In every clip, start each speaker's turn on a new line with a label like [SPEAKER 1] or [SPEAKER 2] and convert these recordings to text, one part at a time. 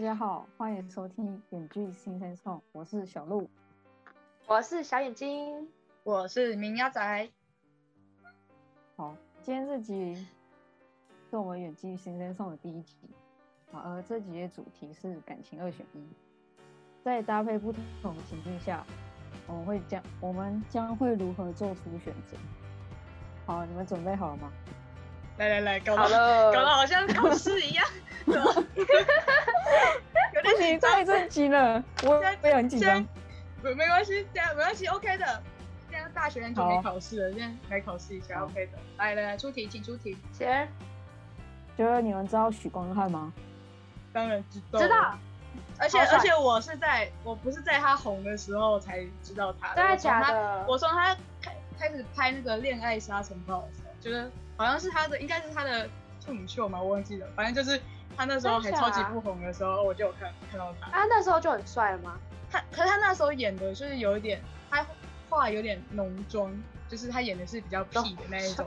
[SPEAKER 1] 家好，欢迎收听远距新生创，我是小鹿。
[SPEAKER 2] 我是小眼睛，
[SPEAKER 3] 我是明鸭仔，
[SPEAKER 1] 好，今天这集是我们远距新生创的第一集，好，而这集的主题是感情二选一，在搭配不同的情境下，我们会将我们将会如何做出选择。好，你们准备好了吗？
[SPEAKER 3] 来来来，搞
[SPEAKER 2] 好
[SPEAKER 3] 得
[SPEAKER 2] 了，
[SPEAKER 3] 搞得好像考试 一样，怎么有点
[SPEAKER 1] 不行，
[SPEAKER 3] 紧张？
[SPEAKER 1] 太震惊了，我
[SPEAKER 3] 现
[SPEAKER 1] 我也很紧张。
[SPEAKER 3] 不，没关系，这样没关系，OK 的。现在大学很久
[SPEAKER 1] 好
[SPEAKER 3] 没考试了，现在来考试一下
[SPEAKER 1] 好
[SPEAKER 3] ，OK 的。来来来，出题，请出题。
[SPEAKER 2] 姐
[SPEAKER 1] 觉得你们知道许光汉吗？
[SPEAKER 3] 当然知道，
[SPEAKER 2] 知道，，
[SPEAKER 3] 而且
[SPEAKER 2] 好帅
[SPEAKER 3] 而且我是在我不是在他红的时候才知道他
[SPEAKER 2] 真的
[SPEAKER 3] 的，我从他
[SPEAKER 2] 假的？
[SPEAKER 3] 我从他开开始拍那个《恋爱沙尘暴》的时候，就是好像是他的，应该是他的处女秀嘛，我忘记了。反正就是他那时候还
[SPEAKER 2] 真假
[SPEAKER 3] 超级不红的时候，我就有看看到他。
[SPEAKER 2] 啊，那时候就很帅了吗？
[SPEAKER 3] 他可是他那时候演的就是有一点，他画有点浓妆，就是他演的是比较痞的那一种，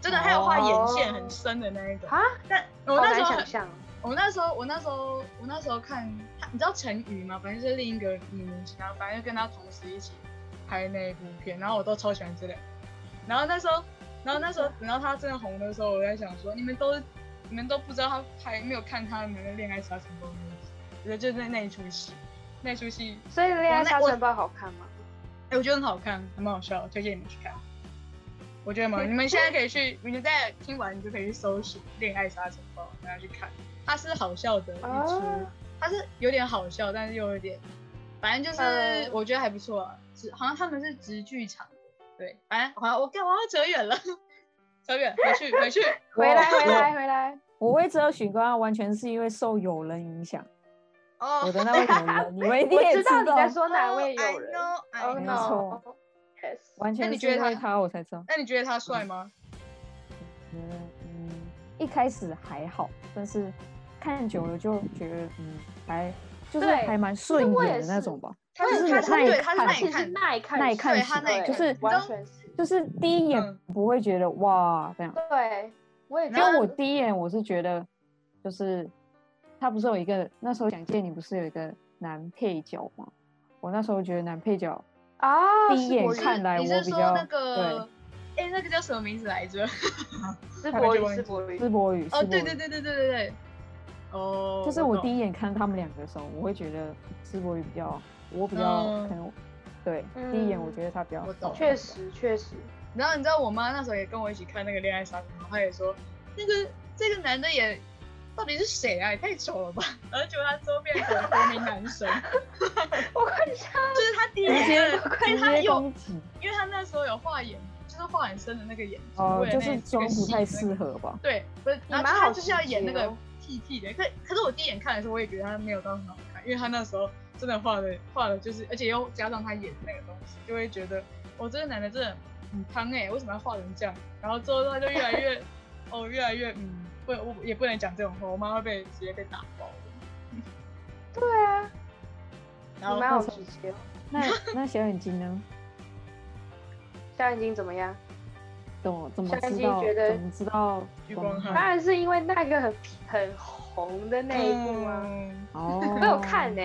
[SPEAKER 3] 真的，他有画眼线很深的那一种。
[SPEAKER 2] 啊，
[SPEAKER 3] 但我
[SPEAKER 2] 好
[SPEAKER 3] 那
[SPEAKER 2] 难
[SPEAKER 3] 时候
[SPEAKER 2] 想
[SPEAKER 3] 很
[SPEAKER 2] 象哦。
[SPEAKER 3] 我那时候，我那时候，我那时候看他，你知道陈宇吗？反正就是另一个女明星，然后反正就跟她同时一起拍那一部片，然后我都超喜欢这两个。然后那时候，然后那时候等到她真的红的时候，我在想说，你们都你们都不知道她拍，没有看她们的《恋爱沙尘暴》那一集，我觉得就是那那一出戏，那出戏，
[SPEAKER 2] 所以《恋爱
[SPEAKER 3] 我那
[SPEAKER 2] 沙
[SPEAKER 3] 我
[SPEAKER 2] 尘暴》好看吗？
[SPEAKER 3] 哎、我觉得很好看，还蛮好笑的，推荐你们去看。我觉得蛮好，你们现在可以去，你们在听完你就可以去搜寻《恋爱沙尘暴》，然后去看，它是好笑的一出，
[SPEAKER 2] 啊
[SPEAKER 3] 它是有点好笑，但是又有点，反正就是
[SPEAKER 2] 嗯
[SPEAKER 3] 我觉得还不错、啊，直好像他们是直剧场的，对，反正好像我干嘛要扯远了，扯远，回去回去，
[SPEAKER 2] 回来，回来，回来！
[SPEAKER 1] 哦 我会知道许光汉，完全是因为受友人影响。
[SPEAKER 3] 哦，
[SPEAKER 1] 我的那位友人，你们一定
[SPEAKER 2] 我
[SPEAKER 1] 也
[SPEAKER 2] 知道你在说哪位
[SPEAKER 3] 哦
[SPEAKER 2] 友人。
[SPEAKER 3] I know, I
[SPEAKER 1] 没
[SPEAKER 3] know
[SPEAKER 1] 错
[SPEAKER 2] no！Yes，
[SPEAKER 1] 完
[SPEAKER 3] 那
[SPEAKER 1] 全是
[SPEAKER 3] 你觉得
[SPEAKER 1] 因为
[SPEAKER 3] 他
[SPEAKER 1] 他我才知道。
[SPEAKER 3] 那你觉得他帅吗？
[SPEAKER 1] 嗯嗯，一开始还好，但是看久了就觉得嗯，还就是
[SPEAKER 2] 对
[SPEAKER 1] 还蛮顺眼的那种吧。
[SPEAKER 3] 他
[SPEAKER 1] 就是是
[SPEAKER 3] 他
[SPEAKER 1] 耐
[SPEAKER 3] 对他是
[SPEAKER 1] 看
[SPEAKER 3] 耐
[SPEAKER 2] 其实
[SPEAKER 3] 看，
[SPEAKER 2] 耐看，
[SPEAKER 1] 耐看
[SPEAKER 3] 对他
[SPEAKER 1] 型
[SPEAKER 3] 耐看
[SPEAKER 1] 就是
[SPEAKER 2] 完全是。
[SPEAKER 1] 就是第一眼
[SPEAKER 3] 嗯
[SPEAKER 1] 不会觉得、哇这样，
[SPEAKER 2] 对，我也觉
[SPEAKER 1] 因为
[SPEAKER 2] 得
[SPEAKER 1] 我第一眼我是觉得就是他不是有一个那时候蒋介你不是有一个男配角吗？我那时候觉得男配角
[SPEAKER 2] 啊，
[SPEAKER 1] 第一眼
[SPEAKER 2] 我
[SPEAKER 3] 是
[SPEAKER 1] 看来
[SPEAKER 3] 你
[SPEAKER 1] 我
[SPEAKER 3] 是
[SPEAKER 1] 比
[SPEAKER 3] 说
[SPEAKER 1] 较
[SPEAKER 3] 那个，哎、那个叫什么名字来着？
[SPEAKER 2] 是
[SPEAKER 3] 看
[SPEAKER 2] 博
[SPEAKER 3] 就
[SPEAKER 2] 宇，
[SPEAKER 3] 忘
[SPEAKER 2] 是
[SPEAKER 3] 记
[SPEAKER 2] 博宇
[SPEAKER 1] 淄，博宇，
[SPEAKER 3] 哦，
[SPEAKER 1] 世博
[SPEAKER 3] 对对
[SPEAKER 1] 宇
[SPEAKER 3] 对对对对对，哦，
[SPEAKER 1] 就是我第
[SPEAKER 3] 一，
[SPEAKER 1] 一眼看他们两个的时候，我会觉得淄博宇比较，我比较、
[SPEAKER 3] 嗯
[SPEAKER 1] 可能，对，
[SPEAKER 2] 嗯
[SPEAKER 1] 第一眼我觉得他比较
[SPEAKER 3] 我懂
[SPEAKER 2] 确实确实，
[SPEAKER 3] 然后你知道我妈那时候也跟我一起看那个《恋爱沙尘暴》，她也说那个这个男的也到底是谁啊？也太丑了吧！然后结果他之后变成国民男神，
[SPEAKER 2] 我快笑
[SPEAKER 3] 就是他第一
[SPEAKER 1] 直接
[SPEAKER 3] 眼，因为
[SPEAKER 1] 直
[SPEAKER 3] 他
[SPEAKER 1] 接
[SPEAKER 3] 有，
[SPEAKER 1] 攻击，
[SPEAKER 3] 因为他那时候有画眼，就是画很深的那个眼睛，
[SPEAKER 1] 哦、
[SPEAKER 3] 为了
[SPEAKER 1] 就
[SPEAKER 3] 那
[SPEAKER 1] 是
[SPEAKER 3] 这
[SPEAKER 1] 妆
[SPEAKER 3] 个
[SPEAKER 1] 不
[SPEAKER 3] 戏
[SPEAKER 1] 太
[SPEAKER 3] 那个
[SPEAKER 1] 适合吧。
[SPEAKER 3] 对，不是，然
[SPEAKER 2] 蛮
[SPEAKER 3] 后他
[SPEAKER 2] 好
[SPEAKER 3] 就是要演那
[SPEAKER 2] 细节
[SPEAKER 3] 个
[SPEAKER 2] 哦
[SPEAKER 3] T T 的，可可是我第一眼看的时候，我也觉得他没有到很好看，因为他那时候真的画的画的就是，而且又加上他演那个东西，就会觉得我这个男的真的很汤哎、为什么要画成这样？然后之后他就越来 越，哦，越来越嗯，不，我也不能讲这种话，我妈会被直接被打爆的。
[SPEAKER 2] 对啊，
[SPEAKER 3] 然后
[SPEAKER 2] 你蛮好直接哦。
[SPEAKER 1] 那那小眼睛呢？
[SPEAKER 2] 小眼睛怎么样？
[SPEAKER 1] 怎么怎么
[SPEAKER 2] 小眼
[SPEAKER 1] 知
[SPEAKER 2] 睛
[SPEAKER 1] 道？
[SPEAKER 2] 觉得
[SPEAKER 1] 怎么知道
[SPEAKER 3] 余光
[SPEAKER 2] 当
[SPEAKER 3] 汉
[SPEAKER 2] 然是因为那个很很红的那一部啊，
[SPEAKER 3] 嗯
[SPEAKER 1] 哦，
[SPEAKER 2] 我有看呢、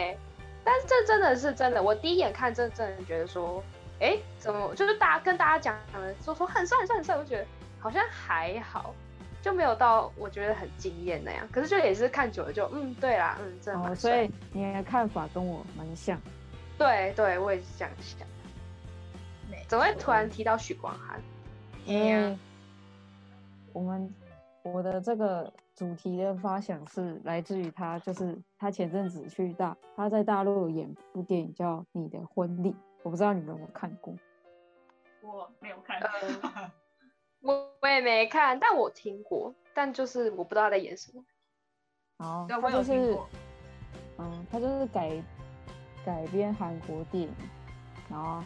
[SPEAKER 2] 但是这真的是真的，我第一眼看这真的觉得说，哎、怎么就是大家跟大家讲的说说很帅很帅很帅，我就觉得好像还好，就没有到我觉得很惊艳那样。可是就也是看久了就嗯对啦，嗯真的
[SPEAKER 1] 哦，
[SPEAKER 2] 蛮
[SPEAKER 1] 所
[SPEAKER 2] 帅的、
[SPEAKER 1] 以你的看法跟我蛮像。
[SPEAKER 2] 对对，我也是这样想。
[SPEAKER 3] 没
[SPEAKER 2] 怎么会突然提到许光 汉？
[SPEAKER 1] 因为
[SPEAKER 3] 嗯
[SPEAKER 1] 我们我的这个主题的发想是来自于他，就是他前阵子去大，他在大陆有演部电影叫《你的婚礼》，我不知道你们有没有看过。
[SPEAKER 3] 我没有看，
[SPEAKER 2] 呃我我也没看，但我听过，但就是我不知道他在演什么。
[SPEAKER 1] 然后
[SPEAKER 3] 对
[SPEAKER 1] 他
[SPEAKER 3] 我有
[SPEAKER 1] 就
[SPEAKER 3] 听
[SPEAKER 1] 是
[SPEAKER 3] 过，
[SPEAKER 1] 嗯，他就是改改编韩国电影，然后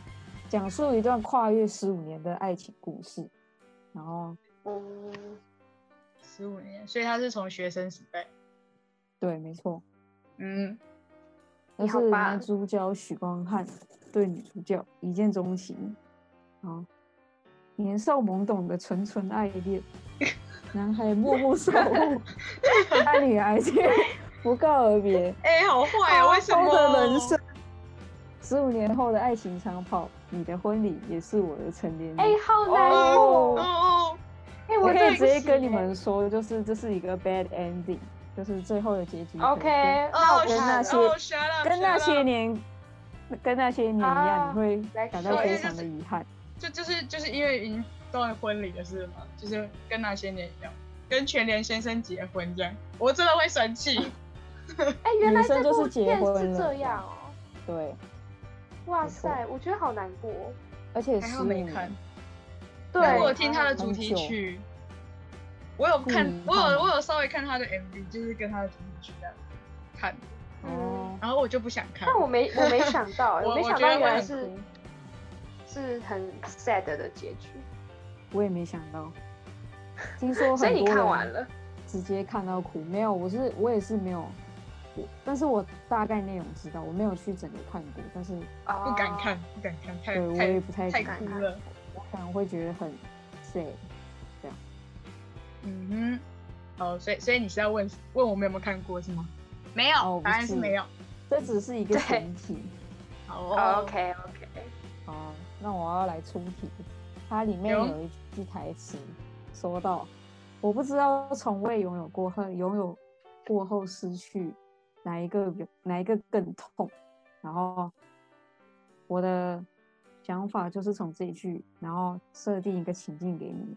[SPEAKER 1] 讲述一段跨越十五年的爱情故事，然后哦
[SPEAKER 2] 嗯，
[SPEAKER 3] 十五年，所以他是从学生时代，
[SPEAKER 1] 对，没错，
[SPEAKER 3] 嗯，
[SPEAKER 1] 但
[SPEAKER 2] 你好
[SPEAKER 1] 是
[SPEAKER 2] 吧
[SPEAKER 1] 男主角许光汉对女主角一见钟情，啊，年少懵懂的纯纯爱恋，男孩默默守护，爱女孩却不告而别，
[SPEAKER 3] 哎、好坏啊！为什
[SPEAKER 1] 偷
[SPEAKER 3] 么？
[SPEAKER 1] 的人生。十五年后的爱情长跑，你的婚礼也是我的成年礼。
[SPEAKER 2] 哎、好难
[SPEAKER 3] 哦
[SPEAKER 2] 过。
[SPEAKER 3] 哦
[SPEAKER 2] 哎、
[SPEAKER 1] 我
[SPEAKER 2] 我
[SPEAKER 1] 可以
[SPEAKER 2] 真
[SPEAKER 1] 直
[SPEAKER 2] 的
[SPEAKER 1] 接
[SPEAKER 2] 不
[SPEAKER 1] 跟
[SPEAKER 2] 行
[SPEAKER 1] 你
[SPEAKER 2] 哎
[SPEAKER 1] 们说，就是这是一个 bad ending，就是最后的结局可能
[SPEAKER 2] OK，
[SPEAKER 1] 跟
[SPEAKER 2] 那我
[SPEAKER 3] 哦，
[SPEAKER 1] 跟那
[SPEAKER 2] 看
[SPEAKER 1] 些
[SPEAKER 3] 哦，shut up，
[SPEAKER 1] 跟那
[SPEAKER 3] shut
[SPEAKER 1] 些
[SPEAKER 3] up
[SPEAKER 1] 年跟那些年一样，
[SPEAKER 2] 啊
[SPEAKER 1] 你会
[SPEAKER 2] 来
[SPEAKER 1] 感到
[SPEAKER 3] 说一
[SPEAKER 1] 非
[SPEAKER 3] 下
[SPEAKER 1] 常的遗憾。
[SPEAKER 3] 就就是就是因为已经到了婚礼的事嘛，就是跟那些年一样，跟全联先生结婚这样，我真的会生气。
[SPEAKER 2] 哎、原来
[SPEAKER 1] 女
[SPEAKER 2] 这
[SPEAKER 1] 生就是
[SPEAKER 2] 部
[SPEAKER 1] 结
[SPEAKER 2] 片
[SPEAKER 1] 婚
[SPEAKER 2] 是这
[SPEAKER 1] 了
[SPEAKER 2] 样哦。
[SPEAKER 1] 对，
[SPEAKER 2] 哇
[SPEAKER 1] 没错
[SPEAKER 2] 塞，我觉得好难过。哦
[SPEAKER 1] 而且
[SPEAKER 3] 还
[SPEAKER 1] 十
[SPEAKER 3] 好
[SPEAKER 1] 五
[SPEAKER 3] 没
[SPEAKER 1] 年
[SPEAKER 3] 看，
[SPEAKER 2] 对，
[SPEAKER 3] 然后我有听他的
[SPEAKER 1] 哦很
[SPEAKER 3] 主题
[SPEAKER 1] 久
[SPEAKER 3] 曲，我有看
[SPEAKER 1] 嗯，
[SPEAKER 3] 我
[SPEAKER 1] 嗯
[SPEAKER 3] 有我有稍微看他的 MV，就是跟他的主题曲这样看，
[SPEAKER 2] 嗯
[SPEAKER 1] 哦，
[SPEAKER 3] 然后我就不想看。
[SPEAKER 2] 但我没我没想 到、哎
[SPEAKER 3] 我
[SPEAKER 2] 没
[SPEAKER 3] 我
[SPEAKER 2] 想
[SPEAKER 3] 觉
[SPEAKER 2] 到
[SPEAKER 3] 得
[SPEAKER 2] 原
[SPEAKER 3] 我
[SPEAKER 2] 来
[SPEAKER 3] 很
[SPEAKER 2] 是
[SPEAKER 3] 哭
[SPEAKER 2] 是很 sad 的结局，
[SPEAKER 1] 我也没想 到。听说
[SPEAKER 2] 所以
[SPEAKER 1] 很
[SPEAKER 2] 你
[SPEAKER 1] 多
[SPEAKER 2] 看
[SPEAKER 1] 人
[SPEAKER 2] 完了。
[SPEAKER 1] 直接看到哭，没有，我是我也是没有，我但是我大概内容知道，我没有去整个看过，但是
[SPEAKER 3] 不敢
[SPEAKER 2] 哦
[SPEAKER 3] 看，不敢看，太
[SPEAKER 1] 对我也不太
[SPEAKER 3] 太太
[SPEAKER 1] 敢
[SPEAKER 3] 哭
[SPEAKER 2] 看
[SPEAKER 3] 了。
[SPEAKER 1] 我可能会觉得很 sad。
[SPEAKER 3] 嗯哼，哦，所以所以你是要问问我们有没有看过是吗？没有，
[SPEAKER 1] 哦不
[SPEAKER 3] 答案是
[SPEAKER 1] 是
[SPEAKER 3] 没有。
[SPEAKER 1] 这只是一个
[SPEAKER 2] 对
[SPEAKER 1] 前提。
[SPEAKER 3] 好
[SPEAKER 2] 哦
[SPEAKER 3] 哦
[SPEAKER 2] OK OK，
[SPEAKER 1] 好，那我要来出题。它里面
[SPEAKER 3] 有
[SPEAKER 1] 有一句台词说到：“我不知道从未拥有过后，拥有过后失去哪一个有哪一个更痛。”然后我的想法就是从这一句，然后设定一个情境给你，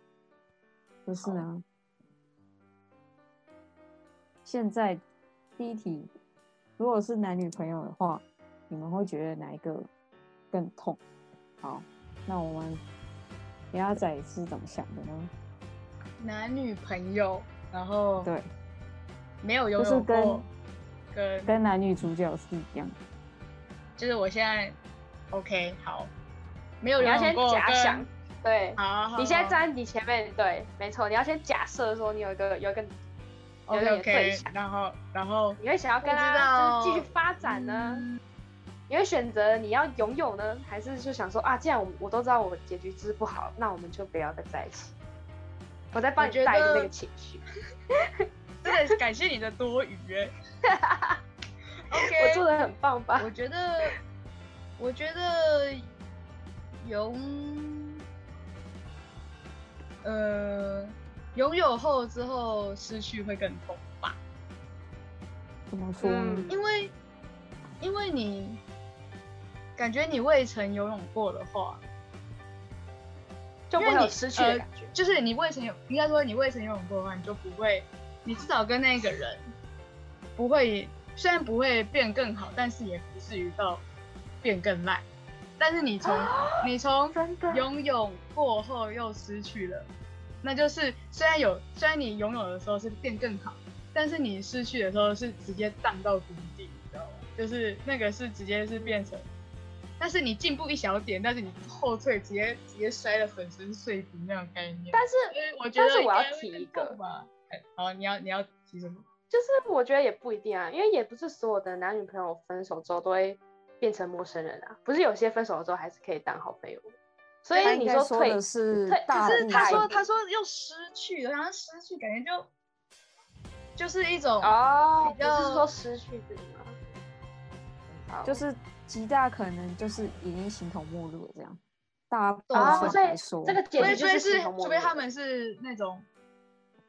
[SPEAKER 1] 就是呢，现在第一题，如果是男女朋友的话，你们会觉得哪一个更痛？好，那我们鸭仔是怎么想的呢？
[SPEAKER 3] 男女朋友，然后
[SPEAKER 1] 对，
[SPEAKER 3] 没有
[SPEAKER 1] 就
[SPEAKER 3] 拥
[SPEAKER 1] 是
[SPEAKER 3] 有
[SPEAKER 1] 跟
[SPEAKER 3] 过，跟
[SPEAKER 1] 跟男女主角是一样的。
[SPEAKER 3] 就是我现在 OK 好，没有
[SPEAKER 2] 你要
[SPEAKER 3] 拥有
[SPEAKER 2] 先
[SPEAKER 3] 过
[SPEAKER 2] 假
[SPEAKER 3] 跟
[SPEAKER 2] 想，对，
[SPEAKER 3] 好好好，
[SPEAKER 2] 你现在站在你前面，对，没错，你要先假设说你有一个有一个有一个
[SPEAKER 3] OK
[SPEAKER 2] 你的对
[SPEAKER 3] OK，
[SPEAKER 2] 象，
[SPEAKER 3] 然后然后
[SPEAKER 2] 你会想要跟
[SPEAKER 3] 我知
[SPEAKER 2] 他
[SPEAKER 3] 道
[SPEAKER 2] 就是继续发展呢？你会选择你要拥有呢，还是就想说啊，既然我我都知道我结局之不好，那我们就不要再在一起。我在帮
[SPEAKER 3] 我
[SPEAKER 2] 你
[SPEAKER 3] 觉
[SPEAKER 2] 带着
[SPEAKER 3] 得
[SPEAKER 2] 这个情绪，
[SPEAKER 3] 真的是感谢你的多余耶。
[SPEAKER 2] 我
[SPEAKER 3] OK，
[SPEAKER 2] 做的很棒吧？
[SPEAKER 3] 我觉得，我觉得拥，呃，拥有后之后失去会更痛吧，
[SPEAKER 1] 怎么说呢？
[SPEAKER 2] 嗯
[SPEAKER 3] 因为因为你感觉你未曾拥有过的话，
[SPEAKER 2] 就不
[SPEAKER 3] 因
[SPEAKER 2] 会
[SPEAKER 3] 为
[SPEAKER 2] 有
[SPEAKER 3] 你
[SPEAKER 2] 失去的
[SPEAKER 3] 呃
[SPEAKER 2] 感觉。
[SPEAKER 3] 就是你未曾有，应该说你未曾拥有过的话，你就不会，你至少跟那个人不会，虽然不会变更好，但是也不至于到变更烂。但是你从你从
[SPEAKER 2] 啊真的
[SPEAKER 3] 拥有过后又失去了，那就是虽然有，虽然你拥有的时候是变更好，但是你失去的时候是直接荡到谷底，你知道吗？就是那个是直接是变成，但是你进步一小点，但是你后退直接直接摔得粉身碎骨那种概念。
[SPEAKER 2] 但是
[SPEAKER 3] 所以我觉
[SPEAKER 2] 但
[SPEAKER 3] 得
[SPEAKER 2] 是我要
[SPEAKER 3] 应该会
[SPEAKER 2] 提一
[SPEAKER 3] 更
[SPEAKER 2] 个
[SPEAKER 3] 痛吧。哎好，你要你要提什么？
[SPEAKER 2] 就是我觉得也不一定啊，因为也不是所有的男女朋友分手之后都会变成陌生人啊，不是有些分手之后还是可以当好朋友。所以
[SPEAKER 1] 他应
[SPEAKER 2] 你
[SPEAKER 1] 该
[SPEAKER 2] 说
[SPEAKER 1] 说
[SPEAKER 2] 退
[SPEAKER 1] 的是
[SPEAKER 2] 退
[SPEAKER 1] 大
[SPEAKER 3] 可是
[SPEAKER 1] 部
[SPEAKER 3] 他
[SPEAKER 1] 分
[SPEAKER 3] 说他说又失去了，然后失去感觉就就是一种
[SPEAKER 2] 哦，
[SPEAKER 3] 比
[SPEAKER 2] 你
[SPEAKER 3] 较
[SPEAKER 2] 是说失去这个吗？好
[SPEAKER 1] 就是极大可能就是已经形同陌路了这样。大部
[SPEAKER 3] 哦
[SPEAKER 1] 分
[SPEAKER 2] 所以
[SPEAKER 1] 来说，
[SPEAKER 2] 这个
[SPEAKER 3] 除
[SPEAKER 2] 简
[SPEAKER 3] 非
[SPEAKER 2] 直
[SPEAKER 3] 除
[SPEAKER 2] 就
[SPEAKER 3] 非
[SPEAKER 2] 形
[SPEAKER 3] 是
[SPEAKER 2] 同陌
[SPEAKER 3] 除
[SPEAKER 2] 路
[SPEAKER 3] 非
[SPEAKER 2] 了。
[SPEAKER 3] 他们是那种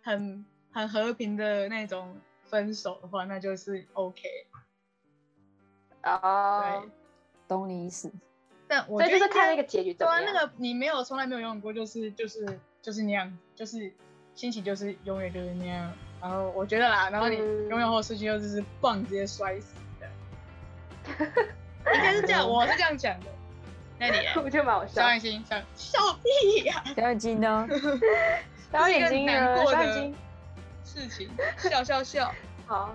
[SPEAKER 3] 很很和平的那种分手的话，那就是 OK。
[SPEAKER 2] 哦
[SPEAKER 3] 对，，
[SPEAKER 1] 懂你意思。
[SPEAKER 3] 但我
[SPEAKER 2] 所
[SPEAKER 3] 觉
[SPEAKER 2] 以
[SPEAKER 3] 得
[SPEAKER 2] 就是
[SPEAKER 3] 应
[SPEAKER 2] 看那
[SPEAKER 3] 该
[SPEAKER 2] 个结局
[SPEAKER 3] 对
[SPEAKER 2] 怎么
[SPEAKER 3] 啊，
[SPEAKER 2] 样。
[SPEAKER 3] 那个你没有从来没有用过，就是就是就是那样，就是心情就是永远就是那样。然后我觉得啦，然后你
[SPEAKER 2] 嗯
[SPEAKER 3] 拥有后失去又就是棒直接摔死 的，应该是这样，我是这样讲的。那 你嘞
[SPEAKER 2] 我觉得蛮好笑
[SPEAKER 3] 小。眼睛小笑屁呀、
[SPEAKER 1] 小眼睛呢？
[SPEAKER 2] 小
[SPEAKER 3] 这是一
[SPEAKER 2] 眼
[SPEAKER 3] 个
[SPEAKER 2] 睛
[SPEAKER 3] 难
[SPEAKER 2] 呢？
[SPEAKER 3] 过
[SPEAKER 2] 小
[SPEAKER 3] 的
[SPEAKER 2] 眼睛
[SPEAKER 3] 事情，笑笑笑。
[SPEAKER 2] 好，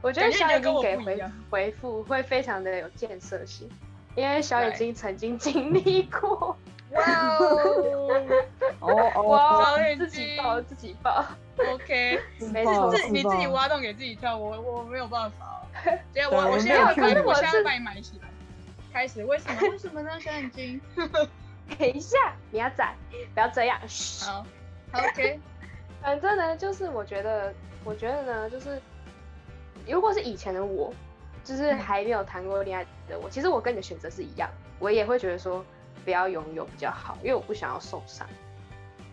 [SPEAKER 2] 我觉
[SPEAKER 3] 感
[SPEAKER 2] 得
[SPEAKER 3] 觉
[SPEAKER 2] 小
[SPEAKER 3] 你
[SPEAKER 2] 眼
[SPEAKER 3] 就
[SPEAKER 2] 睛
[SPEAKER 3] 跟我
[SPEAKER 2] 给
[SPEAKER 3] 不一
[SPEAKER 2] 回
[SPEAKER 3] 样
[SPEAKER 2] 回复会非常的有建设性，因为小眼
[SPEAKER 3] 对
[SPEAKER 2] 睛曾经经历过。
[SPEAKER 3] 哇哦
[SPEAKER 1] 哦哦，
[SPEAKER 2] 哇
[SPEAKER 3] 小眼，睛
[SPEAKER 2] 自己爆自己爆，
[SPEAKER 3] ，OK，
[SPEAKER 1] 自
[SPEAKER 2] 没
[SPEAKER 1] 爆
[SPEAKER 2] 事
[SPEAKER 3] 自你自己
[SPEAKER 1] 爆
[SPEAKER 3] 挖洞给自己跳，我我没有办法 哦。对，
[SPEAKER 1] 对
[SPEAKER 3] 我
[SPEAKER 1] 我
[SPEAKER 3] 我
[SPEAKER 1] 没
[SPEAKER 3] 现在
[SPEAKER 1] 有
[SPEAKER 3] 要开
[SPEAKER 1] 看
[SPEAKER 3] 始，
[SPEAKER 1] 过
[SPEAKER 3] 我现在
[SPEAKER 2] 是
[SPEAKER 3] 要把你埋起来。开始，为什么？为什么呢？小眼睛。
[SPEAKER 2] 等一下，你要仔，不要这样。嘘
[SPEAKER 3] 好好，OK，
[SPEAKER 2] 反正呢，就是我觉得，我觉得呢，就是如果是以前的我，就是还没有谈过恋爱的我，其实我跟你的选择是一样，我也会觉得说不要拥有比较好，因为我不想要受伤。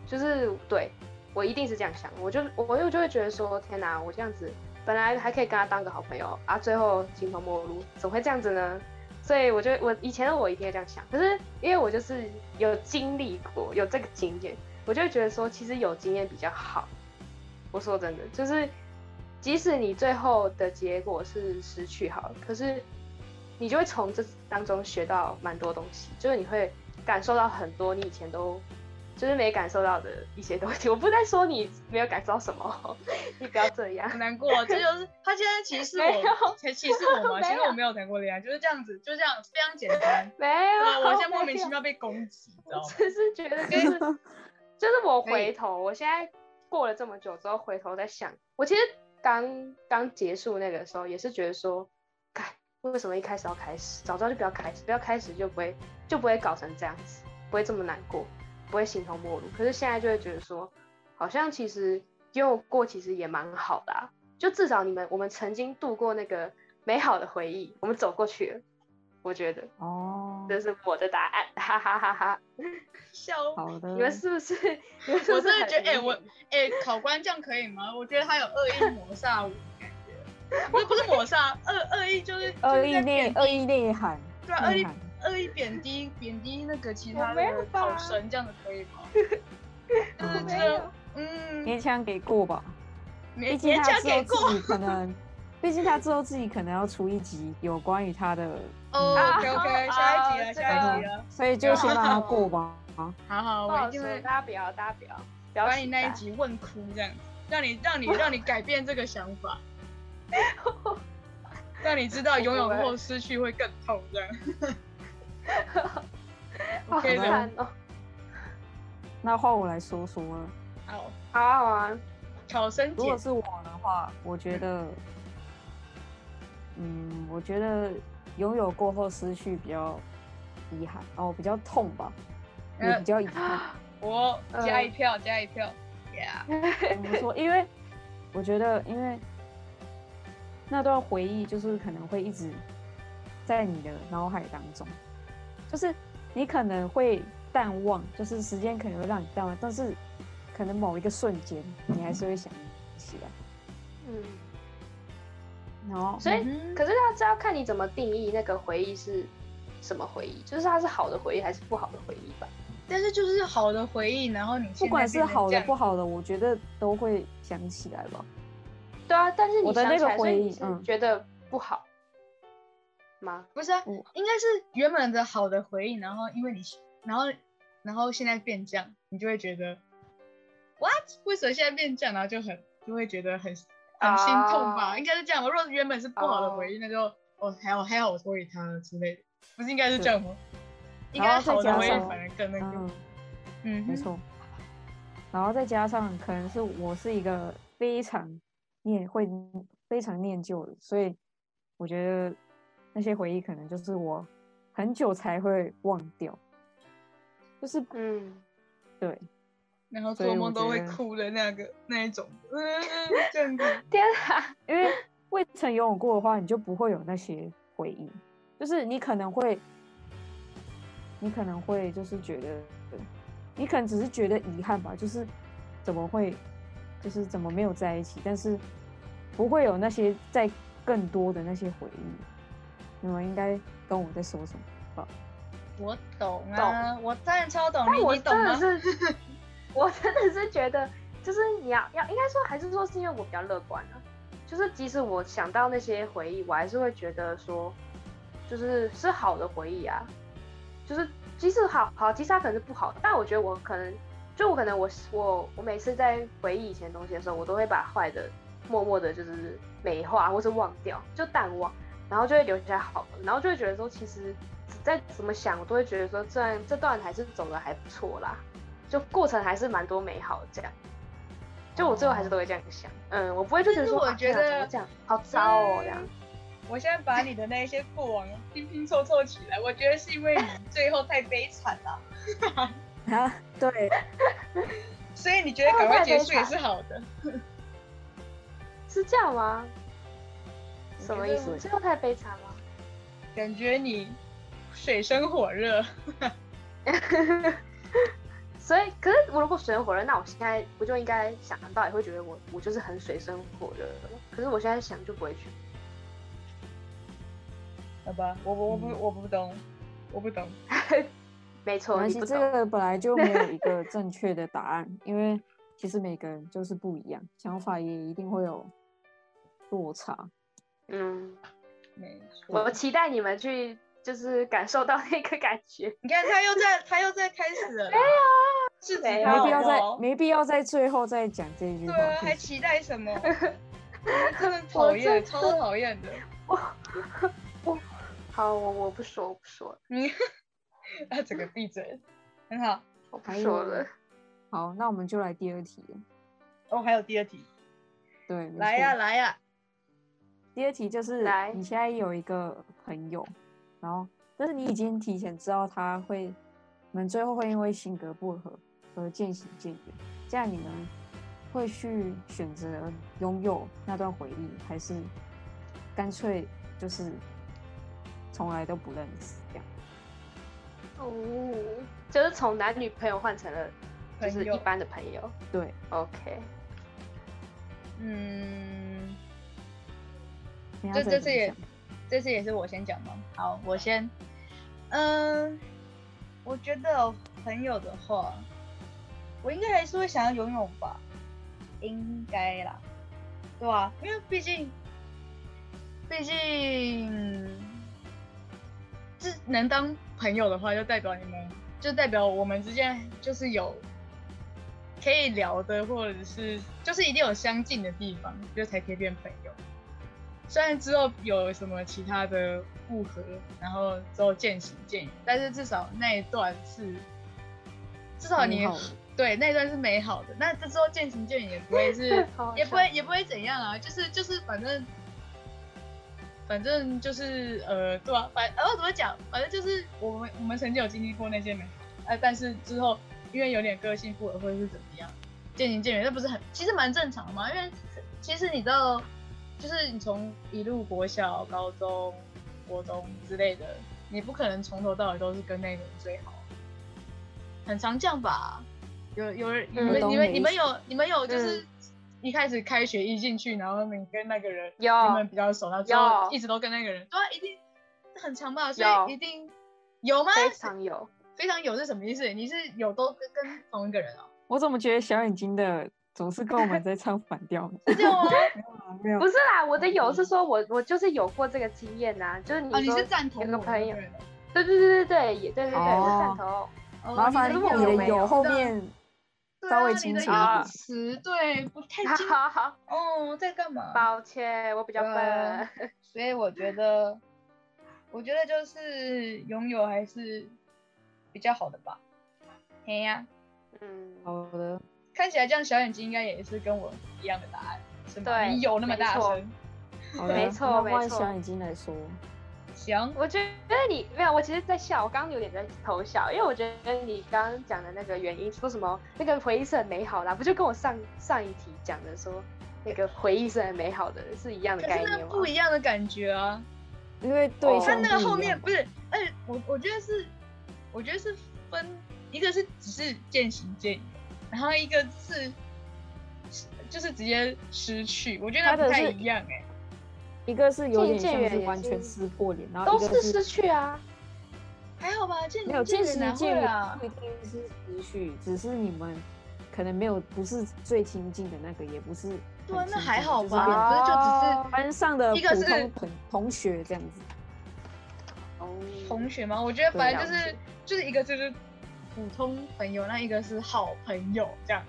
[SPEAKER 2] 就是对我一定是这样想，我就我又就会觉得说，天哪，我这样子本来还可以跟他当个好朋友啊，最后形同陌路，怎么会这样子呢？所以我觉得我以前的我一定会这样想，可是因为我就是有经历过，有这个经验，我就会觉得说，其实有经验比较好。我说真的，就是即使你最后的结果是失去好了，可是你就会从这当中学到蛮多东西，就是你会感受到很多你以前都就是没感受到的一些东西。我不是在说你没有感受到什么， 你不要这样
[SPEAKER 3] 很。难过啊，这就是他现在歧视
[SPEAKER 2] 没
[SPEAKER 3] 我
[SPEAKER 2] 有，
[SPEAKER 3] 才歧视我
[SPEAKER 2] 没
[SPEAKER 3] 吗？
[SPEAKER 2] 有
[SPEAKER 3] 其实我没有谈过恋爱，就是这样子，就这样，非常简 单。
[SPEAKER 2] 没
[SPEAKER 3] 对
[SPEAKER 2] 有，
[SPEAKER 3] 啊，我现在莫名其
[SPEAKER 2] 没有
[SPEAKER 3] 妙被攻击，你知道
[SPEAKER 2] 我
[SPEAKER 3] 吗？
[SPEAKER 2] 只是觉得 就是就是我
[SPEAKER 3] 可以
[SPEAKER 2] 回头，我现在过了这么久之后，回头在想，我其实刚刚结束那个时候也是觉得说，哎，为什么一开始要开始？早知道就不要开始，不要开始就不会就不会搞成这样子，不会这么难过，不会形同陌路。可是现在就会觉得说，好像其实拥有过其实也蛮好的、啊，就至少你们我们曾经度过那个美好的回忆，我们走过去了。我觉得
[SPEAKER 1] 哦，
[SPEAKER 2] 这是我的答案，哈哈哈哈！
[SPEAKER 3] 笑我。
[SPEAKER 1] 好的，
[SPEAKER 2] 你们是不是？你们是不是
[SPEAKER 3] 我真的
[SPEAKER 2] 很
[SPEAKER 3] 觉得，哎、
[SPEAKER 2] 阴
[SPEAKER 3] 我
[SPEAKER 2] 影
[SPEAKER 3] 哎、考官这样可以吗？我觉得他有恶意抹杀我的感觉，不是不是抹杀，恶恶意就是
[SPEAKER 1] 恶
[SPEAKER 3] 就是
[SPEAKER 1] 意
[SPEAKER 3] 在
[SPEAKER 1] 内
[SPEAKER 3] 贬
[SPEAKER 1] 恶意内涵，
[SPEAKER 3] 对啊，恶
[SPEAKER 1] 内
[SPEAKER 3] 意
[SPEAKER 2] 嗯
[SPEAKER 1] 涵
[SPEAKER 3] 恶意贬低贬低那个其
[SPEAKER 2] 我
[SPEAKER 3] 他
[SPEAKER 2] 没有
[SPEAKER 3] 的考
[SPEAKER 2] 吧
[SPEAKER 3] 生，这样子可以吗？就
[SPEAKER 1] 我
[SPEAKER 3] 是
[SPEAKER 1] 没
[SPEAKER 3] 觉
[SPEAKER 2] 有
[SPEAKER 3] 得，嗯，
[SPEAKER 1] 勉强给过吧。毕
[SPEAKER 3] 勉
[SPEAKER 1] 竟
[SPEAKER 3] 勉
[SPEAKER 1] 他
[SPEAKER 3] 强
[SPEAKER 1] 之
[SPEAKER 3] 哎给
[SPEAKER 1] 后
[SPEAKER 3] 过
[SPEAKER 1] 自己可能，毕竟他之后自己可能要出一集有关于他的，
[SPEAKER 3] 哦
[SPEAKER 1] 啊
[SPEAKER 3] ，OK OK，下一集了，
[SPEAKER 2] 啊
[SPEAKER 3] 下一集了，
[SPEAKER 1] 所以就先让他过吧。
[SPEAKER 3] 好好，
[SPEAKER 2] 不
[SPEAKER 3] 我
[SPEAKER 2] 好
[SPEAKER 3] 一定
[SPEAKER 2] 说
[SPEAKER 3] 会
[SPEAKER 2] 大家不要，大家不要，不要
[SPEAKER 3] 把
[SPEAKER 2] 期
[SPEAKER 3] 你那一
[SPEAKER 2] 待
[SPEAKER 3] 集问哭这样子，让你让你让你改变这个想 法，让你知道拥有后失去会更痛这样。
[SPEAKER 2] 好
[SPEAKER 3] 可以的
[SPEAKER 2] 惨哦。
[SPEAKER 1] 那换我来说说了，
[SPEAKER 3] 好，
[SPEAKER 2] 好啊好 啊，
[SPEAKER 3] 考生
[SPEAKER 1] 如
[SPEAKER 3] 姐
[SPEAKER 1] 果是我的话，我觉得，嗯，我觉得拥有过后失去比较遗憾哦，比较痛吧，也
[SPEAKER 3] 呃
[SPEAKER 1] 比较遗憾。
[SPEAKER 3] 我加一票，加一票，Yeah，
[SPEAKER 1] 怎么说？因为我觉得，因为那段回忆就是可能会一直在你的脑海当中，就是你可能会淡忘，就是时间可能会让你淡忘，但是可能某一个瞬间你还是会想起来。
[SPEAKER 2] 嗯，
[SPEAKER 1] 然后，
[SPEAKER 2] 所以
[SPEAKER 3] 嗯
[SPEAKER 2] 可是要这要看你怎么定义那个回忆是什么回忆，就是它是好的回忆还是不好的回忆吧。
[SPEAKER 3] 但是就是好的回忆，然后你
[SPEAKER 1] 不管是好的不
[SPEAKER 3] 好，
[SPEAKER 1] 好的，我觉得都会想起来吧。
[SPEAKER 2] 对啊，但是你
[SPEAKER 1] 我的
[SPEAKER 2] 想
[SPEAKER 1] 那
[SPEAKER 2] 起
[SPEAKER 1] 个
[SPEAKER 2] 来，所以
[SPEAKER 1] 回
[SPEAKER 2] 你
[SPEAKER 1] 忆
[SPEAKER 2] 是
[SPEAKER 1] 嗯
[SPEAKER 2] 觉得不好吗？
[SPEAKER 3] 不是啊，
[SPEAKER 1] 嗯
[SPEAKER 3] 应该是原本的好的回忆，然后因为你，然后然后现在变这样，你就会觉得 what 为什么现在变这样，然后就很就会觉得很很心痛吧
[SPEAKER 2] 啊
[SPEAKER 3] 应该是这样吧。如果原本是不好
[SPEAKER 1] 啊
[SPEAKER 3] 的回忆，那就哦还好还好我脱离他了之类的，不是应该是这样吗？应该好的回忆
[SPEAKER 1] 然后再加上
[SPEAKER 3] 反而更那个
[SPEAKER 1] 嗯，，
[SPEAKER 3] 嗯哼，
[SPEAKER 1] 没错。然后再加上可能是我是一个非常念会非常念旧的，所以我觉得那些回忆可能就是我很久才会忘掉，就是
[SPEAKER 2] 嗯，
[SPEAKER 1] 对，
[SPEAKER 3] 然后
[SPEAKER 1] 所以
[SPEAKER 3] 做梦
[SPEAKER 1] 我
[SPEAKER 3] 都
[SPEAKER 1] 觉
[SPEAKER 3] 会
[SPEAKER 1] 得
[SPEAKER 3] 哭的那个那一种，嗯，这样子。
[SPEAKER 2] 天啊，
[SPEAKER 1] 因为未曾拥有过的话，你就不会有那些回忆，就是你可能会，你可能会就是觉得，你可能只是觉得遗憾吧，就是怎么会，就是怎么没有在一起，但是不会有那些再更多的那些回忆。你们应该懂我在说什么吧？
[SPEAKER 3] 我懂啊，我当然超懂
[SPEAKER 2] 但
[SPEAKER 3] 你，
[SPEAKER 2] 我
[SPEAKER 3] 你懂
[SPEAKER 2] 真的
[SPEAKER 3] 吗？
[SPEAKER 2] 是， 我真的是觉得，就是你要要应该说还是说是因为我比较乐观啊，就是即使我想到那些回忆，我还是会觉得说，就是是好的回忆啊，就是即使好好，其实它可能是不好的，但我觉得我可能就我可能我我我每次在回忆以前东西的时候，我都会把坏的默默的就是美化或是忘掉，就淡忘。然后就会留下好的，然后就会觉得说，其实再怎么想，我都会觉得说，这段这段还是走的还不错啦，就过程还是蛮多美好的这样。就我最后还是都会这样想，嗯，我不会就觉得说，
[SPEAKER 3] 但是我
[SPEAKER 2] 啊
[SPEAKER 3] 觉
[SPEAKER 2] 天
[SPEAKER 3] 得
[SPEAKER 2] 啊怎么这样好糟哦这样。
[SPEAKER 3] 我现在把你的那些过往 拼拼凑凑起来，我觉得是因为你最后太悲惨了，
[SPEAKER 1] 啊， 对，
[SPEAKER 3] 所以你觉得赶快结束
[SPEAKER 2] 最后
[SPEAKER 3] 也
[SPEAKER 2] 太悲惨
[SPEAKER 3] 是好的。
[SPEAKER 2] 是这样吗？什么意思？最后太悲惨吗？
[SPEAKER 3] 感觉你水深火热，
[SPEAKER 2] 所以，可是我如果水深火热，那我现在不就应该想到也会觉得我我就是很水深火热了？可是我现在想就不会去。
[SPEAKER 3] 好吧，我我我
[SPEAKER 2] 嗯
[SPEAKER 3] 不我不懂，我不懂，
[SPEAKER 2] 没
[SPEAKER 1] 没
[SPEAKER 2] 错，
[SPEAKER 1] 关
[SPEAKER 2] 你
[SPEAKER 1] 系，
[SPEAKER 2] 不
[SPEAKER 1] 这
[SPEAKER 2] 懂。
[SPEAKER 1] 个本来就没有一 个正确的答案，因为其实每个人就是不一样，想法也一定会有落差。
[SPEAKER 2] 嗯，
[SPEAKER 3] 没错。
[SPEAKER 2] 我期待你们去就是感受到那个感觉。
[SPEAKER 3] 你看他又在他又在开始 了啦， 是
[SPEAKER 2] 没
[SPEAKER 1] 没
[SPEAKER 2] 有
[SPEAKER 1] 必要在
[SPEAKER 3] 在
[SPEAKER 1] 没必要在最后再讲这一句
[SPEAKER 3] 哦对
[SPEAKER 1] 话。
[SPEAKER 3] 啊，
[SPEAKER 1] 谢
[SPEAKER 3] 还
[SPEAKER 1] 谢
[SPEAKER 3] 期待什么？ 真的讨
[SPEAKER 2] 真
[SPEAKER 3] 厌，
[SPEAKER 2] 的
[SPEAKER 3] 超讨厌的。
[SPEAKER 2] 好，我我不说，我不说了，
[SPEAKER 3] 你他啊整个闭嘴，很好。
[SPEAKER 2] 我不
[SPEAKER 3] 哎
[SPEAKER 1] 还有
[SPEAKER 2] 说了。
[SPEAKER 1] 好，那我们就来第二题了。
[SPEAKER 3] 哦，还有第二题，
[SPEAKER 1] 对，没
[SPEAKER 3] 来呀、
[SPEAKER 1] 错
[SPEAKER 3] 来呀、
[SPEAKER 1] 第二题就是
[SPEAKER 2] 来
[SPEAKER 1] 你现在有一个朋友，然后但是你已经提前知道他会，你们最后会因为性格不合而渐行渐远，这样你们会去选择拥有那段回忆，还是干脆就是从来都不认识这样？
[SPEAKER 2] 哦， 就是从男女朋友换成了就
[SPEAKER 3] 朋
[SPEAKER 2] 是
[SPEAKER 3] 友
[SPEAKER 2] 一般的朋友。
[SPEAKER 1] 对，
[SPEAKER 2] OK，
[SPEAKER 3] 嗯。
[SPEAKER 1] 你要
[SPEAKER 3] 这
[SPEAKER 1] 自
[SPEAKER 3] 这
[SPEAKER 1] 己
[SPEAKER 3] 次也
[SPEAKER 1] 想，
[SPEAKER 3] 这次也是我先讲吗？好，我先。嗯，我觉得朋友的话，我应该还是会想要游泳吧，应该啦，对吧、因为毕竟，毕竟，这能当朋友的话，就代表你们，就代表我们之间就是有可以聊的，或者是就是一定有相近的地方，就才可以变朋友。虽然之后有什么其他的不和，然后之后渐行渐远，但是至少那一段是，至少你
[SPEAKER 1] 美好的
[SPEAKER 3] 对那一段是美好的。那这之后渐行渐远也不会是
[SPEAKER 2] 好好
[SPEAKER 3] 也不会也不会怎样啊，就是就是反正反正就是呃对啊，反呃我怎么讲，反正就是我们我们曾经有经历过那些美好，呃但是之后因为有点个性不合或者是怎么样，渐行渐远，那不是很其实蛮正常的嘛，因为其实你知道，就是你从一路国小、高中、国中之类的，你不可能从头到尾都是跟那个人最好，很常这样吧？有有人你
[SPEAKER 2] 嗯
[SPEAKER 3] 们
[SPEAKER 1] 我懂
[SPEAKER 3] 你们
[SPEAKER 1] 你
[SPEAKER 3] 你
[SPEAKER 1] 意
[SPEAKER 3] 们
[SPEAKER 1] 思
[SPEAKER 3] 有你们有就是一开始开学一进去，然后你跟那个人
[SPEAKER 2] 有
[SPEAKER 3] 你们比较熟，然后之后
[SPEAKER 2] 有
[SPEAKER 3] 一直都跟那个人，哦对啊，一定很常吧？所
[SPEAKER 2] 有
[SPEAKER 3] 以一定有吗？
[SPEAKER 2] 非常 有。
[SPEAKER 3] 非常有是什么意思？你是有都跟跟同一个人哦？
[SPEAKER 1] 我怎么觉得小眼睛的总是跟我们在唱反调 呢？
[SPEAKER 3] 是这样吗？
[SPEAKER 1] 啊没有
[SPEAKER 2] 不，是啦，我的有是说我我就是有过这个经验呐、就是你
[SPEAKER 3] 哦，你
[SPEAKER 2] 说
[SPEAKER 3] 是赞同
[SPEAKER 2] 有个
[SPEAKER 3] 我
[SPEAKER 2] 朋
[SPEAKER 3] 的
[SPEAKER 2] 友
[SPEAKER 3] 人哦
[SPEAKER 2] 对对对对对，也对对对，我
[SPEAKER 1] 哦
[SPEAKER 2] 赞同。
[SPEAKER 3] 哦
[SPEAKER 1] 麻烦
[SPEAKER 3] 你
[SPEAKER 1] 你
[SPEAKER 3] 的
[SPEAKER 2] 问我
[SPEAKER 3] 有
[SPEAKER 1] 的
[SPEAKER 2] 没
[SPEAKER 1] 有
[SPEAKER 2] 有
[SPEAKER 1] 后
[SPEAKER 3] 知道
[SPEAKER 1] 面
[SPEAKER 3] 对
[SPEAKER 1] 稍
[SPEAKER 3] 啊
[SPEAKER 1] 微
[SPEAKER 3] 你
[SPEAKER 1] 清
[SPEAKER 3] 的
[SPEAKER 2] 一
[SPEAKER 1] 楚一
[SPEAKER 2] 点
[SPEAKER 3] 泳
[SPEAKER 1] 点。
[SPEAKER 3] 池对不 太清
[SPEAKER 2] 好好，
[SPEAKER 3] 哦，在干嘛？
[SPEAKER 2] 抱歉，我比较笨
[SPEAKER 3] 呃。所以我觉得，我觉得就是拥有还是比较好的吧。嘿呀、
[SPEAKER 2] 嗯，
[SPEAKER 1] 好的，
[SPEAKER 3] 看起来这样小眼睛应该也是跟我一样的答案，是吗？
[SPEAKER 2] 对
[SPEAKER 3] 你有那么大
[SPEAKER 2] 没错
[SPEAKER 3] 声？
[SPEAKER 1] 好的，
[SPEAKER 2] 没错
[SPEAKER 1] 那
[SPEAKER 2] 没
[SPEAKER 1] 换
[SPEAKER 2] 错
[SPEAKER 1] 小眼睛来说，
[SPEAKER 3] 行，
[SPEAKER 2] 我觉得你没有，我其实在笑，我刚刚有点在偷笑，因为我觉得你刚刚讲的那个原因，说什么那个回忆是很美好的啊、不就跟我上上一题讲的说那个回忆是很美好的是一样
[SPEAKER 3] 可
[SPEAKER 2] 的
[SPEAKER 3] 是
[SPEAKER 2] 概
[SPEAKER 3] 那
[SPEAKER 2] 念吗？
[SPEAKER 3] 不一样的感觉啊。
[SPEAKER 1] 因为对
[SPEAKER 2] 哦
[SPEAKER 1] 象
[SPEAKER 2] 像
[SPEAKER 3] 他那个
[SPEAKER 1] 不一
[SPEAKER 3] 后面
[SPEAKER 1] 样
[SPEAKER 3] 不是，而且我我觉得是，我觉得是分一个是只是渐行渐远，然后一个是就是直接失去，我觉得
[SPEAKER 1] 他的
[SPEAKER 3] 不太
[SPEAKER 1] 是
[SPEAKER 3] 一样哎、
[SPEAKER 1] 一个是有点
[SPEAKER 2] 渐
[SPEAKER 1] 像
[SPEAKER 2] 远
[SPEAKER 1] 是
[SPEAKER 2] 也
[SPEAKER 1] 完全
[SPEAKER 2] 是
[SPEAKER 1] 撕破脸，然后
[SPEAKER 2] 都
[SPEAKER 1] 一个
[SPEAKER 2] 是
[SPEAKER 1] 是
[SPEAKER 2] 失去啊。
[SPEAKER 3] 还好吧，渐
[SPEAKER 1] 没
[SPEAKER 3] 行
[SPEAKER 1] 有渐
[SPEAKER 3] 远
[SPEAKER 1] 行
[SPEAKER 3] 哪
[SPEAKER 1] 渐
[SPEAKER 3] 会
[SPEAKER 1] 远，
[SPEAKER 3] 啊
[SPEAKER 1] 不？一定是失去，只是你们可能没有不是最亲近的那个，也不是
[SPEAKER 3] 对啊
[SPEAKER 1] 很，
[SPEAKER 3] 那
[SPEAKER 1] 亲
[SPEAKER 3] 还
[SPEAKER 1] 近
[SPEAKER 3] 好
[SPEAKER 1] 就是
[SPEAKER 3] 吧，
[SPEAKER 1] 变成
[SPEAKER 2] 啊
[SPEAKER 3] 不是
[SPEAKER 1] 班上的哦
[SPEAKER 3] 一个
[SPEAKER 1] 普
[SPEAKER 3] 是
[SPEAKER 1] 通同同学这样子，
[SPEAKER 2] 哦
[SPEAKER 3] 就只是同学嘛？我觉得反正就
[SPEAKER 2] 对了
[SPEAKER 3] 是
[SPEAKER 2] 解
[SPEAKER 3] 就是一个就是普通朋友，那一个是好朋友这样，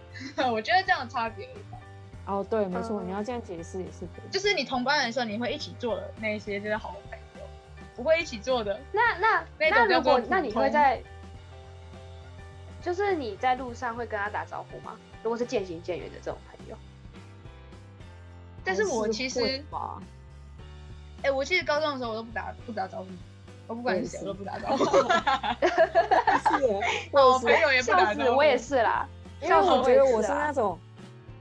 [SPEAKER 3] 我觉得这样的差别而已吧。
[SPEAKER 1] 哦，对，没错，你
[SPEAKER 2] 嗯
[SPEAKER 1] 要这样解释也是可以。
[SPEAKER 3] 就是你同班的时候，你会一起做的那一些就是好朋友，不会一起做的。
[SPEAKER 2] 那那
[SPEAKER 3] 那
[SPEAKER 2] 那
[SPEAKER 3] 种叫
[SPEAKER 2] 如果
[SPEAKER 3] 做
[SPEAKER 2] 那
[SPEAKER 3] 普
[SPEAKER 2] 你
[SPEAKER 3] 通
[SPEAKER 2] 会在，就是你在路上会跟他打招呼吗？如果是渐行渐远的这种朋友，
[SPEAKER 3] 但
[SPEAKER 1] 还
[SPEAKER 3] 是我
[SPEAKER 1] 哦是
[SPEAKER 3] 其实，
[SPEAKER 1] 会
[SPEAKER 3] 哎、
[SPEAKER 1] 吧
[SPEAKER 3] 我其实高中的时候我都不打不打招呼，我不管是谁
[SPEAKER 1] 我也是
[SPEAKER 3] 我都不打招呼，
[SPEAKER 1] 是耶，
[SPEAKER 3] 我
[SPEAKER 1] 我
[SPEAKER 3] 朋
[SPEAKER 1] 也是，
[SPEAKER 3] 友也不
[SPEAKER 2] 笑
[SPEAKER 3] 打
[SPEAKER 2] 死
[SPEAKER 3] 招呼。
[SPEAKER 2] 我也是啦，
[SPEAKER 1] 因为
[SPEAKER 2] 笑死
[SPEAKER 1] 我觉得
[SPEAKER 2] 也
[SPEAKER 1] 我
[SPEAKER 2] 是
[SPEAKER 1] 是
[SPEAKER 2] 啊
[SPEAKER 1] 那种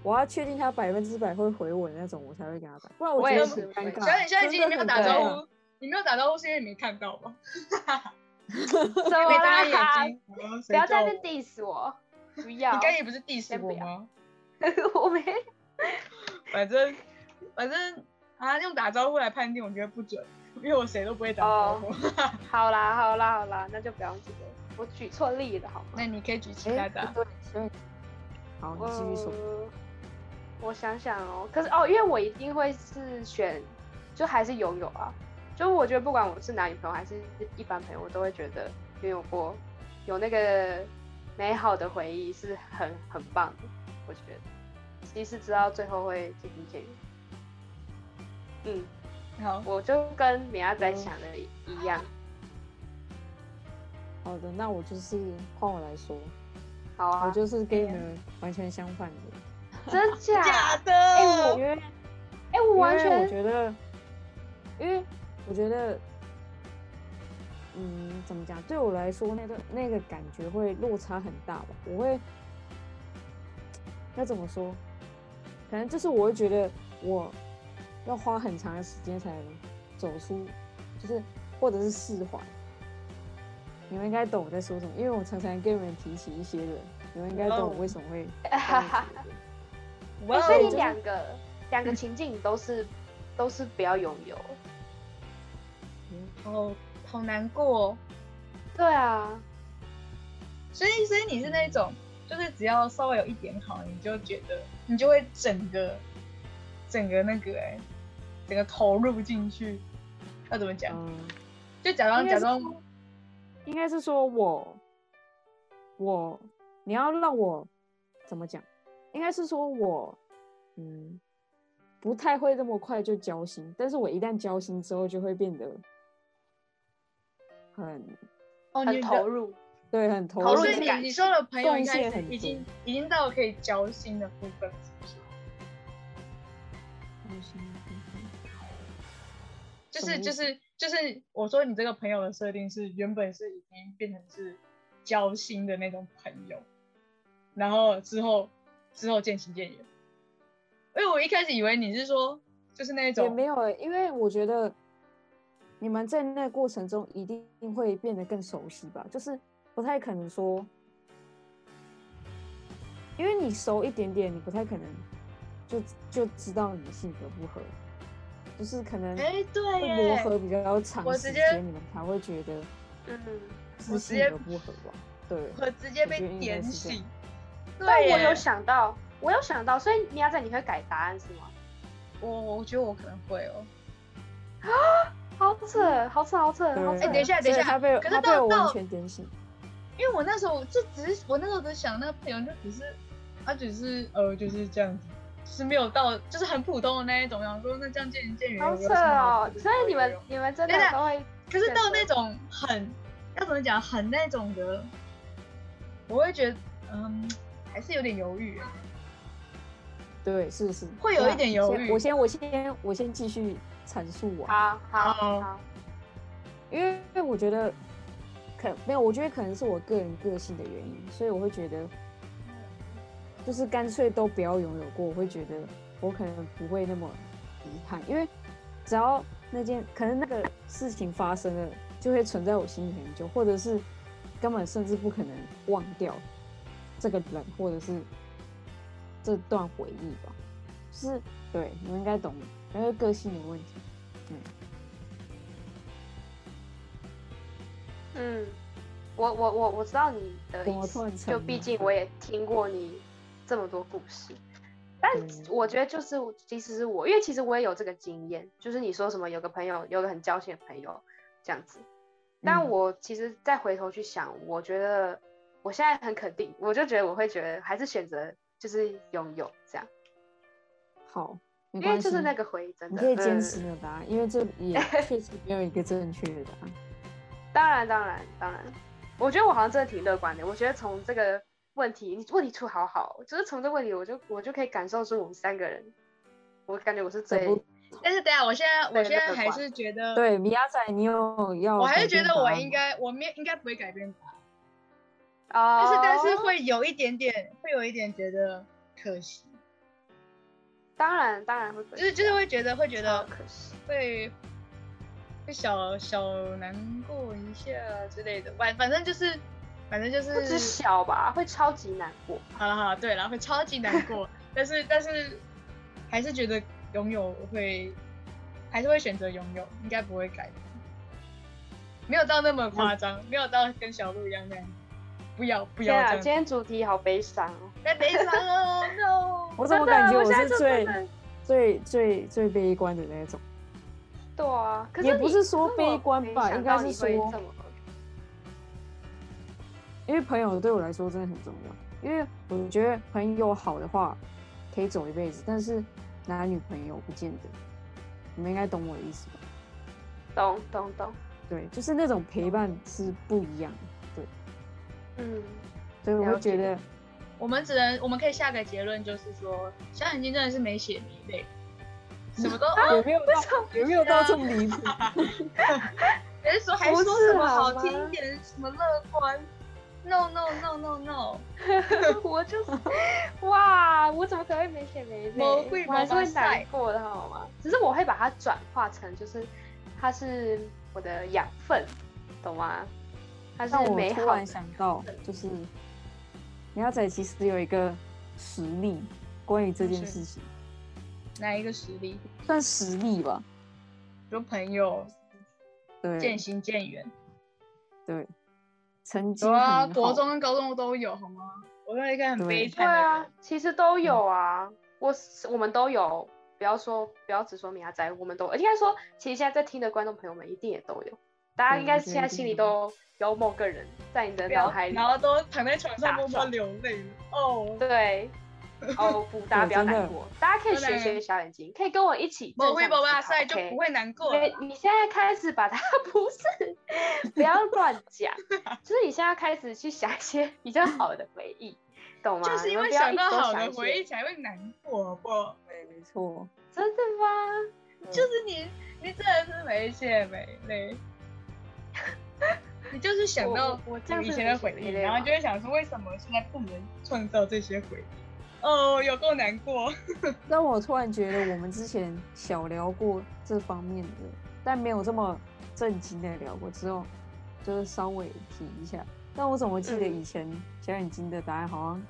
[SPEAKER 1] 我要确定他百分之百会回我的那种，我才会给他打，不然
[SPEAKER 2] 我
[SPEAKER 1] 觉
[SPEAKER 2] 也
[SPEAKER 1] 得
[SPEAKER 2] 是
[SPEAKER 1] 很尴
[SPEAKER 2] 我也是
[SPEAKER 1] 尬。
[SPEAKER 3] 小眼现在已
[SPEAKER 1] 啊真
[SPEAKER 3] 经
[SPEAKER 1] 的
[SPEAKER 3] 没有
[SPEAKER 1] 很
[SPEAKER 3] 打
[SPEAKER 1] 尴尬
[SPEAKER 3] 招呼，你没有打招呼是因为你没看到吧？
[SPEAKER 2] 怎
[SPEAKER 3] 没
[SPEAKER 2] 么
[SPEAKER 3] 打
[SPEAKER 2] 啦？
[SPEAKER 3] 眼睛，然后谁
[SPEAKER 2] 啊 不要在
[SPEAKER 3] 叫
[SPEAKER 2] 那
[SPEAKER 3] 我
[SPEAKER 2] diss 我，不要
[SPEAKER 3] 你，刚也不是 diss
[SPEAKER 2] 先不
[SPEAKER 3] 我
[SPEAKER 2] 要
[SPEAKER 3] 吗？
[SPEAKER 2] 我没
[SPEAKER 3] 反正反正啊，用打招呼来判定，我觉得不准，因为我谁都不会打招呼。
[SPEAKER 2] 哦好啦，好啦，好啦，那就不要这个，我举错例了，好吗？
[SPEAKER 3] 那你可以举起来
[SPEAKER 4] 哎，
[SPEAKER 3] 打
[SPEAKER 4] 不，对，所以
[SPEAKER 1] 好，你
[SPEAKER 2] 我
[SPEAKER 1] 继续说。
[SPEAKER 2] 嗯我想想哦，可是哦，因为我一定会是选，就还是游泳啊。就我觉得不管我是男女朋友还是一般朋友，我都会觉得拥有过有那个美好的回忆是很很棒的。我觉得，即使知道最后会渐行渐远。嗯，
[SPEAKER 3] 好，
[SPEAKER 2] 我就跟米亚仔想的一样。
[SPEAKER 1] 好的，那我就是换我来说，
[SPEAKER 2] 好啊，
[SPEAKER 1] 我就是跟你们完全相反的。
[SPEAKER 2] 真假？
[SPEAKER 3] 假
[SPEAKER 2] 哎、
[SPEAKER 1] 因
[SPEAKER 3] 哦
[SPEAKER 2] 我
[SPEAKER 1] 为
[SPEAKER 2] 哎、我完
[SPEAKER 1] 因为我
[SPEAKER 2] 全
[SPEAKER 1] 觉得，因为我觉得，嗯，怎么讲？对我来说，那个那个感觉会落差很大吧。我会要怎么说？可能就是我会觉得我要花很长的时间才能走出，就是或者是释怀。你们应该懂我在说什么，因为我常常跟你们提起一些人，你们应该懂我为什么会这样觉得。
[SPEAKER 3] 哇
[SPEAKER 2] 所以
[SPEAKER 3] 哦
[SPEAKER 2] 你两个两个情境都是都是不要拥有。
[SPEAKER 3] 好哦好难过、哦。
[SPEAKER 2] 对啊，
[SPEAKER 3] 所以，所以你是那种，就是只要稍微有一点好，你就觉得你就会整个整个那个哎、整个投入进去。要怎么讲？
[SPEAKER 1] 嗯。
[SPEAKER 3] 就假装
[SPEAKER 1] 应
[SPEAKER 3] 假
[SPEAKER 1] 该是
[SPEAKER 3] 装
[SPEAKER 1] 说应该是说我，我，你要让我怎么讲？应该是说我，嗯，不太会那么快就交心，但是我一旦交心之后，就会变得很
[SPEAKER 3] 哦，
[SPEAKER 2] 很
[SPEAKER 3] 你哦
[SPEAKER 2] 投入。
[SPEAKER 1] 对，很投
[SPEAKER 2] 投
[SPEAKER 1] 入
[SPEAKER 2] 入
[SPEAKER 3] 所以
[SPEAKER 2] 的
[SPEAKER 3] 你
[SPEAKER 2] 感
[SPEAKER 3] 你
[SPEAKER 2] 情
[SPEAKER 3] 说的朋友应
[SPEAKER 1] 贡
[SPEAKER 3] 该
[SPEAKER 1] 献
[SPEAKER 3] 是
[SPEAKER 1] 很
[SPEAKER 3] 已
[SPEAKER 1] 多
[SPEAKER 3] 经已经到可以交心的部分，是不是？
[SPEAKER 1] 交心的部分
[SPEAKER 3] 就
[SPEAKER 1] 什么
[SPEAKER 3] 是
[SPEAKER 1] 意
[SPEAKER 3] 就
[SPEAKER 1] 思
[SPEAKER 3] 是就是，我说你这个朋友的设定是原本是已经变成是交心的那种朋友，然后之后之后渐行渐远。因为我一开始以为你是说就是那
[SPEAKER 1] 也
[SPEAKER 3] 种
[SPEAKER 1] 没有欸、因为我觉得你们在那个过程中一定会变得更熟悉吧，就是不太可能说，因为你熟一点点，你不太可能就就知道你性格不合，就是可能
[SPEAKER 3] 哎对
[SPEAKER 1] 会磨
[SPEAKER 3] 耶
[SPEAKER 1] 合比较长
[SPEAKER 3] 我
[SPEAKER 1] 时
[SPEAKER 3] 直接
[SPEAKER 1] 间，你们才会觉得
[SPEAKER 2] 嗯，
[SPEAKER 1] 是
[SPEAKER 3] 我直
[SPEAKER 1] 性
[SPEAKER 3] 接
[SPEAKER 1] 格不合吧？对，
[SPEAKER 3] 我直接
[SPEAKER 1] 我觉得
[SPEAKER 3] 被
[SPEAKER 1] 应该
[SPEAKER 3] 点
[SPEAKER 1] 是这样
[SPEAKER 3] 醒。
[SPEAKER 2] 但
[SPEAKER 3] 对
[SPEAKER 2] 我有
[SPEAKER 3] 耶
[SPEAKER 2] 想到，我有想到，所以米亚仔你会改答案是吗？
[SPEAKER 3] 我我觉得我可能会哦。
[SPEAKER 2] 好扯，好扯，好扯，
[SPEAKER 1] 对
[SPEAKER 2] 好扯！
[SPEAKER 3] 哎等一下
[SPEAKER 1] 所
[SPEAKER 3] 等
[SPEAKER 1] 以
[SPEAKER 3] 一下
[SPEAKER 1] 他被
[SPEAKER 3] 可是
[SPEAKER 1] 他被
[SPEAKER 3] 到
[SPEAKER 1] 我
[SPEAKER 3] 到
[SPEAKER 1] 完全点醒。
[SPEAKER 3] 因为我那时候就只是我那时候只是想那个朋友就只是他只是呃就是这样子，就是没有到就是很普通的那一种，想说那这样渐行渐远。
[SPEAKER 2] 好
[SPEAKER 3] 哎有没有
[SPEAKER 2] 扯
[SPEAKER 3] 什么好
[SPEAKER 2] 哦！
[SPEAKER 3] 的
[SPEAKER 2] 所以你
[SPEAKER 3] 交
[SPEAKER 2] 们
[SPEAKER 3] 流
[SPEAKER 2] 你们真
[SPEAKER 3] 等
[SPEAKER 2] 的
[SPEAKER 3] 等
[SPEAKER 2] 都会，
[SPEAKER 3] 可是到
[SPEAKER 2] 选择
[SPEAKER 3] 那种很要怎么讲很那种的，我会觉得嗯还是有点犹豫。
[SPEAKER 1] 对，是是，
[SPEAKER 3] 会有一
[SPEAKER 1] 那
[SPEAKER 3] 点
[SPEAKER 1] 你
[SPEAKER 3] 犹
[SPEAKER 1] 先
[SPEAKER 3] 豫
[SPEAKER 1] 我先，我先，我先继续阐述我。
[SPEAKER 2] 好好
[SPEAKER 3] 好
[SPEAKER 2] 好，
[SPEAKER 1] 因为因为我觉得可没有，我觉得可能是我个人个性的原因，所以我会觉得，就是干脆都不要拥有过，我会觉得我可能不会那么遗憾，因为只要那件可能那个事情发生了，就会存在我心里很久，或者是根本甚至不可能忘掉这个人，或者是这段回忆吧，就是对你们应该懂，因为个性有问题。
[SPEAKER 2] 嗯，我我我我知道你的
[SPEAKER 1] 怎么
[SPEAKER 2] 意
[SPEAKER 1] 突
[SPEAKER 2] 思，
[SPEAKER 1] 然沉
[SPEAKER 2] 就毕
[SPEAKER 1] 默
[SPEAKER 2] 竟我也听过你这么多故事，但
[SPEAKER 1] 对啊
[SPEAKER 2] 我觉得就是我其实是我，因为其实我也有这个经验，就是你说什么有个朋友，有个很交心的朋友这样子，但
[SPEAKER 1] 嗯
[SPEAKER 2] 我其实再回头去想，我觉得我现在很肯定，我就觉得我会觉得还是选择就是拥有这样，
[SPEAKER 1] 好，
[SPEAKER 2] 因
[SPEAKER 1] 没
[SPEAKER 2] 为
[SPEAKER 1] 关系，
[SPEAKER 2] 就是那个回忆真
[SPEAKER 1] 你
[SPEAKER 2] 的，嗯
[SPEAKER 1] 可以
[SPEAKER 2] 对
[SPEAKER 1] 坚
[SPEAKER 2] 对
[SPEAKER 1] 持你的答案，因为这 也确实没有一个正确的答啊案。
[SPEAKER 2] 当然，当然，当然，我觉得我好像真的挺乐观的。我觉得从这个问题，你问题出好好，就是从这个问题，我就我就可以感受出我们三个人，我感觉我是最
[SPEAKER 1] 走路
[SPEAKER 3] 但是等一下我现在我
[SPEAKER 2] 对
[SPEAKER 3] 现
[SPEAKER 2] 那
[SPEAKER 3] 在
[SPEAKER 2] 个
[SPEAKER 3] 还
[SPEAKER 2] 管
[SPEAKER 3] 是觉得，
[SPEAKER 1] 对，米亚仔，你有要？
[SPEAKER 3] 我还是觉得我应，该我没有应该不会改变吧，
[SPEAKER 2] 啊哦
[SPEAKER 3] 但是但是会有一点点会有一点觉得可惜。
[SPEAKER 2] 当然当然会被
[SPEAKER 3] 就是就是会觉得会觉
[SPEAKER 2] 超
[SPEAKER 3] 得
[SPEAKER 2] 可惜。
[SPEAKER 3] 会会小小难过一下之类的，反反正就是反正就
[SPEAKER 2] 不止
[SPEAKER 3] 是
[SPEAKER 2] 小吧，会超级难过。
[SPEAKER 3] 好了好了，对啦，会超级难 过，但是但是还是觉得拥有会还是会选择拥有，应该不会改变，没有到那么夸张，没有到跟小鹿一样那样，不要不
[SPEAKER 2] 嗯
[SPEAKER 3] 要
[SPEAKER 2] 天啊，
[SPEAKER 3] 这
[SPEAKER 2] 今
[SPEAKER 3] 样，
[SPEAKER 2] 天主题好悲伤哦。
[SPEAKER 3] 太悲伤了，no。
[SPEAKER 1] 我怎
[SPEAKER 2] 真
[SPEAKER 1] 么
[SPEAKER 2] 的
[SPEAKER 1] 感觉
[SPEAKER 2] 我现在
[SPEAKER 1] 是
[SPEAKER 2] 就真
[SPEAKER 1] 最
[SPEAKER 2] 的
[SPEAKER 1] 最最最悲观的那一种？
[SPEAKER 2] 对啊，可是
[SPEAKER 1] 也
[SPEAKER 2] 你
[SPEAKER 1] 不是说
[SPEAKER 2] 可我
[SPEAKER 1] 悲观吧
[SPEAKER 2] 没想
[SPEAKER 1] 应该
[SPEAKER 2] 到
[SPEAKER 1] 是
[SPEAKER 2] 你会
[SPEAKER 1] 说
[SPEAKER 2] 这么
[SPEAKER 1] 因为朋友对我来说真的很重要，因为我觉得朋友好的话可以走一辈子，但是男女朋友不见得。你们应该懂我的意思吧？
[SPEAKER 2] 懂懂懂，
[SPEAKER 1] 对，就是那种陪伴是不一样的，
[SPEAKER 2] 嗯，
[SPEAKER 1] 所以我
[SPEAKER 2] 了
[SPEAKER 1] 会
[SPEAKER 2] 解
[SPEAKER 1] 觉得
[SPEAKER 3] 我们只能，我们可以下个结论，就是说，小眼睛真的是没血没泪，什么都，
[SPEAKER 1] 也没有到也没有到这么离谱。
[SPEAKER 3] 人家说还
[SPEAKER 2] 不
[SPEAKER 3] 说
[SPEAKER 2] 是
[SPEAKER 3] 什么
[SPEAKER 2] 好
[SPEAKER 3] 好
[SPEAKER 2] 吗
[SPEAKER 3] 听一点，什么乐观，no no no no no，
[SPEAKER 2] 我就是哇，我怎么可能会没血没泪？
[SPEAKER 3] 魔鬼
[SPEAKER 2] 我还是
[SPEAKER 3] 妈妈
[SPEAKER 2] 会难
[SPEAKER 3] 赛
[SPEAKER 2] 过的好吗？只是我会把它转化成就是它是我的养分，懂吗？它
[SPEAKER 1] 让
[SPEAKER 2] 是
[SPEAKER 1] 我
[SPEAKER 2] 美
[SPEAKER 1] 突
[SPEAKER 2] 好
[SPEAKER 1] 然
[SPEAKER 2] 的嗯
[SPEAKER 1] 想到，就是苗仔其实有一个实例，关于
[SPEAKER 2] 嗯
[SPEAKER 1] 这件事情，
[SPEAKER 3] 哪一个实力？
[SPEAKER 1] 算实例吧。
[SPEAKER 3] 就朋友渐
[SPEAKER 1] 对
[SPEAKER 3] 行渐远，
[SPEAKER 1] 对，成绩
[SPEAKER 3] 有啊，
[SPEAKER 1] 很
[SPEAKER 3] 国
[SPEAKER 1] 好，
[SPEAKER 3] 中跟高中都有好吗？我认为一个很
[SPEAKER 1] 对
[SPEAKER 3] 悲
[SPEAKER 2] 对
[SPEAKER 3] 惨的
[SPEAKER 2] 啊
[SPEAKER 3] 人，，
[SPEAKER 2] 其实都有啊，我是我们都有，不要说不要只说米亚仔，我们都应该说，其实现在在听的观众朋友们一定也都有，大家
[SPEAKER 1] 对
[SPEAKER 2] 应
[SPEAKER 1] 我
[SPEAKER 2] 该
[SPEAKER 1] 觉得
[SPEAKER 2] 现在
[SPEAKER 1] 一定
[SPEAKER 2] 心里
[SPEAKER 1] 有
[SPEAKER 2] 都有某个人在你的
[SPEAKER 3] 然
[SPEAKER 2] 脑
[SPEAKER 3] 后
[SPEAKER 2] 海里
[SPEAKER 3] 然，后都躺在床上
[SPEAKER 2] 打
[SPEAKER 3] 默默
[SPEAKER 2] 转
[SPEAKER 3] 流泪，哦，
[SPEAKER 2] 对， 哦不，大家不要
[SPEAKER 1] 对真的
[SPEAKER 2] 难过，大家可以
[SPEAKER 3] 真
[SPEAKER 2] 学
[SPEAKER 3] 的
[SPEAKER 2] 学小眼睛，可以跟我一起
[SPEAKER 3] 某
[SPEAKER 2] 正
[SPEAKER 3] 位
[SPEAKER 2] 向
[SPEAKER 3] 宝
[SPEAKER 2] 思
[SPEAKER 3] 宝
[SPEAKER 2] 考
[SPEAKER 3] 赛就
[SPEAKER 2] ，OK
[SPEAKER 3] 不会难过了
[SPEAKER 2] 对，，你现在开始把它 不是，不要乱讲， 就是你现在开始去想一些比较好的回忆，懂吗？
[SPEAKER 3] 就是
[SPEAKER 2] 啊你
[SPEAKER 3] 因
[SPEAKER 2] 们
[SPEAKER 3] 为
[SPEAKER 2] 不要
[SPEAKER 3] 想
[SPEAKER 2] 一直
[SPEAKER 3] 到
[SPEAKER 2] 都
[SPEAKER 3] 好
[SPEAKER 2] 想
[SPEAKER 3] 的
[SPEAKER 2] 一
[SPEAKER 3] 回
[SPEAKER 2] 些
[SPEAKER 3] 忆才会难过，好不好？
[SPEAKER 1] 对，没错，
[SPEAKER 2] 真的吗？
[SPEAKER 3] 就是你，你真的是没血没 泪。你就是想到
[SPEAKER 2] 我我这样
[SPEAKER 3] 以
[SPEAKER 2] 是
[SPEAKER 3] 前
[SPEAKER 2] 没
[SPEAKER 3] 的
[SPEAKER 2] 血
[SPEAKER 3] 回
[SPEAKER 2] 没
[SPEAKER 3] 忆，
[SPEAKER 2] 泪
[SPEAKER 3] 然后
[SPEAKER 2] 吗
[SPEAKER 3] 就会想说，为什么现在不能创造这些回忆？哦，有够难过。
[SPEAKER 1] 让我突然觉得我们之前小聊过这方面的，但没有这么正经的聊过，之后就是稍微提一下。但我怎么记得
[SPEAKER 2] 嗯
[SPEAKER 1] 以前小眼睛的答案好像，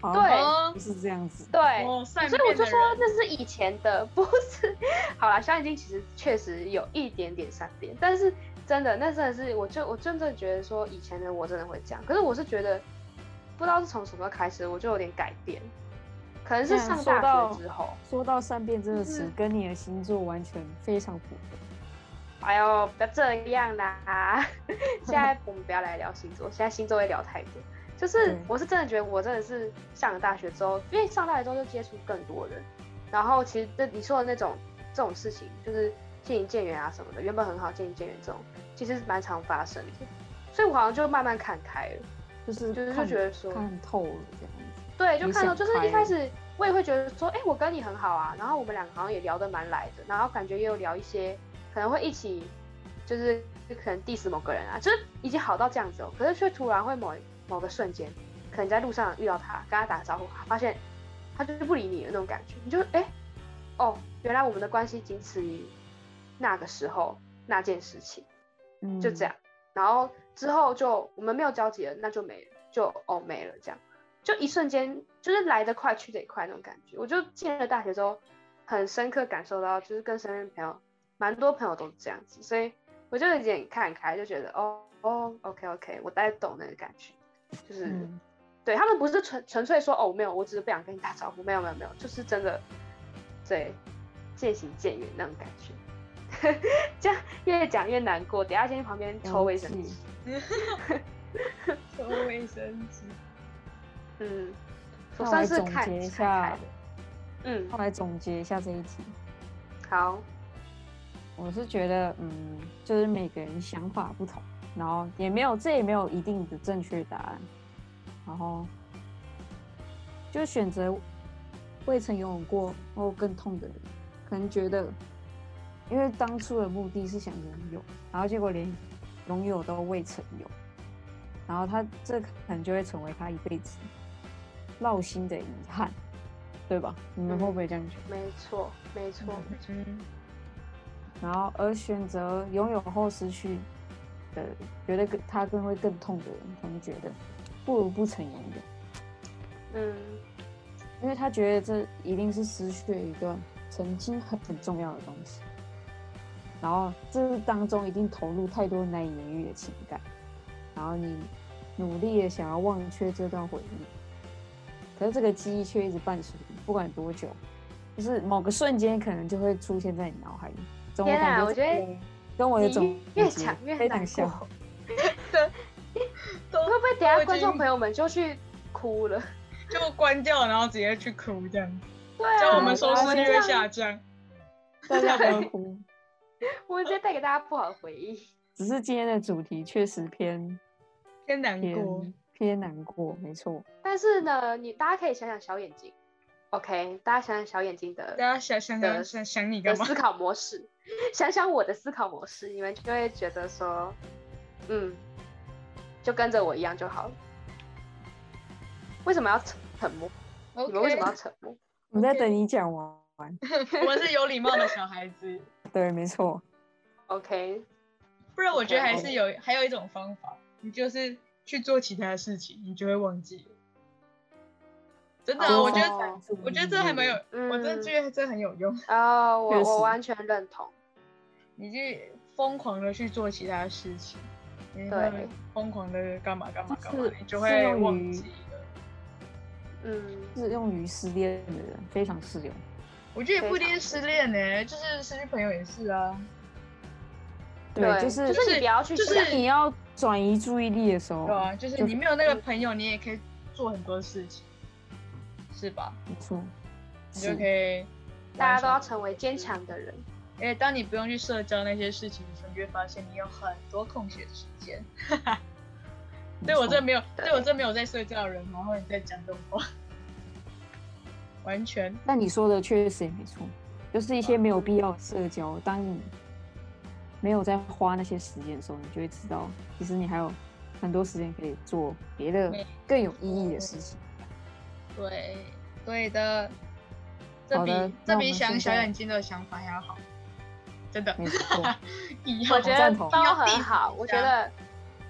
[SPEAKER 1] 好像
[SPEAKER 2] 对
[SPEAKER 3] 哦
[SPEAKER 1] 不，是这样子。
[SPEAKER 2] 对，
[SPEAKER 3] 哦善
[SPEAKER 2] 所以我
[SPEAKER 3] 变
[SPEAKER 2] 就
[SPEAKER 3] 的
[SPEAKER 2] 说
[SPEAKER 3] 人
[SPEAKER 2] 这是以前的，不是。好啦，小眼睛其实确实有一点点善变，但是真的，那真的是，我就我真的觉得说以前的我真的会这样，可是我是觉得，不知道是从什么时候开始，我就有点改变，可能是
[SPEAKER 3] 啊
[SPEAKER 1] 嗯
[SPEAKER 2] 上
[SPEAKER 1] 说
[SPEAKER 2] 大
[SPEAKER 1] 到
[SPEAKER 2] 学之后。
[SPEAKER 1] 说到善变这个词
[SPEAKER 2] 嗯，
[SPEAKER 1] 跟你的星座完全非常符合。
[SPEAKER 2] 哎呦，不要这样啦！ 现在我们不要来聊星座，现在星座会聊太多。就是
[SPEAKER 1] 对
[SPEAKER 2] 我是真的觉得我真的是上了大学之后，因为上大学之后就接触更多人，然后其实这你说的那种这种事情，就是渐行渐远啊什么的，原本很好渐行渐远这种，其实蛮常发生的。所以我好像就慢慢看开了，
[SPEAKER 1] 就是
[SPEAKER 2] 就是
[SPEAKER 1] 看
[SPEAKER 2] 就觉得说
[SPEAKER 1] 看透了这样子。
[SPEAKER 2] 对，就
[SPEAKER 1] 你
[SPEAKER 2] 看到
[SPEAKER 1] 想
[SPEAKER 2] 就是
[SPEAKER 1] 开
[SPEAKER 2] 一开
[SPEAKER 1] 了
[SPEAKER 2] 始我也会觉得说，哎、我跟你很好啊，然后我们两个好像也聊得蛮来的，然后感觉也有聊一些可能会一起，就是就可能 diss 某个人啊，就是已经好到这样子哦，可是却突然会某某个瞬间，可能在路上遇到他，跟他打招呼，发现他就是不理你的那种感觉，你就哎、哦，原来我们的关系仅此于那个时候那件事情。
[SPEAKER 1] 嗯，
[SPEAKER 2] 就这样。然后之后就我们没有交集了，那就没了，就哦没了，这样，就一瞬间就是来得快去得也快那种感觉。我就进了大学之后，很深刻感受到，就是跟身边朋友，蛮多朋友都是这样子，所以我就有点看开，就觉得哦哦，OK OK，我大概懂那个感觉，就是。
[SPEAKER 1] 嗯，
[SPEAKER 2] 对他们不是纯纯粹说哦没有，我只是不想跟你打招呼，没有没有没有，就是真的，对，渐行渐远那种感觉。 这样越讲越难过，等一下先去旁边抽卫生
[SPEAKER 1] 了解
[SPEAKER 2] 纸。
[SPEAKER 3] 抽卫生纸，
[SPEAKER 2] 嗯，我
[SPEAKER 1] 那我
[SPEAKER 2] 算
[SPEAKER 1] 来
[SPEAKER 2] 是
[SPEAKER 1] 总
[SPEAKER 2] 看
[SPEAKER 1] 结一
[SPEAKER 2] 看开
[SPEAKER 1] 下
[SPEAKER 2] 了，嗯，
[SPEAKER 1] 后来总结一下这一题。
[SPEAKER 2] 好，
[SPEAKER 1] 我是觉得，嗯，就是每个人想法不同，然后也没有，这也没有一定的正确答案，然后就选择未曾拥有过或更痛的人，可能觉得，因为当初的目的是想拥有，然后结果连拥有都未曾有，然后他这可能就会成为他一辈子烙心的遗憾。对吧？你们会不会这样觉得？
[SPEAKER 2] 没错，没 错，
[SPEAKER 3] 嗯，
[SPEAKER 1] 然后而选择拥有后失去的，觉得更他更会更痛的人，他们觉得不如不曾拥有，
[SPEAKER 2] 嗯，
[SPEAKER 1] 因为他觉得这一定是失去了一段曾经很重要的东西，然后这当中一定投入太多难以言喻的情感，然后你努力的想要忘却这段回忆，可是这个记忆却一直伴随你，不管多久，就是某个瞬间可能就会出现在你脑海里。总
[SPEAKER 2] 天
[SPEAKER 1] 感
[SPEAKER 2] 哪
[SPEAKER 1] 觉
[SPEAKER 2] 我
[SPEAKER 1] 这
[SPEAKER 2] 觉得
[SPEAKER 1] 个跟我的
[SPEAKER 2] 你
[SPEAKER 1] 总
[SPEAKER 2] 越越
[SPEAKER 1] 结
[SPEAKER 2] 讲越
[SPEAKER 1] 非
[SPEAKER 2] 难
[SPEAKER 1] 常像。
[SPEAKER 2] 过
[SPEAKER 3] 都
[SPEAKER 2] 会不会等一
[SPEAKER 3] 我
[SPEAKER 2] 下
[SPEAKER 3] 已
[SPEAKER 2] 观众
[SPEAKER 3] 经
[SPEAKER 2] 朋友们就去哭了？
[SPEAKER 3] 就关掉，然后直接去哭这样，
[SPEAKER 2] 对啊，
[SPEAKER 3] 这样我们
[SPEAKER 2] 说
[SPEAKER 3] 收
[SPEAKER 1] 我
[SPEAKER 3] 视率
[SPEAKER 1] 先
[SPEAKER 3] 会下降。
[SPEAKER 1] 大家不要哭。
[SPEAKER 2] 我们直接带给大家不好的回忆。
[SPEAKER 1] 只是今天的主题确实偏
[SPEAKER 3] 偏难过，
[SPEAKER 1] 偏偏难过，没错。
[SPEAKER 2] 但是呢，你大家可以想想小眼睛，OK，大家想想小眼睛的
[SPEAKER 3] 大家想想
[SPEAKER 2] 啊
[SPEAKER 3] 想想想你
[SPEAKER 2] 的
[SPEAKER 3] 干嘛
[SPEAKER 2] 思？考模式，想想我的思考模式，你们就会觉得说，嗯，就跟着我一样就好了。为什么要沉沉默你们为什么要沉默？
[SPEAKER 1] 我们在
[SPEAKER 3] OK
[SPEAKER 1] 等你讲完。
[SPEAKER 3] 我们是有礼貌的小孩子，
[SPEAKER 1] 对，没错。
[SPEAKER 2] OK，
[SPEAKER 3] 不然我觉得
[SPEAKER 2] OK
[SPEAKER 3] 还是有还有一种方法，你就是去做其他的事情，你就会忘记了。真的啊、
[SPEAKER 2] 哦
[SPEAKER 3] 我觉得
[SPEAKER 2] 得
[SPEAKER 3] 我觉得这还蛮有，
[SPEAKER 2] 嗯，
[SPEAKER 3] 我真的觉得这很有用。
[SPEAKER 2] 啊、
[SPEAKER 1] 确
[SPEAKER 2] 我
[SPEAKER 1] 实
[SPEAKER 2] 我完全认同，
[SPEAKER 3] 你去疯狂的去做其他的事情，你
[SPEAKER 2] 对
[SPEAKER 3] 会疯狂的干嘛干嘛干嘛
[SPEAKER 1] 就是，
[SPEAKER 3] 你就
[SPEAKER 1] 适
[SPEAKER 3] 会
[SPEAKER 1] 用于
[SPEAKER 3] 忘记了。
[SPEAKER 2] 嗯，
[SPEAKER 1] 适用于失恋的人，非常适用。
[SPEAKER 3] 我觉得也不一定是失恋呢、就是失去朋友也是啊。
[SPEAKER 1] 对，
[SPEAKER 2] 就是是你不要去
[SPEAKER 3] 就
[SPEAKER 2] 想，
[SPEAKER 3] 是
[SPEAKER 1] 你要转移注意力的时候
[SPEAKER 3] 对，啊，就是
[SPEAKER 1] 就是
[SPEAKER 3] 你没有那个朋友，你也可以做很多事情，是吧？
[SPEAKER 1] 没错。
[SPEAKER 3] 你就是可以玩耍。
[SPEAKER 2] 大家都要成为坚强的人。
[SPEAKER 3] 而且当你不用去社交那些事情的时候，你就会发现你有很多空闲时间。对我这没有，
[SPEAKER 2] 对
[SPEAKER 3] 对我这没有在社交的人，然后你在讲这种话，完全
[SPEAKER 1] 但你说的确实也没错，就是一些没有必要的社交。当你没有在花那些时间的时候，你就会知道，其实你还有很多时间可以做别的
[SPEAKER 3] 没
[SPEAKER 1] 更有意义的事情。
[SPEAKER 3] 对对的。这
[SPEAKER 1] 好
[SPEAKER 3] 比
[SPEAKER 1] 的那
[SPEAKER 3] 这
[SPEAKER 1] 我
[SPEAKER 3] 比
[SPEAKER 1] 们
[SPEAKER 3] 想
[SPEAKER 1] 现
[SPEAKER 3] 小
[SPEAKER 1] 在
[SPEAKER 3] 眼睛的想法还要好，真的。
[SPEAKER 1] 没 错，
[SPEAKER 3] 以后
[SPEAKER 2] 我觉得
[SPEAKER 1] 赞同
[SPEAKER 2] 都
[SPEAKER 3] 要
[SPEAKER 2] 很
[SPEAKER 3] 避
[SPEAKER 2] 好，
[SPEAKER 3] 免
[SPEAKER 2] 我
[SPEAKER 3] 一下
[SPEAKER 2] 觉得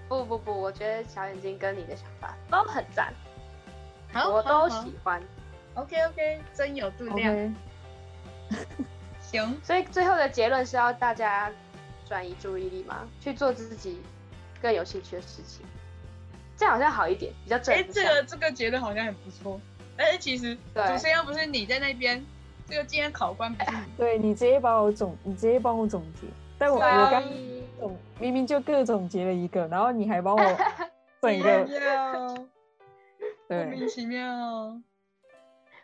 [SPEAKER 2] 不不不，我觉得小眼睛跟你的想法都很赞，
[SPEAKER 3] 好，
[SPEAKER 2] 我都
[SPEAKER 3] 好好
[SPEAKER 2] 喜欢。
[SPEAKER 3] OK OK，真有度量
[SPEAKER 1] OK，
[SPEAKER 3] 行。
[SPEAKER 2] 所以最后的结论是要大家转移注意力嘛，去做自己更有兴趣的事情，这样好像好一点，比较正
[SPEAKER 3] 哎、这
[SPEAKER 2] 向。
[SPEAKER 1] 啊
[SPEAKER 3] 个这个觉得好像很不错，但是其实
[SPEAKER 2] 对
[SPEAKER 3] 主持人又不是你在那边，这个今天考官不是你，
[SPEAKER 1] 对你直接把我总，你直接帮我总结，但我
[SPEAKER 2] 所以
[SPEAKER 3] 啊
[SPEAKER 1] 我刚总明明就各总结了一个，然后你还帮我整个
[SPEAKER 3] 个莫
[SPEAKER 1] 对
[SPEAKER 3] 名其妙。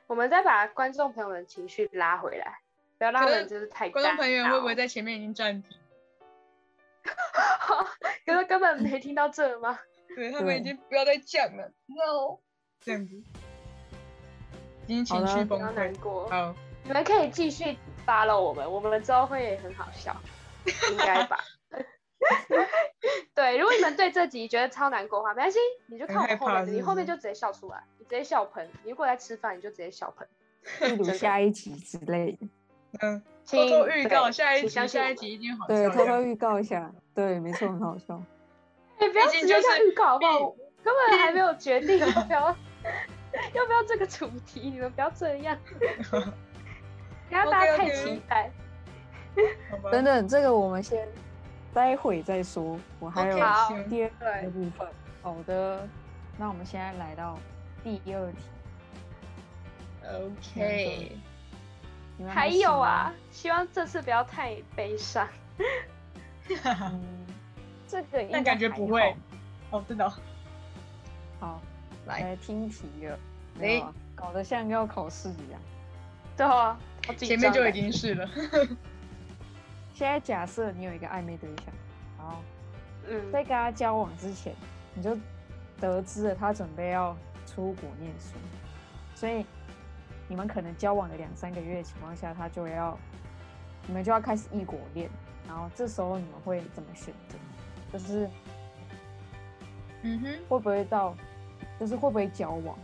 [SPEAKER 2] 我们再把观众朋友们的情绪拉回来，不要让他
[SPEAKER 3] 可是
[SPEAKER 2] 们就是太
[SPEAKER 3] 观众朋友
[SPEAKER 2] 大
[SPEAKER 3] 会不会
[SPEAKER 2] 脑？
[SPEAKER 3] 在前面已经暂停？
[SPEAKER 2] 可是根本没听到这 吗？
[SPEAKER 3] 对他们已
[SPEAKER 1] 对
[SPEAKER 3] 经不要再讲了，no，这样子，已经情
[SPEAKER 1] 好
[SPEAKER 3] 绪
[SPEAKER 1] 了
[SPEAKER 2] 不
[SPEAKER 3] 崩
[SPEAKER 2] 要难
[SPEAKER 3] 溃。
[SPEAKER 2] 过，
[SPEAKER 3] 好，
[SPEAKER 2] 你们可以继续 follow 我们，我们之后会很好笑，应该吧？对，如果你们对这集觉得超难过的话，没关系，你就看我
[SPEAKER 3] 很害
[SPEAKER 2] 们后
[SPEAKER 3] 怕
[SPEAKER 2] 面的，
[SPEAKER 3] 是
[SPEAKER 2] 你
[SPEAKER 3] 不
[SPEAKER 2] 后面
[SPEAKER 3] 是
[SPEAKER 2] 就直接笑出来，你直接笑喷。你如果在吃饭，你就直接笑喷。
[SPEAKER 1] 例如下一集之类的，
[SPEAKER 3] 嗯，
[SPEAKER 2] 请
[SPEAKER 3] 偷偷预告
[SPEAKER 2] 对
[SPEAKER 3] 下一
[SPEAKER 2] 请
[SPEAKER 3] 集，
[SPEAKER 2] 相信
[SPEAKER 3] 下一
[SPEAKER 2] 我
[SPEAKER 3] 集一定好笑
[SPEAKER 1] 对，
[SPEAKER 3] 的。
[SPEAKER 1] 偷偷预告一下，对，没错，很好笑。
[SPEAKER 2] 们，哎，不要
[SPEAKER 3] 毕竟
[SPEAKER 2] 直接
[SPEAKER 3] 就
[SPEAKER 2] 这样
[SPEAKER 3] 是
[SPEAKER 2] 预告好不好？
[SPEAKER 3] 毕
[SPEAKER 2] 我根本还没有决定要不要 要不要这个主题，你们不要这样， 不要大家太
[SPEAKER 3] OK，OK
[SPEAKER 2] 期待。
[SPEAKER 3] 好吧
[SPEAKER 1] 等等，这个我们先待会再说，我还有
[SPEAKER 3] OK，
[SPEAKER 2] 好
[SPEAKER 3] 行
[SPEAKER 1] 第二
[SPEAKER 2] 对
[SPEAKER 1] 个部分。好的，那我们现在来到第二题。
[SPEAKER 3] OK，
[SPEAKER 1] 嗯你们
[SPEAKER 2] 还
[SPEAKER 1] 喜
[SPEAKER 2] 有
[SPEAKER 1] 欢
[SPEAKER 2] 啊，，希望这次不要太悲伤。
[SPEAKER 1] 嗯，这个应
[SPEAKER 3] 但
[SPEAKER 1] 该
[SPEAKER 3] 感觉不
[SPEAKER 1] 还
[SPEAKER 3] 会。哦，真的哦，
[SPEAKER 1] 好。好，
[SPEAKER 3] 来
[SPEAKER 1] 来听题了。
[SPEAKER 3] 诶
[SPEAKER 1] 没有啊，搞得像要考试一样。
[SPEAKER 2] 最后啊，好紧
[SPEAKER 3] 前面
[SPEAKER 2] 张
[SPEAKER 3] 就
[SPEAKER 2] 的
[SPEAKER 3] 已经是了。
[SPEAKER 1] 现在假设你有一个暧昧对象，然后
[SPEAKER 2] 嗯，
[SPEAKER 1] 在跟他交往之前，你就得知了他准备要出国念书，所以你们可能交往了两三个月的情况下，他就要你们就要开始异国恋，然后这时候你们会怎么选择？就是
[SPEAKER 3] 嗯哼，
[SPEAKER 1] 会不会到，就是会不会交往？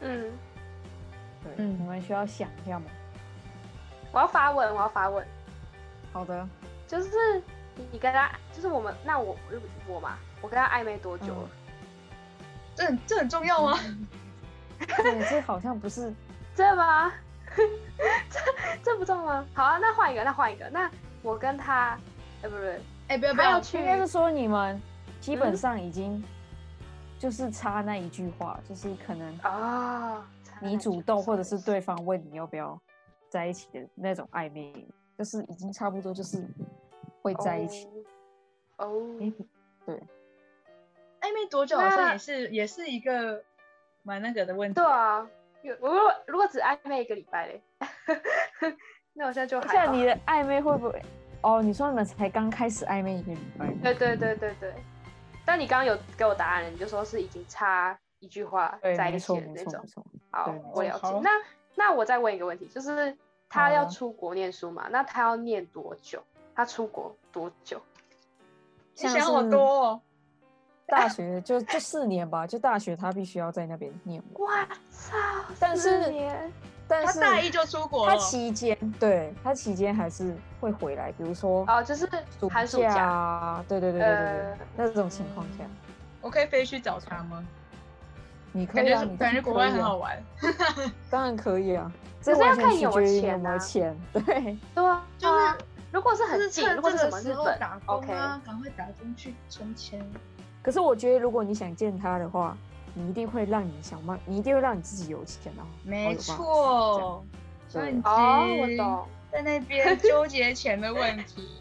[SPEAKER 2] 嗯，
[SPEAKER 4] 对，
[SPEAKER 1] 嗯
[SPEAKER 4] 你们需要想一下吗？
[SPEAKER 2] 我要发问，我要发问，
[SPEAKER 4] 好 的，
[SPEAKER 2] 就是你跟他，就是我们，那我我嘛，我跟他暧昧多久了？
[SPEAKER 3] 嗯这很这很重要啊
[SPEAKER 1] 嗯
[SPEAKER 3] 吗？
[SPEAKER 4] 对，这好像不是
[SPEAKER 2] 这吗？ 这这不重吗？好啊，那换一个，那换一个，那我跟他，哎、不是，
[SPEAKER 3] 哎，不要不
[SPEAKER 2] 他要
[SPEAKER 3] 要，
[SPEAKER 2] 去
[SPEAKER 4] 应该是说你们基
[SPEAKER 1] 嗯
[SPEAKER 4] 本上已经就是差那一句话，就是可能
[SPEAKER 2] 啊，
[SPEAKER 4] 你主动或者是对方问你要不要在一起的那种暧昧，就是已经差不多就是会在一起。
[SPEAKER 2] 哦。哦
[SPEAKER 4] 诶
[SPEAKER 3] 暧昧哎多久好像
[SPEAKER 2] 那
[SPEAKER 3] 也是也是一个蛮那个的问题。
[SPEAKER 2] 对啊，有我如果如果只暧昧一个礼拜嘞， 那我现在就还好
[SPEAKER 4] 像你的暧昧会不会？哦，你说你们才刚开始暧昧一个礼拜
[SPEAKER 3] 嗯
[SPEAKER 4] 吗，
[SPEAKER 2] 对对对对对，但你刚刚有给我答案了，你就说是已经差一句话
[SPEAKER 4] 对，
[SPEAKER 2] 在一
[SPEAKER 4] 没
[SPEAKER 2] 起
[SPEAKER 4] 错
[SPEAKER 2] 的
[SPEAKER 4] 没
[SPEAKER 2] 那
[SPEAKER 4] 错
[SPEAKER 2] 种
[SPEAKER 4] 没。错。
[SPEAKER 2] 好
[SPEAKER 4] 对，
[SPEAKER 2] 我了解
[SPEAKER 3] 好。
[SPEAKER 2] 那那我再问一个问题，就是他
[SPEAKER 4] 好
[SPEAKER 2] 要
[SPEAKER 4] 啊
[SPEAKER 2] 出国念书嘛？那他要念多久？他出国多久？
[SPEAKER 3] 你想好多哦。
[SPEAKER 4] 大学就就四年吧，就大学他必须要在那边念完，
[SPEAKER 2] 哇操！
[SPEAKER 4] 但
[SPEAKER 2] 四
[SPEAKER 4] 是
[SPEAKER 2] 年
[SPEAKER 4] 但
[SPEAKER 3] 他
[SPEAKER 4] 是
[SPEAKER 3] 大一就出国
[SPEAKER 4] 他
[SPEAKER 3] 了，
[SPEAKER 4] 期间对他期间还是会回来，比如说
[SPEAKER 2] 哦，就是
[SPEAKER 4] 暑
[SPEAKER 2] 寒暑
[SPEAKER 4] 假
[SPEAKER 2] 假。
[SPEAKER 4] 啊，对对对对对对，
[SPEAKER 2] 呃
[SPEAKER 4] 那种情况
[SPEAKER 3] 嗯
[SPEAKER 4] 下，
[SPEAKER 3] 我可以飞去找他吗？
[SPEAKER 4] 你可
[SPEAKER 3] 感
[SPEAKER 4] 以
[SPEAKER 3] 觉
[SPEAKER 4] 啊，
[SPEAKER 3] 是
[SPEAKER 4] 你当
[SPEAKER 3] 感觉
[SPEAKER 4] 然
[SPEAKER 3] 国
[SPEAKER 4] 可
[SPEAKER 3] 外
[SPEAKER 4] 以
[SPEAKER 3] 很
[SPEAKER 4] 啊
[SPEAKER 3] 好玩，
[SPEAKER 4] 当然可以啊，
[SPEAKER 2] 是
[SPEAKER 4] 这完
[SPEAKER 2] 要
[SPEAKER 4] 全
[SPEAKER 2] 看
[SPEAKER 4] 取
[SPEAKER 2] 你有没
[SPEAKER 4] 决
[SPEAKER 2] 有
[SPEAKER 4] 于你有
[SPEAKER 2] 钱
[SPEAKER 4] 没有
[SPEAKER 2] 啊
[SPEAKER 4] 钱，对，
[SPEAKER 2] 对啊，
[SPEAKER 3] 就是
[SPEAKER 2] 如果是
[SPEAKER 3] 就
[SPEAKER 2] 很
[SPEAKER 3] 是
[SPEAKER 2] 近，
[SPEAKER 3] 趁
[SPEAKER 2] 如果
[SPEAKER 3] 这
[SPEAKER 2] 是什
[SPEAKER 3] 个
[SPEAKER 2] 么
[SPEAKER 3] 时
[SPEAKER 2] 日
[SPEAKER 3] 候
[SPEAKER 2] 本
[SPEAKER 3] 打工
[SPEAKER 2] ，OK，
[SPEAKER 3] 啊，赶快打工去存钱。
[SPEAKER 1] 可是我觉得，如果你想见他的话，你一定会让你想办，你一定会让你自己有钱的、啊。
[SPEAKER 3] 没
[SPEAKER 1] 好有办法，
[SPEAKER 3] 错，
[SPEAKER 1] 这
[SPEAKER 3] 所
[SPEAKER 1] 样
[SPEAKER 3] 以你
[SPEAKER 2] 哦，我懂，
[SPEAKER 3] 在那边纠结钱的问题，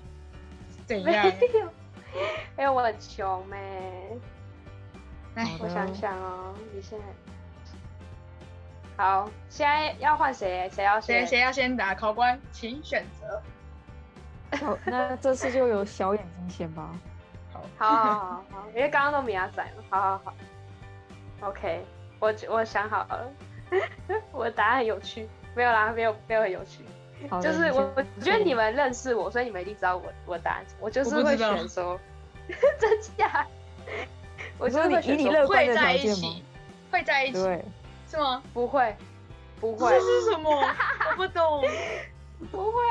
[SPEAKER 3] 怎
[SPEAKER 2] 没
[SPEAKER 3] 样？
[SPEAKER 2] 有， 因为我很穷呗。
[SPEAKER 3] 哎，
[SPEAKER 2] 我想想哦，你现在好，现在要换谁？谁要
[SPEAKER 3] 谁
[SPEAKER 2] 先？
[SPEAKER 3] 谁要先打？考官，请选择。
[SPEAKER 1] 好，那这次就由小眼睛先吧。
[SPEAKER 3] 好，
[SPEAKER 2] 好好好好，因为刚刚都没阿仔嘛。好好好，OK，我我想好了，我的答案很有趣，没有啦，没有没有很有趣，
[SPEAKER 1] 好的，
[SPEAKER 2] 就是
[SPEAKER 1] 你
[SPEAKER 2] 我
[SPEAKER 1] 先
[SPEAKER 2] 我觉得你们认识我，所以你们一定知道我我的答案，我就是
[SPEAKER 3] 我不
[SPEAKER 2] 会
[SPEAKER 3] 知道
[SPEAKER 2] 选说真假，我就是会
[SPEAKER 1] 你说
[SPEAKER 2] 选
[SPEAKER 1] 你以你
[SPEAKER 2] 说
[SPEAKER 1] 乐观
[SPEAKER 3] 会
[SPEAKER 1] 的
[SPEAKER 3] 在
[SPEAKER 1] 条
[SPEAKER 3] 一
[SPEAKER 1] 件
[SPEAKER 3] 起
[SPEAKER 1] 吗？，
[SPEAKER 3] 会在一起，
[SPEAKER 1] 对，
[SPEAKER 3] 是吗？
[SPEAKER 2] 不会不会
[SPEAKER 3] 这是什么？我不 懂。
[SPEAKER 2] 不会，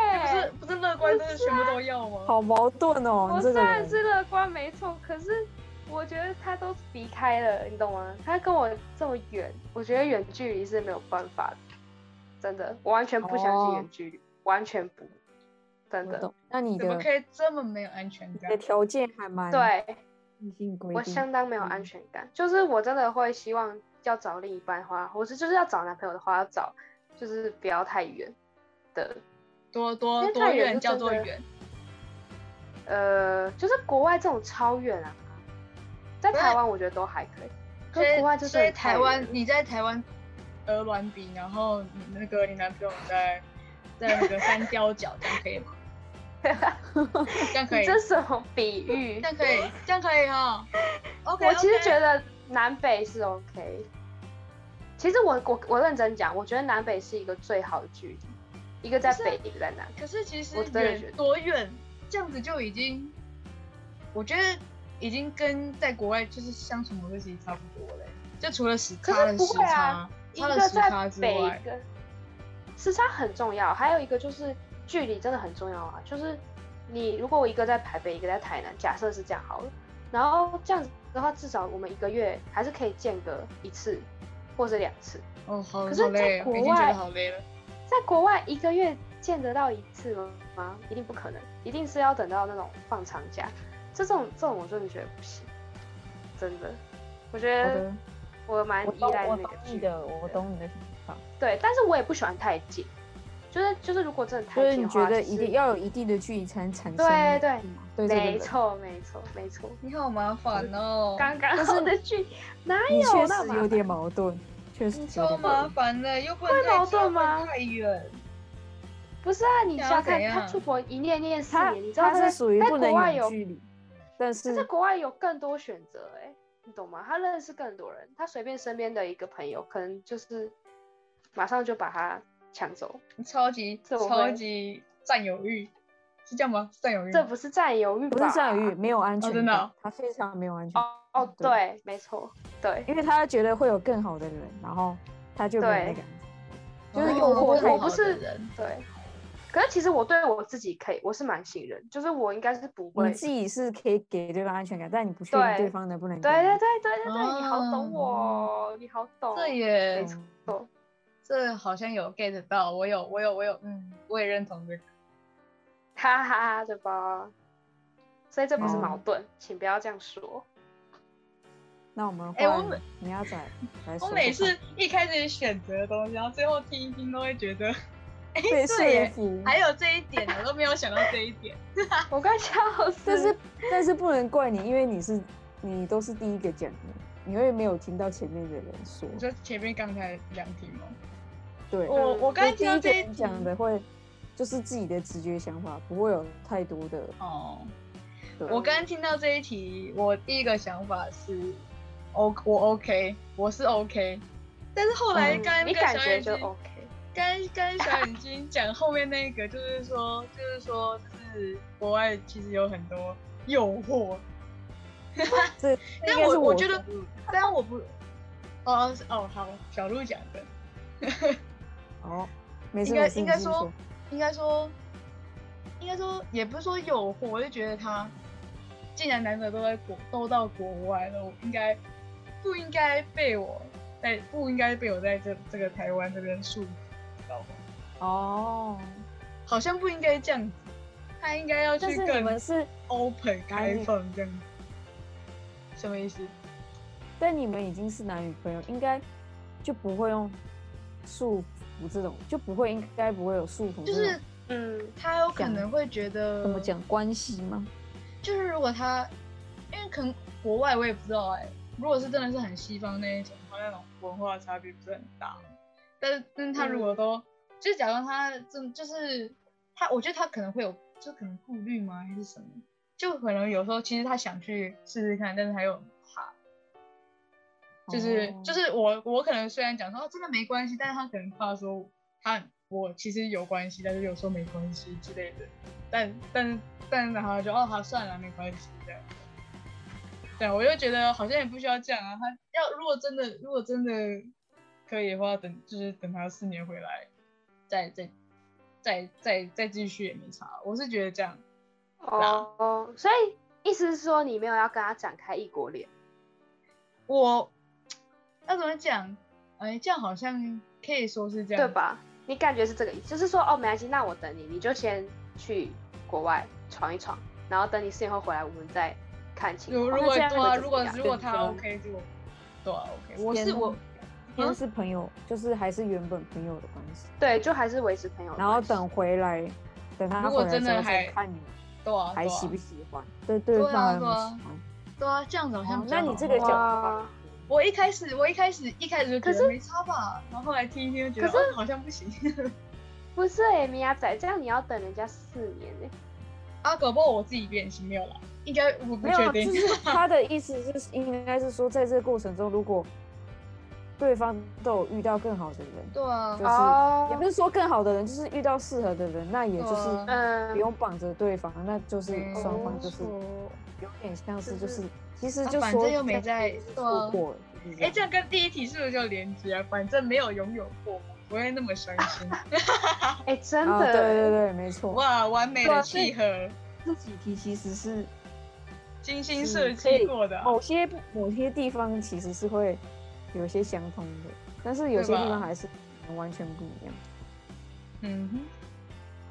[SPEAKER 3] 不是不啊是乐观，真的全部都要吗？
[SPEAKER 1] 好矛盾哦，
[SPEAKER 2] 我
[SPEAKER 1] 你
[SPEAKER 2] 虽
[SPEAKER 1] 这个
[SPEAKER 2] 然
[SPEAKER 1] 人。
[SPEAKER 2] 是乐观没错，可是我觉得他都离开了，你懂吗？他跟我这么远，我觉得远距离是没有办法的，真的，我完全不相信
[SPEAKER 1] 哦
[SPEAKER 2] 远距离，完全不，真
[SPEAKER 1] 我
[SPEAKER 2] 的。
[SPEAKER 1] 懂。那你
[SPEAKER 3] 怎么
[SPEAKER 1] 的
[SPEAKER 3] 可以这么没有安全
[SPEAKER 1] 你
[SPEAKER 3] 感
[SPEAKER 1] 的？条件还蛮
[SPEAKER 2] 对
[SPEAKER 1] 硬性规
[SPEAKER 2] 我
[SPEAKER 1] 定。
[SPEAKER 2] 相当没有
[SPEAKER 1] 嗯
[SPEAKER 2] 安全感，就是我真的会希望要找另一半的话，或是就是要找男朋友的话，要找就是不要太远的，
[SPEAKER 3] 多
[SPEAKER 2] 因
[SPEAKER 3] 多
[SPEAKER 2] 为
[SPEAKER 3] 多
[SPEAKER 2] 太远
[SPEAKER 3] 远
[SPEAKER 2] 就
[SPEAKER 3] 叫做
[SPEAKER 2] 真的
[SPEAKER 3] 远？
[SPEAKER 2] 呃，就是国外这种超远啊，在
[SPEAKER 3] 不是
[SPEAKER 2] 台湾我觉得都还可以，可
[SPEAKER 3] 所
[SPEAKER 2] 是
[SPEAKER 3] 以
[SPEAKER 2] 国外就是
[SPEAKER 3] 所以
[SPEAKER 2] 很
[SPEAKER 3] 台
[SPEAKER 2] 太
[SPEAKER 3] 湾
[SPEAKER 2] 远
[SPEAKER 3] 你在台湾呃鹅卵比，然后你那个你男朋友在在那个三貂角，这样可以 吗？这样可以，
[SPEAKER 2] 你这
[SPEAKER 3] 这
[SPEAKER 2] 是什么比喻？
[SPEAKER 3] 样可以，这样可以哈。OK，
[SPEAKER 2] 我其实觉得南北是 OK。其实我我我认真讲，我觉得南北是一个最好的距离，一个在
[SPEAKER 3] 不是
[SPEAKER 2] 北，一个在南。
[SPEAKER 3] 可是其实
[SPEAKER 2] 我真的觉
[SPEAKER 3] 远
[SPEAKER 2] 得
[SPEAKER 3] 多远，这样子就已经，我觉得已经跟在国外就是相处模式其实差不多嘞，就除了时
[SPEAKER 2] 可
[SPEAKER 3] 差
[SPEAKER 2] 是
[SPEAKER 3] 的
[SPEAKER 2] 不
[SPEAKER 3] 时
[SPEAKER 2] 会
[SPEAKER 3] 差，
[SPEAKER 2] 啊一
[SPEAKER 3] 差的
[SPEAKER 2] 个
[SPEAKER 3] 时差
[SPEAKER 2] 在
[SPEAKER 3] 之
[SPEAKER 2] 北，
[SPEAKER 3] 外
[SPEAKER 2] 一，个时差很重要，还有一个就是距离真的很重要啊。就是你如果我一个在台北，一个在台南，假设是这样好了，然后这样子的话，至少我们一个月还是可以见个一次或者两次。
[SPEAKER 3] 哦，好
[SPEAKER 2] 可是
[SPEAKER 3] 好累
[SPEAKER 2] 在
[SPEAKER 3] 哦，
[SPEAKER 2] 国
[SPEAKER 3] 已经觉
[SPEAKER 2] 外
[SPEAKER 3] 得好累了。
[SPEAKER 2] 在国外一个月见得到一次吗？一定不可能，一定是要等到那种放长假。这种这种我真的觉得不行，真的，我觉
[SPEAKER 4] 好
[SPEAKER 2] 得
[SPEAKER 4] 的，
[SPEAKER 2] 我蛮
[SPEAKER 4] 我
[SPEAKER 2] 依
[SPEAKER 4] 懂
[SPEAKER 2] 赖
[SPEAKER 4] 我
[SPEAKER 2] 那
[SPEAKER 4] 懂
[SPEAKER 2] 个
[SPEAKER 4] 你
[SPEAKER 2] 剧
[SPEAKER 4] 的，我懂你的想法，
[SPEAKER 2] 对，但是我也不喜欢太近，就是就是如果真的太
[SPEAKER 1] 就是
[SPEAKER 2] 近
[SPEAKER 1] 你
[SPEAKER 2] 的
[SPEAKER 1] 觉
[SPEAKER 2] 话，
[SPEAKER 1] 得
[SPEAKER 2] 就
[SPEAKER 1] 一
[SPEAKER 2] 是
[SPEAKER 1] 定要有一定的距离才能产生
[SPEAKER 2] 对对
[SPEAKER 1] 对这个
[SPEAKER 2] 没
[SPEAKER 1] 人，
[SPEAKER 2] 错没错没错，
[SPEAKER 3] 你好麻烦哦，
[SPEAKER 2] 刚刚好的剧哪
[SPEAKER 1] 你
[SPEAKER 2] 有
[SPEAKER 1] 确
[SPEAKER 2] 哎那
[SPEAKER 1] 实
[SPEAKER 2] 么
[SPEAKER 1] 有点矛盾，确实有
[SPEAKER 3] 超
[SPEAKER 1] 点
[SPEAKER 3] 麻
[SPEAKER 1] 矛盾。
[SPEAKER 3] 烦的，又不能
[SPEAKER 2] 会
[SPEAKER 3] 太
[SPEAKER 2] 矛
[SPEAKER 3] 近又
[SPEAKER 2] 盾
[SPEAKER 3] 不能
[SPEAKER 2] 吗
[SPEAKER 3] 太远，
[SPEAKER 2] 不是啊？你
[SPEAKER 3] 想
[SPEAKER 2] 想
[SPEAKER 3] 要
[SPEAKER 2] 想看
[SPEAKER 3] 怎，
[SPEAKER 2] 他
[SPEAKER 3] 样
[SPEAKER 2] 出国一念念四
[SPEAKER 1] 他
[SPEAKER 2] 年，你知道
[SPEAKER 1] 他
[SPEAKER 2] 在
[SPEAKER 1] 是属于
[SPEAKER 2] 在
[SPEAKER 1] 不能
[SPEAKER 2] 国外
[SPEAKER 1] 远
[SPEAKER 2] 有
[SPEAKER 1] 距离，但是
[SPEAKER 2] 他在国外有更多选择，哎，你懂吗？他认识更多人，他随便身边的一个朋友，可能就是马上就把他抢走，
[SPEAKER 3] 超级
[SPEAKER 2] 这我会
[SPEAKER 3] 超级占有欲，是这样吗？是占有欲吗，
[SPEAKER 2] 这不是占有欲吧？
[SPEAKER 1] 嗯不是占有欲，没有安全
[SPEAKER 3] 哦
[SPEAKER 1] 感，
[SPEAKER 3] 真的哦
[SPEAKER 1] 他非常没有安全感，
[SPEAKER 2] 哦哦，
[SPEAKER 1] 对
[SPEAKER 2] 对，没错，对
[SPEAKER 1] 因为他觉得会有更好的人，然后他就没有
[SPEAKER 2] 对
[SPEAKER 1] 那个安全感。就是
[SPEAKER 3] 哦
[SPEAKER 1] 诱惑
[SPEAKER 2] 我
[SPEAKER 1] 太
[SPEAKER 2] 我不
[SPEAKER 1] 多
[SPEAKER 2] 是
[SPEAKER 3] 人，
[SPEAKER 2] 对。可是其实我对我自己可以，我是蛮信任，就是我应该是不会
[SPEAKER 1] 你。自己是可以给对方安全感，但你不确定
[SPEAKER 2] 对
[SPEAKER 1] 对方能不能给
[SPEAKER 2] 对
[SPEAKER 1] 你
[SPEAKER 2] 对对对对对，你好
[SPEAKER 3] 哦
[SPEAKER 2] 懂我，你好懂。
[SPEAKER 3] 这也
[SPEAKER 2] 没
[SPEAKER 1] 嗯
[SPEAKER 2] 错，
[SPEAKER 3] 这好像有 get 到，我有我有我有，嗯，我也认同这个。
[SPEAKER 2] 哈哈哈，对吧？所以这不是
[SPEAKER 1] 哦
[SPEAKER 2] 矛盾，请不要这样说。
[SPEAKER 1] 那我们
[SPEAKER 3] 哎我
[SPEAKER 1] 换
[SPEAKER 3] 每
[SPEAKER 1] 你要再来说
[SPEAKER 3] 我
[SPEAKER 1] 说
[SPEAKER 3] 每
[SPEAKER 1] 看
[SPEAKER 3] 次一开始选择的东西，然后最后听一听都会觉 得，哎、
[SPEAKER 1] 被
[SPEAKER 3] 对
[SPEAKER 1] 说
[SPEAKER 3] 耶，
[SPEAKER 1] 服，
[SPEAKER 3] 还有这一点我都没有想到这一点。
[SPEAKER 2] 我快笑死。
[SPEAKER 1] 但是但是不能怪你，因为你是你都是第一个讲的，你会没有听到前面的人说。
[SPEAKER 3] 你说前面刚才两题吗？
[SPEAKER 1] 对，
[SPEAKER 3] 我我刚才
[SPEAKER 1] 就
[SPEAKER 3] 听到
[SPEAKER 1] 第一个
[SPEAKER 3] 这一
[SPEAKER 1] 人讲
[SPEAKER 3] 题
[SPEAKER 1] 的会就是自己的直觉想法，不会有太多的。
[SPEAKER 3] 哦，
[SPEAKER 1] 对
[SPEAKER 3] 我刚刚听到这一题，我第一个想法是，O 我 OK，我是 OK，但是后来
[SPEAKER 2] 嗯
[SPEAKER 3] 刚刚
[SPEAKER 2] 你
[SPEAKER 3] 那个
[SPEAKER 2] 感
[SPEAKER 3] 小
[SPEAKER 2] 觉
[SPEAKER 3] 眼
[SPEAKER 2] 就哦
[SPEAKER 3] 睛，
[SPEAKER 2] OK。
[SPEAKER 3] 刚刚小眼睛讲后面那个，就是说，就是说，就是国外其实有很多诱惑，
[SPEAKER 1] 这
[SPEAKER 3] 但
[SPEAKER 1] 应该是
[SPEAKER 3] 我
[SPEAKER 1] 我
[SPEAKER 3] 觉得，但我不，哦哦好，小鹿讲的，
[SPEAKER 1] 哦，没事
[SPEAKER 3] 应该
[SPEAKER 1] 没事，
[SPEAKER 3] 应
[SPEAKER 1] 你
[SPEAKER 3] 该
[SPEAKER 1] 继续说
[SPEAKER 3] 说，应该说，应该说，也不是说诱惑，我就觉得他，既然难得都在国都到国外了，我应该不应该被我在不应该被我在这这个台湾这边束缚，知道吗？
[SPEAKER 1] 哦，
[SPEAKER 3] 好像不应该这样子，他应该要
[SPEAKER 1] 但
[SPEAKER 3] 去
[SPEAKER 1] 是你
[SPEAKER 3] 更
[SPEAKER 1] 们是，
[SPEAKER 3] open
[SPEAKER 1] 哪里
[SPEAKER 3] 开放这样子，什么意思？
[SPEAKER 1] 但你们已经是男女朋友，应该就不会用束缚这种，就不会应该不会有束缚
[SPEAKER 3] 就
[SPEAKER 1] 这种，
[SPEAKER 3] 是
[SPEAKER 2] 嗯，
[SPEAKER 3] 他有可能会觉得
[SPEAKER 1] 怎么讲关系吗？
[SPEAKER 3] 就是如果他，因为可能国外我也不知道哎、如果是真的是很西方那一种，他那种文化差别不是很大，但是但是他如果都、就假装他真就是他，我觉得他可能会有就可能顾虑吗还是什么，就可能有时候其实他想去试试看，但是他又很怕。就是、
[SPEAKER 1] 哦
[SPEAKER 3] 就是我我可能虽然讲说、哦、真的没关系，但是他可能怕说他我其实有关系，但是有时候没关系之类的。但但但然后就哦，好算了，没关系这样。对，我就觉得好像也不需要这样啊。他要如果真的如果真的可以的话，等就是等他四年回来，再再再再再继续也没差。我是觉得这样，
[SPEAKER 2] 哦哦，所以意思是说你没有要跟他展开异国恋。
[SPEAKER 3] 我要怎么讲？哎，这样好像可以说是这样，
[SPEAKER 2] 对？吧？你感觉是这个意思，就是说哦，没关系，那我等你，你就先去国外闯一闯，然后等你四年后回来，我们再看情
[SPEAKER 3] 如
[SPEAKER 2] 况。
[SPEAKER 3] 如果
[SPEAKER 2] 那
[SPEAKER 3] 对
[SPEAKER 2] 这样
[SPEAKER 3] 啊，
[SPEAKER 2] 会
[SPEAKER 3] 如果
[SPEAKER 2] 怎么样
[SPEAKER 3] 如果他
[SPEAKER 1] 对
[SPEAKER 3] OK 就对啊 OK，我是
[SPEAKER 1] 天
[SPEAKER 3] 我
[SPEAKER 1] 先是朋友，就是还是原本朋友的关系，
[SPEAKER 2] 对，就还是维持朋友的
[SPEAKER 1] 然后
[SPEAKER 2] 关系
[SPEAKER 1] 等回来，等他
[SPEAKER 3] 如
[SPEAKER 1] 回
[SPEAKER 3] 果
[SPEAKER 1] 来
[SPEAKER 3] 真
[SPEAKER 1] 之后
[SPEAKER 3] 的
[SPEAKER 1] 再
[SPEAKER 3] 还
[SPEAKER 1] 看你
[SPEAKER 3] 对啊，
[SPEAKER 1] 还
[SPEAKER 3] 对啊
[SPEAKER 1] 喜不喜欢，对对
[SPEAKER 3] 对啊
[SPEAKER 1] 方还有
[SPEAKER 3] 对
[SPEAKER 1] 没有
[SPEAKER 3] 啊
[SPEAKER 1] 喜欢。
[SPEAKER 3] 对啊，这样子好像
[SPEAKER 1] 哦
[SPEAKER 3] 比较
[SPEAKER 1] 那
[SPEAKER 3] 好、
[SPEAKER 1] 你这个
[SPEAKER 2] 哇
[SPEAKER 1] 讲法，
[SPEAKER 3] 我一开始，我一开始一开始就觉
[SPEAKER 2] 可是
[SPEAKER 3] 得没差吧，然后后来听一听就觉得
[SPEAKER 2] 可是
[SPEAKER 3] 哦、好像不行
[SPEAKER 2] 不是哎、米亚仔，这样你要等人家四年哎、
[SPEAKER 3] 啊，搞不好我自己变形没有啦，应该我不
[SPEAKER 1] 没有
[SPEAKER 3] 确
[SPEAKER 1] 啊，
[SPEAKER 3] 定
[SPEAKER 1] 就。是他的意思就是应该是说，在这个过程中，如果对方都有遇到更好的人，
[SPEAKER 3] 对啊
[SPEAKER 1] 就，是
[SPEAKER 2] 哦
[SPEAKER 1] 也不是说更好的人，就是遇到适合的人，那也就
[SPEAKER 3] 对啊
[SPEAKER 1] 是
[SPEAKER 2] 嗯
[SPEAKER 1] 不，用绑着对方，那就是
[SPEAKER 3] 没
[SPEAKER 1] 双方就是
[SPEAKER 3] 错
[SPEAKER 1] 有点像是
[SPEAKER 2] 就
[SPEAKER 1] 就是是，其实
[SPEAKER 3] 啊
[SPEAKER 1] 就
[SPEAKER 3] 反
[SPEAKER 1] 说
[SPEAKER 3] 正又没在
[SPEAKER 1] 就是
[SPEAKER 3] 对啊
[SPEAKER 1] 说过了，就是
[SPEAKER 3] 哎、
[SPEAKER 1] 这
[SPEAKER 3] 这样
[SPEAKER 1] 样
[SPEAKER 3] 跟第一题是不是就连接啊？反正没有拥有过，不会那么伤 心。
[SPEAKER 2] 哎、真的、
[SPEAKER 1] 啊，对对对，没错，
[SPEAKER 3] 哇，完美
[SPEAKER 1] 对
[SPEAKER 3] 的
[SPEAKER 1] 啊所以
[SPEAKER 3] 契合，
[SPEAKER 1] 这几题其实是
[SPEAKER 3] 精心设
[SPEAKER 1] 是可以哦
[SPEAKER 3] 计过的啊、
[SPEAKER 1] 某些某些地方其实是会有些相通的，但是有些
[SPEAKER 3] 对吧
[SPEAKER 1] 地方还是完全不一样。
[SPEAKER 3] 嗯哼。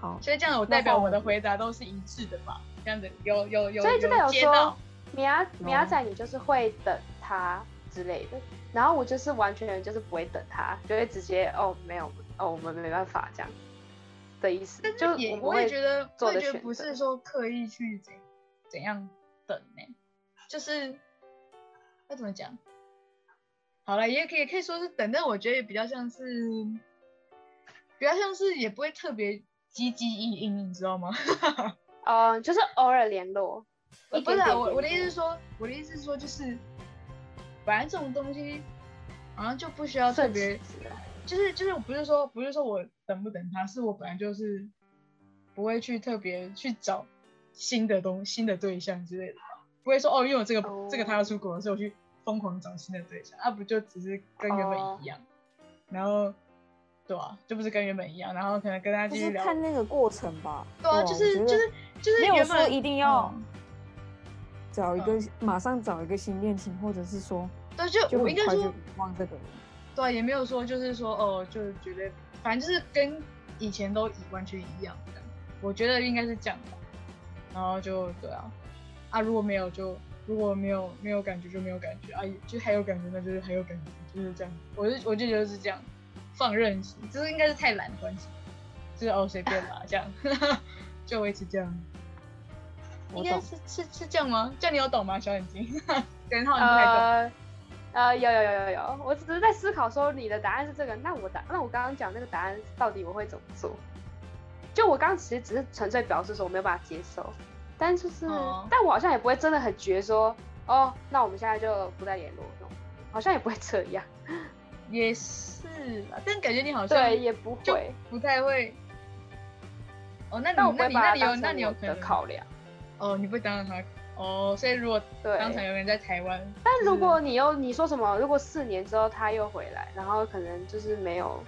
[SPEAKER 1] 好，
[SPEAKER 3] 所以这样我
[SPEAKER 1] 那
[SPEAKER 3] 代表
[SPEAKER 1] 换
[SPEAKER 3] 我的
[SPEAKER 1] 我
[SPEAKER 3] 回答都是一致的吧？这样子有有有，
[SPEAKER 2] 所以这边有
[SPEAKER 3] 接到哦
[SPEAKER 2] 说，米亚米亚仔，你就是会等他之类的，然后我就是完全就是不会等他，就会直接哦没有哦我们没办法这样的意思，
[SPEAKER 3] 但
[SPEAKER 2] 就是
[SPEAKER 3] 也
[SPEAKER 2] 们
[SPEAKER 3] 我
[SPEAKER 2] 会
[SPEAKER 3] 也觉得，
[SPEAKER 2] 做
[SPEAKER 3] 我
[SPEAKER 2] 的
[SPEAKER 3] 也觉得
[SPEAKER 2] 选
[SPEAKER 3] 不
[SPEAKER 2] 择
[SPEAKER 3] 是说刻意去怎怎样等呢、就是要怎么讲？好了，也可以也可以说是等，但我觉得也比较像是，比较像是也不会特别积极应应，你知道吗？
[SPEAKER 2] 哦，就是偶尔联络。
[SPEAKER 3] 呃
[SPEAKER 2] 一
[SPEAKER 3] 不是
[SPEAKER 2] 点
[SPEAKER 3] 啊、
[SPEAKER 2] 点
[SPEAKER 3] 我我的意
[SPEAKER 2] 联
[SPEAKER 3] 思
[SPEAKER 2] 络
[SPEAKER 3] 是说，我的意思是说就是，反正这种东西好像就不需要特
[SPEAKER 2] 顺
[SPEAKER 3] 别
[SPEAKER 2] 其自然
[SPEAKER 3] 就是就是，我不是说不是说我等不等他，是我本来就是不会去特别去找新的东新的对象之类的吧，不会说哦，因为我这个、
[SPEAKER 2] 哦
[SPEAKER 3] 这个他要出国了，所以我去疯狂找新的对象，啊，不就只是跟原本一样，然后对啊，就不是跟原本一样，然后可能跟他
[SPEAKER 1] 就
[SPEAKER 3] 继
[SPEAKER 1] 是
[SPEAKER 3] 续聊，
[SPEAKER 1] 看那个过程吧。
[SPEAKER 3] 对啊，
[SPEAKER 1] 哇
[SPEAKER 3] 就是
[SPEAKER 1] 我觉得
[SPEAKER 3] 就是就是
[SPEAKER 1] 没有
[SPEAKER 3] 原
[SPEAKER 1] 说
[SPEAKER 3] 本
[SPEAKER 1] 一定要
[SPEAKER 3] 嗯
[SPEAKER 1] 找一个、马上找一个新恋情，或者是说
[SPEAKER 3] 对，就
[SPEAKER 1] 就
[SPEAKER 3] 我
[SPEAKER 1] 很
[SPEAKER 3] 应该
[SPEAKER 1] 快就
[SPEAKER 3] 说
[SPEAKER 1] 遗忘这个人。
[SPEAKER 3] 对啊、也没有说就是说哦，就觉得反正就是跟以前都完全一样这样我觉得应该是这样吧。然后就对啊，啊如果没有就如果没有没有感觉就没有感觉啊，就还有感觉那就是还有感觉，就是这样。我就我就觉得是这样，放任型，就是应该是太懒的关系，就是哦随便吧这样， 就维持这样。应
[SPEAKER 1] 我
[SPEAKER 3] 该
[SPEAKER 1] 懂，
[SPEAKER 3] 是是是这样吗？这样你有懂吗，小眼睛？ 等浩你不太懂。
[SPEAKER 2] 呃呃，有有有有有，我只是在思考说你的答案是这个，那我答那我刚刚讲那个答案到底我会怎么做？就我刚刚其实只是纯粹表示说我没有办法接受，但就是、
[SPEAKER 3] 哦
[SPEAKER 2] 但我好像也不会真的很绝说哦，那我们现在就不再联络，那种好像也不会这样，
[SPEAKER 3] 也是啦，但感觉你好像
[SPEAKER 2] 对，也不
[SPEAKER 3] 就
[SPEAKER 2] 会，
[SPEAKER 3] 不太会。哦，那你
[SPEAKER 2] 但我不
[SPEAKER 3] 那
[SPEAKER 2] 会
[SPEAKER 3] 你
[SPEAKER 2] 把
[SPEAKER 3] 那
[SPEAKER 2] 它
[SPEAKER 3] 你有
[SPEAKER 2] 当
[SPEAKER 3] 那
[SPEAKER 2] 成
[SPEAKER 3] 你有
[SPEAKER 2] 我
[SPEAKER 3] 可
[SPEAKER 2] 的
[SPEAKER 3] 能
[SPEAKER 2] 考量。
[SPEAKER 3] 哦，你不当然他哦，所以如果
[SPEAKER 2] 对，
[SPEAKER 3] 当场有人在台湾，
[SPEAKER 2] 但如果你又你说什么，如果四年之后他又回来，然后可能就是没有，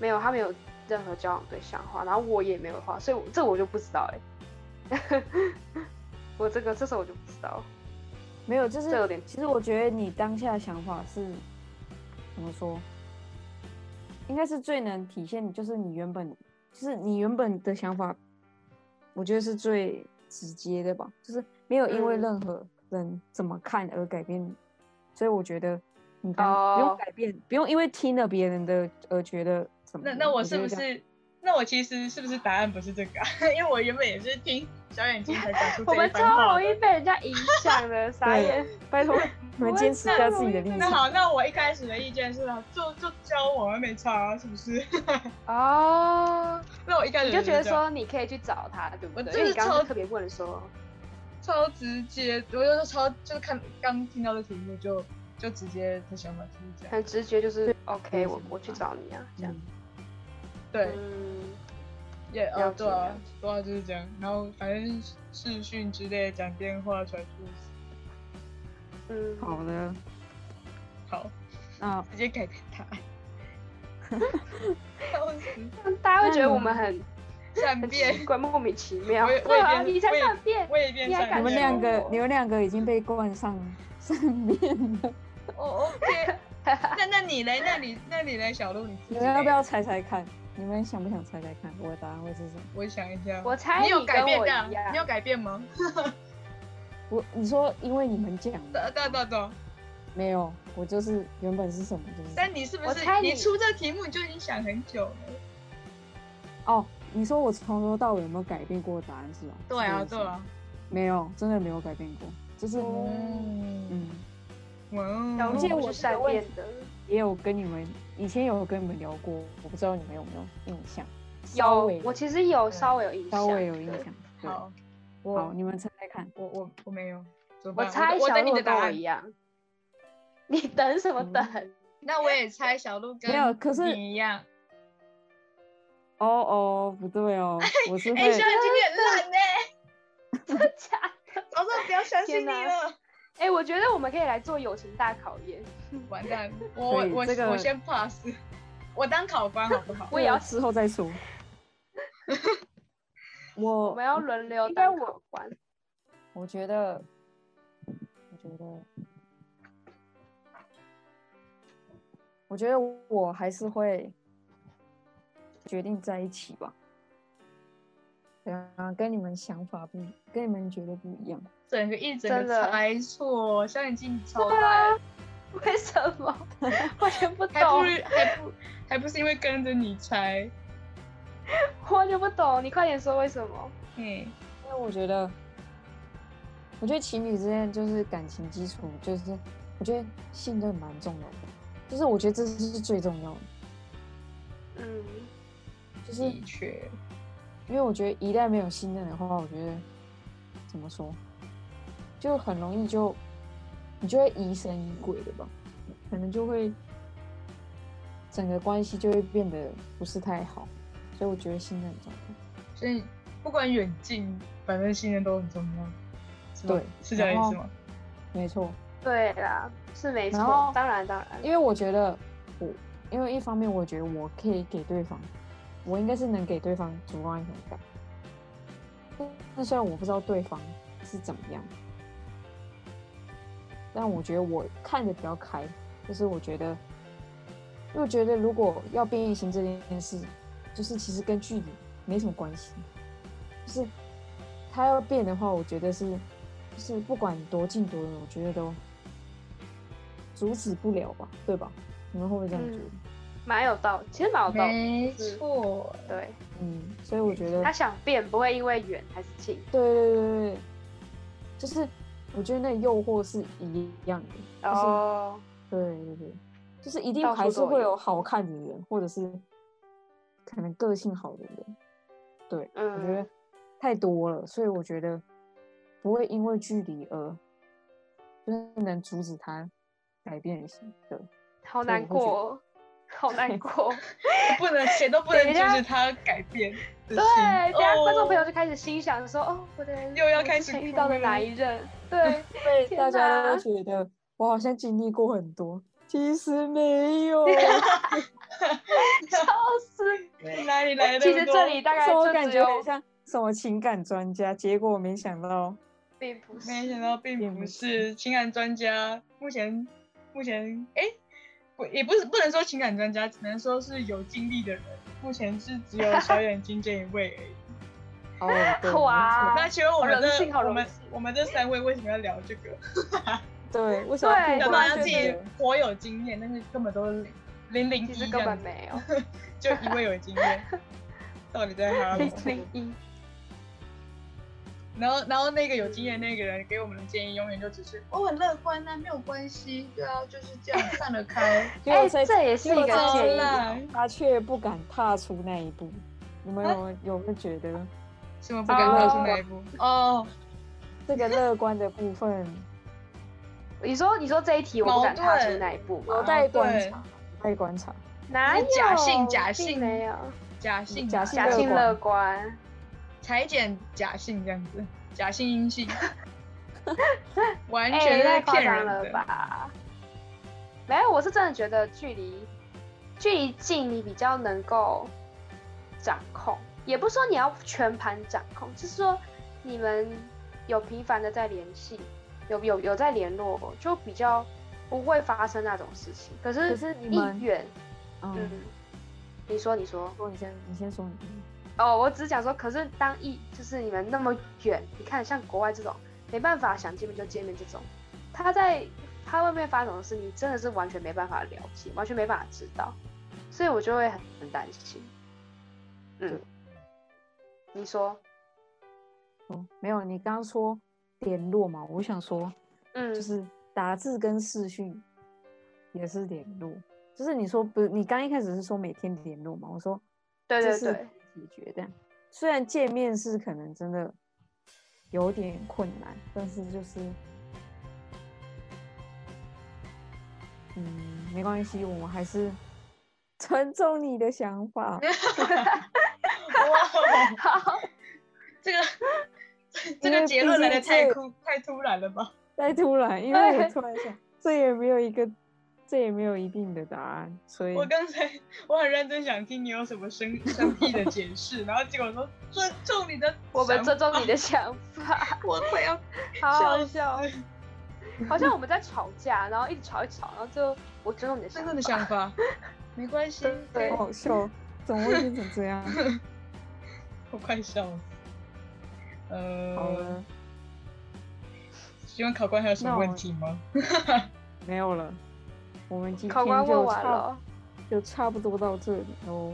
[SPEAKER 2] 没有他没有任何交往对象的话，然后我也没有的话，所以我这我就不知道哎、 我这个这时候我就不知道，
[SPEAKER 1] 没有，就是
[SPEAKER 2] 这有点
[SPEAKER 1] 其实我觉得你当下的想法是怎么说，应该是最能体现，就是你原本就是你原本的想法，我觉得是最直接的吧，就是没有因为
[SPEAKER 2] 嗯
[SPEAKER 1] 任何人怎么看而改变你，所以我觉得你当、不
[SPEAKER 2] 哦
[SPEAKER 1] 用改变，不用因为听了别人的而觉得怎么
[SPEAKER 3] 那
[SPEAKER 1] 样。
[SPEAKER 3] 那我
[SPEAKER 1] 觉
[SPEAKER 3] 是
[SPEAKER 1] 得
[SPEAKER 3] 不
[SPEAKER 1] 这样
[SPEAKER 3] 是？那我其实是不是答案不是这个、啊？ 因为我原本也是听小眼睛才讲出
[SPEAKER 2] 我
[SPEAKER 3] 这一
[SPEAKER 2] 们
[SPEAKER 3] 番
[SPEAKER 2] 超
[SPEAKER 3] 话
[SPEAKER 2] 容易
[SPEAKER 3] 的。
[SPEAKER 2] 被人家影响的，傻眼。
[SPEAKER 1] 拜 托你们坚持一下自己的立
[SPEAKER 3] 那
[SPEAKER 1] 场。
[SPEAKER 3] 好，那我一开始的意见是啊，就就教我们没差、啊，是不是？
[SPEAKER 2] 哦，
[SPEAKER 3] 那我一开始
[SPEAKER 2] 你就觉得
[SPEAKER 3] 是这样
[SPEAKER 2] 说你可以去找他，对不
[SPEAKER 3] 我
[SPEAKER 2] 对？
[SPEAKER 3] 真
[SPEAKER 2] 因为
[SPEAKER 3] 的
[SPEAKER 2] 你刚
[SPEAKER 3] 超
[SPEAKER 2] 刚特别问说，
[SPEAKER 3] 超直接，我就是超就是看刚听到的题目就就直接的想法就是这样。
[SPEAKER 2] 很直觉就是
[SPEAKER 1] 没
[SPEAKER 2] OK，
[SPEAKER 1] 什
[SPEAKER 2] 我
[SPEAKER 1] 么
[SPEAKER 2] 我去
[SPEAKER 1] 吧
[SPEAKER 2] 找你啊，这样。
[SPEAKER 1] 嗯
[SPEAKER 3] 对，
[SPEAKER 2] 嗯，
[SPEAKER 3] 也
[SPEAKER 2] 了
[SPEAKER 3] 哦，
[SPEAKER 2] 解
[SPEAKER 3] 对啊
[SPEAKER 2] 了，
[SPEAKER 3] 对啊，就是这样。然后反正视讯之类，讲电话、传讯息。
[SPEAKER 2] 嗯，
[SPEAKER 1] 好的，
[SPEAKER 3] 好，
[SPEAKER 1] 那
[SPEAKER 3] 直接改变 答案。笑死，
[SPEAKER 2] 大家会觉
[SPEAKER 1] 那
[SPEAKER 2] 得
[SPEAKER 1] 你
[SPEAKER 2] 我们很
[SPEAKER 3] 善
[SPEAKER 2] 很
[SPEAKER 3] 变
[SPEAKER 2] 奇，怪，莫名其妙。
[SPEAKER 3] 我也我
[SPEAKER 2] 对
[SPEAKER 3] 也
[SPEAKER 2] 啊，
[SPEAKER 3] 变
[SPEAKER 2] 你才
[SPEAKER 3] 我也
[SPEAKER 2] 善变。
[SPEAKER 3] 我也变
[SPEAKER 2] 你还
[SPEAKER 3] 善
[SPEAKER 1] 你
[SPEAKER 2] 敢
[SPEAKER 1] 们
[SPEAKER 2] 说
[SPEAKER 3] 变。
[SPEAKER 1] 两个
[SPEAKER 2] 我，
[SPEAKER 1] 你们两个已经被冠上 上面了，
[SPEAKER 3] 哦，OK。那那你嘞？那你那你嘞？小鹿，你自己
[SPEAKER 1] 你们要不
[SPEAKER 3] 嘞？
[SPEAKER 1] 要猜猜看？你们想不想猜猜看？我的答案会是什么？
[SPEAKER 3] 我想一下。
[SPEAKER 2] 我猜
[SPEAKER 3] 你有
[SPEAKER 2] 你
[SPEAKER 3] 改
[SPEAKER 2] 跟
[SPEAKER 3] 变
[SPEAKER 2] 我
[SPEAKER 3] 的啊
[SPEAKER 2] 一样，
[SPEAKER 3] 你有改变吗？
[SPEAKER 1] 我你说因为你们讲
[SPEAKER 3] 对啊对啊对啊对啊。
[SPEAKER 1] 没有，我就是原本是什么就是什么
[SPEAKER 3] 但你是不
[SPEAKER 2] 我
[SPEAKER 3] 是
[SPEAKER 2] 猜
[SPEAKER 3] 你
[SPEAKER 2] 你
[SPEAKER 3] 出这题目你就已经想很久了？
[SPEAKER 1] 哦。你说我从头到尾有没有改变过答案是吧？
[SPEAKER 3] 对啊，
[SPEAKER 1] 是这
[SPEAKER 3] 对
[SPEAKER 1] 个意思吗，
[SPEAKER 3] 啊。
[SPEAKER 1] 没有，真的没有改变过，就是
[SPEAKER 3] 嗯，
[SPEAKER 1] 嗯，
[SPEAKER 3] 哇哦
[SPEAKER 2] 小
[SPEAKER 1] 而且
[SPEAKER 2] 鹿
[SPEAKER 1] 我
[SPEAKER 2] 是
[SPEAKER 1] 是
[SPEAKER 2] 善
[SPEAKER 1] 问
[SPEAKER 2] 变的，
[SPEAKER 1] 也有跟你们以前有跟你们聊过，我不知道你们有没有印象，稍
[SPEAKER 2] 有
[SPEAKER 1] 微
[SPEAKER 2] 我其实有
[SPEAKER 3] 对
[SPEAKER 2] 稍微有印象，
[SPEAKER 1] 稍微有印
[SPEAKER 2] 对
[SPEAKER 1] 象。对，
[SPEAKER 3] 好，
[SPEAKER 1] 好，
[SPEAKER 3] 我
[SPEAKER 1] 你们猜猜看。
[SPEAKER 3] 我我我没有，怎
[SPEAKER 2] 我
[SPEAKER 3] 么办？
[SPEAKER 2] 猜
[SPEAKER 3] 我
[SPEAKER 2] 小
[SPEAKER 3] 等你
[SPEAKER 2] 鹿
[SPEAKER 3] 的
[SPEAKER 2] 跟
[SPEAKER 3] 答
[SPEAKER 2] 我
[SPEAKER 3] 案
[SPEAKER 2] 一。样。你等什么
[SPEAKER 1] 嗯
[SPEAKER 2] 等？
[SPEAKER 3] 那我也猜小鹿跟
[SPEAKER 1] 没有可是
[SPEAKER 3] 你一样。
[SPEAKER 1] 哦哦，不对哦，我是
[SPEAKER 3] 哎，
[SPEAKER 1] 会
[SPEAKER 3] 小眼睛你很烂呢，
[SPEAKER 2] 真的假的？
[SPEAKER 3] 早知道不要相信
[SPEAKER 2] 天
[SPEAKER 3] 你
[SPEAKER 2] 哪
[SPEAKER 3] 了。
[SPEAKER 2] 哎，我觉得我们可以来做友情大考验，
[SPEAKER 1] 嗯
[SPEAKER 3] 完蛋， 我我我
[SPEAKER 1] 这个
[SPEAKER 3] 我先 pass，我 当考官好不好？
[SPEAKER 2] 我也要
[SPEAKER 1] 之后再说。
[SPEAKER 2] 我
[SPEAKER 1] 我
[SPEAKER 2] 们要轮流
[SPEAKER 1] 应该
[SPEAKER 2] 当
[SPEAKER 1] 我
[SPEAKER 2] 考官。
[SPEAKER 1] 我觉得，我觉得，我觉得我还是会决定在一起吧。对啊，跟你们想法不，一，跟你们觉得不一样。
[SPEAKER 3] 整个一整
[SPEAKER 2] 真
[SPEAKER 3] 个
[SPEAKER 2] 的
[SPEAKER 3] 猜错，小眼睛你超烂，
[SPEAKER 2] 为什么？ 完全不
[SPEAKER 3] 还不
[SPEAKER 2] 懂，
[SPEAKER 3] 如还不还不是因为跟着你猜，
[SPEAKER 2] 我完全不懂。你快点说为什么？
[SPEAKER 3] 嗯。
[SPEAKER 1] 因为我觉得，我觉得情侣之间就是感情基础，就是我觉得信任蛮重要的，就是我觉得这是最重要的，
[SPEAKER 2] 嗯，
[SPEAKER 1] 就是
[SPEAKER 3] 的确，
[SPEAKER 1] 因为我觉得一旦没有信任的话，我觉得怎么说，就很容易就你就会疑神疑鬼的吧，可能就会整个关系就会变得不是太好，所以我觉得信任很重要。
[SPEAKER 3] 所以不管远近，反正信任都很重要，是吧
[SPEAKER 1] 对
[SPEAKER 3] 是这样
[SPEAKER 1] 然
[SPEAKER 3] 意
[SPEAKER 1] 后
[SPEAKER 3] 思吗？
[SPEAKER 1] 没错，
[SPEAKER 2] 对啦，是没
[SPEAKER 1] 然后
[SPEAKER 2] 错，当然当然。
[SPEAKER 1] 因为我觉得我因为一方面我觉得我可以给对方，我应该是能给对方足够安全感。但但虽然我不知道对方是怎么样，但我觉得我看得比较开，就是我觉得，因为我觉得如果要变异型这件事，就是其实跟距离没什么关系，就是他要变的话，我觉得是，就是不管多近多远，我觉得都阻止不了吧，对吧？你们会不会这样觉得？
[SPEAKER 2] 蛮有道理，其实蛮有道理。
[SPEAKER 3] 没错，
[SPEAKER 2] 对
[SPEAKER 1] 嗯，所以我觉得
[SPEAKER 2] 他想变不会因为远还是近
[SPEAKER 1] 对对对对，对，就是我觉得那诱惑是一样的，就是、
[SPEAKER 2] 哦，
[SPEAKER 1] 对对对，就是一定
[SPEAKER 2] 到处
[SPEAKER 1] 还是
[SPEAKER 2] 都
[SPEAKER 1] 会
[SPEAKER 2] 有
[SPEAKER 1] 有好看的人，或者是可能个性好的人，对、我觉
[SPEAKER 2] 嗯
[SPEAKER 1] 得太多了，所以我觉得不会因为距离而就是能阻止他改变型的，
[SPEAKER 2] 好难过 哦，好难 过。
[SPEAKER 3] 不能谁都不能
[SPEAKER 2] 等一
[SPEAKER 3] 阻
[SPEAKER 2] 下
[SPEAKER 3] 止他改变的
[SPEAKER 2] 对，
[SPEAKER 3] 心。
[SPEAKER 2] 等一下观众朋友
[SPEAKER 3] 哦
[SPEAKER 2] 就开始心想说，哦，我的
[SPEAKER 3] 又要
[SPEAKER 2] 我之
[SPEAKER 3] 开始
[SPEAKER 2] 前遇
[SPEAKER 3] 哭
[SPEAKER 2] 到的
[SPEAKER 3] 了
[SPEAKER 2] 哪一任？ 对，
[SPEAKER 1] 对，
[SPEAKER 2] 天
[SPEAKER 1] 大家
[SPEAKER 2] 哪
[SPEAKER 1] 都觉得我好像经历过很多，其实没 有，
[SPEAKER 2] 笑死。
[SPEAKER 3] 哪里来
[SPEAKER 2] 哎
[SPEAKER 3] 的？
[SPEAKER 2] 其实这里大概
[SPEAKER 1] 所以我
[SPEAKER 2] 就
[SPEAKER 1] 感
[SPEAKER 2] 只
[SPEAKER 1] 觉
[SPEAKER 2] 有
[SPEAKER 1] 很像什么情感专家，结果没想 到。
[SPEAKER 2] 并不是，
[SPEAKER 3] 没想到并
[SPEAKER 1] 并
[SPEAKER 3] 不
[SPEAKER 1] 不
[SPEAKER 3] 是情感专家，目前目前哎、不也不是不能说情感专家，只能说是有经历的人。目前是只有小眼睛这一位 而已。
[SPEAKER 1] 哦，对，
[SPEAKER 2] 哇
[SPEAKER 3] 那请问我们
[SPEAKER 2] 好荣幸好
[SPEAKER 3] 这
[SPEAKER 2] 荣
[SPEAKER 3] 我们
[SPEAKER 2] 幸
[SPEAKER 3] 我们这三位为什么要聊这个？
[SPEAKER 1] 对，为什么
[SPEAKER 2] 对
[SPEAKER 3] 要
[SPEAKER 1] 不
[SPEAKER 3] 不然
[SPEAKER 1] 关
[SPEAKER 3] 自己
[SPEAKER 1] 的？
[SPEAKER 3] 颇有经验，但是根本都是零零
[SPEAKER 2] 其
[SPEAKER 3] 一
[SPEAKER 2] 实
[SPEAKER 3] 这
[SPEAKER 2] 根
[SPEAKER 3] 样
[SPEAKER 2] 本
[SPEAKER 3] 子，
[SPEAKER 2] 没 有。
[SPEAKER 3] 就一位有 经验，到底在哈喽
[SPEAKER 2] 零？零一，
[SPEAKER 3] 然后，然后那个有经验那个人给我们的建议，永远就只是我很乐观啊，没有关系，对啊，就是这 样散得开。
[SPEAKER 2] 哎，
[SPEAKER 1] 结果
[SPEAKER 2] 这也是
[SPEAKER 1] 结
[SPEAKER 2] 一
[SPEAKER 1] 果
[SPEAKER 2] 个
[SPEAKER 1] 这
[SPEAKER 3] 好
[SPEAKER 2] 建议。
[SPEAKER 3] 啦，
[SPEAKER 1] 他却不敢踏出那一步。你
[SPEAKER 2] 啊
[SPEAKER 1] 们有有没有觉得
[SPEAKER 3] 什么不敢踏出那一步？哦，
[SPEAKER 1] 这个乐观的部分
[SPEAKER 2] 你说，你说这一题我不敢
[SPEAKER 3] 矛
[SPEAKER 2] 踏出
[SPEAKER 3] 盾
[SPEAKER 2] 那一步吗
[SPEAKER 1] 有？哦待观
[SPEAKER 3] 对
[SPEAKER 1] 察，有待观察？
[SPEAKER 2] 哪有
[SPEAKER 3] 假性假
[SPEAKER 2] 并
[SPEAKER 3] 性
[SPEAKER 2] 没有，
[SPEAKER 3] 假性
[SPEAKER 1] 假性
[SPEAKER 2] 假
[SPEAKER 1] 乐
[SPEAKER 2] 性
[SPEAKER 1] 观
[SPEAKER 2] 乐观，
[SPEAKER 3] 裁剪假性这样子，假性阴 性，完
[SPEAKER 2] 哎，
[SPEAKER 3] 全
[SPEAKER 2] 太
[SPEAKER 3] 在
[SPEAKER 2] 夸
[SPEAKER 3] 骗
[SPEAKER 2] 张
[SPEAKER 3] 人
[SPEAKER 2] 了
[SPEAKER 3] 的。
[SPEAKER 2] 吧？没有，我是真的觉得距离距离近，你比较能够掌控，也不是说你要全盘掌控，就是说你们有频繁的在联系，有有有在联络，就比较不会发生那种事情。可是
[SPEAKER 1] 可是你
[SPEAKER 2] 一
[SPEAKER 1] 们
[SPEAKER 2] 远，嗯
[SPEAKER 1] 嗯，，
[SPEAKER 2] 你说你说，
[SPEAKER 1] 说你先，你先说你。
[SPEAKER 2] 哦，我只是讲说，可是当一就是你们那么远，你看像国外这种没办法想见面就见面这种，他在他外面发生什么事，你真的是完全没办法了解，完全没办法知道，所以我就会很很担心。嗯，你说，
[SPEAKER 1] 哦，没有，你刚刚说联络嘛，我想说
[SPEAKER 2] 嗯，
[SPEAKER 1] 就是打字跟视讯也是联络，就是你说不是，你刚一开始是说每天联络嘛？我说
[SPEAKER 2] 对
[SPEAKER 1] 这
[SPEAKER 2] 对
[SPEAKER 1] 是
[SPEAKER 2] 对，
[SPEAKER 1] 解决的。虽然见面是可能真的有点困难，但是就是，嗯，没关系，我们还是 尊重你的想法。
[SPEAKER 3] 哇，
[SPEAKER 2] 好，
[SPEAKER 3] 这个这
[SPEAKER 1] 因
[SPEAKER 3] 个
[SPEAKER 1] 为
[SPEAKER 3] 结
[SPEAKER 1] 毕
[SPEAKER 3] 论来的
[SPEAKER 1] 竟
[SPEAKER 3] 太
[SPEAKER 1] 这
[SPEAKER 3] 突太突然了吧？
[SPEAKER 1] 太突然，因为
[SPEAKER 2] 对
[SPEAKER 1] 我突然想，这也没有一个，这也没有一定的答案，所以
[SPEAKER 3] 我刚才我很认真想听你有什么生生僻的解释，然后结果说尊重你的想法，
[SPEAKER 2] 我们尊重你的想法，
[SPEAKER 3] 我快要
[SPEAKER 2] 好好笑
[SPEAKER 3] 笑，死
[SPEAKER 2] 好像我们在吵架，然后一直吵一直吵，然后就我尊重你的想
[SPEAKER 3] 真
[SPEAKER 2] 法
[SPEAKER 3] 正的，想法，没关系，
[SPEAKER 2] 对
[SPEAKER 1] 好好笑，哦怎么会变成这样？
[SPEAKER 3] 我快笑死。
[SPEAKER 1] 好
[SPEAKER 3] 呃，
[SPEAKER 2] 啊
[SPEAKER 1] 了，
[SPEAKER 3] 请问考官还有什么
[SPEAKER 1] 那
[SPEAKER 3] 问
[SPEAKER 1] 我
[SPEAKER 3] 题吗？
[SPEAKER 1] 没有了，我们今
[SPEAKER 2] 考官
[SPEAKER 1] 天
[SPEAKER 2] 问
[SPEAKER 1] 就
[SPEAKER 2] 完
[SPEAKER 1] 差
[SPEAKER 2] 了，
[SPEAKER 1] 就差不多到这里喽。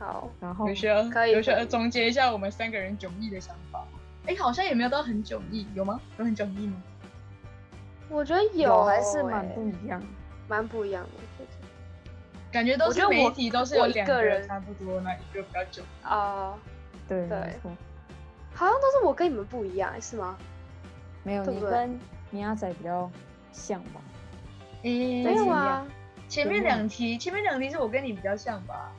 [SPEAKER 2] 好，
[SPEAKER 1] 然后
[SPEAKER 3] 有需要
[SPEAKER 2] 可以
[SPEAKER 3] 有需
[SPEAKER 2] 可
[SPEAKER 3] 要
[SPEAKER 2] 以
[SPEAKER 3] 总结一下我们三个人迥异的想法。哎，好像也没有到很迥异，有吗？有很迥异吗？
[SPEAKER 2] 我觉得
[SPEAKER 1] 有还是蛮
[SPEAKER 2] 欸
[SPEAKER 1] 不一样的。
[SPEAKER 2] 蛮不一样的，我觉得
[SPEAKER 3] 感觉都
[SPEAKER 2] 我
[SPEAKER 3] 是
[SPEAKER 2] 觉得
[SPEAKER 3] 每一
[SPEAKER 2] 我
[SPEAKER 3] 题都是
[SPEAKER 2] 我
[SPEAKER 3] 有
[SPEAKER 2] 一
[SPEAKER 3] 两
[SPEAKER 2] 个人
[SPEAKER 3] 人差不多，那一个比较迥异。
[SPEAKER 2] 哦、
[SPEAKER 1] 对，没
[SPEAKER 2] 对
[SPEAKER 1] 错，
[SPEAKER 2] 好像都是我跟你们不一样，是吗？
[SPEAKER 1] 没有
[SPEAKER 2] 对
[SPEAKER 1] 你
[SPEAKER 2] 不对
[SPEAKER 1] 跟米亚仔比较像吧？
[SPEAKER 3] 诶
[SPEAKER 2] 没
[SPEAKER 1] 对
[SPEAKER 2] 有
[SPEAKER 1] 是一
[SPEAKER 2] 啊
[SPEAKER 1] 样，
[SPEAKER 3] 前面两题，前面两题是我跟你比较像吧？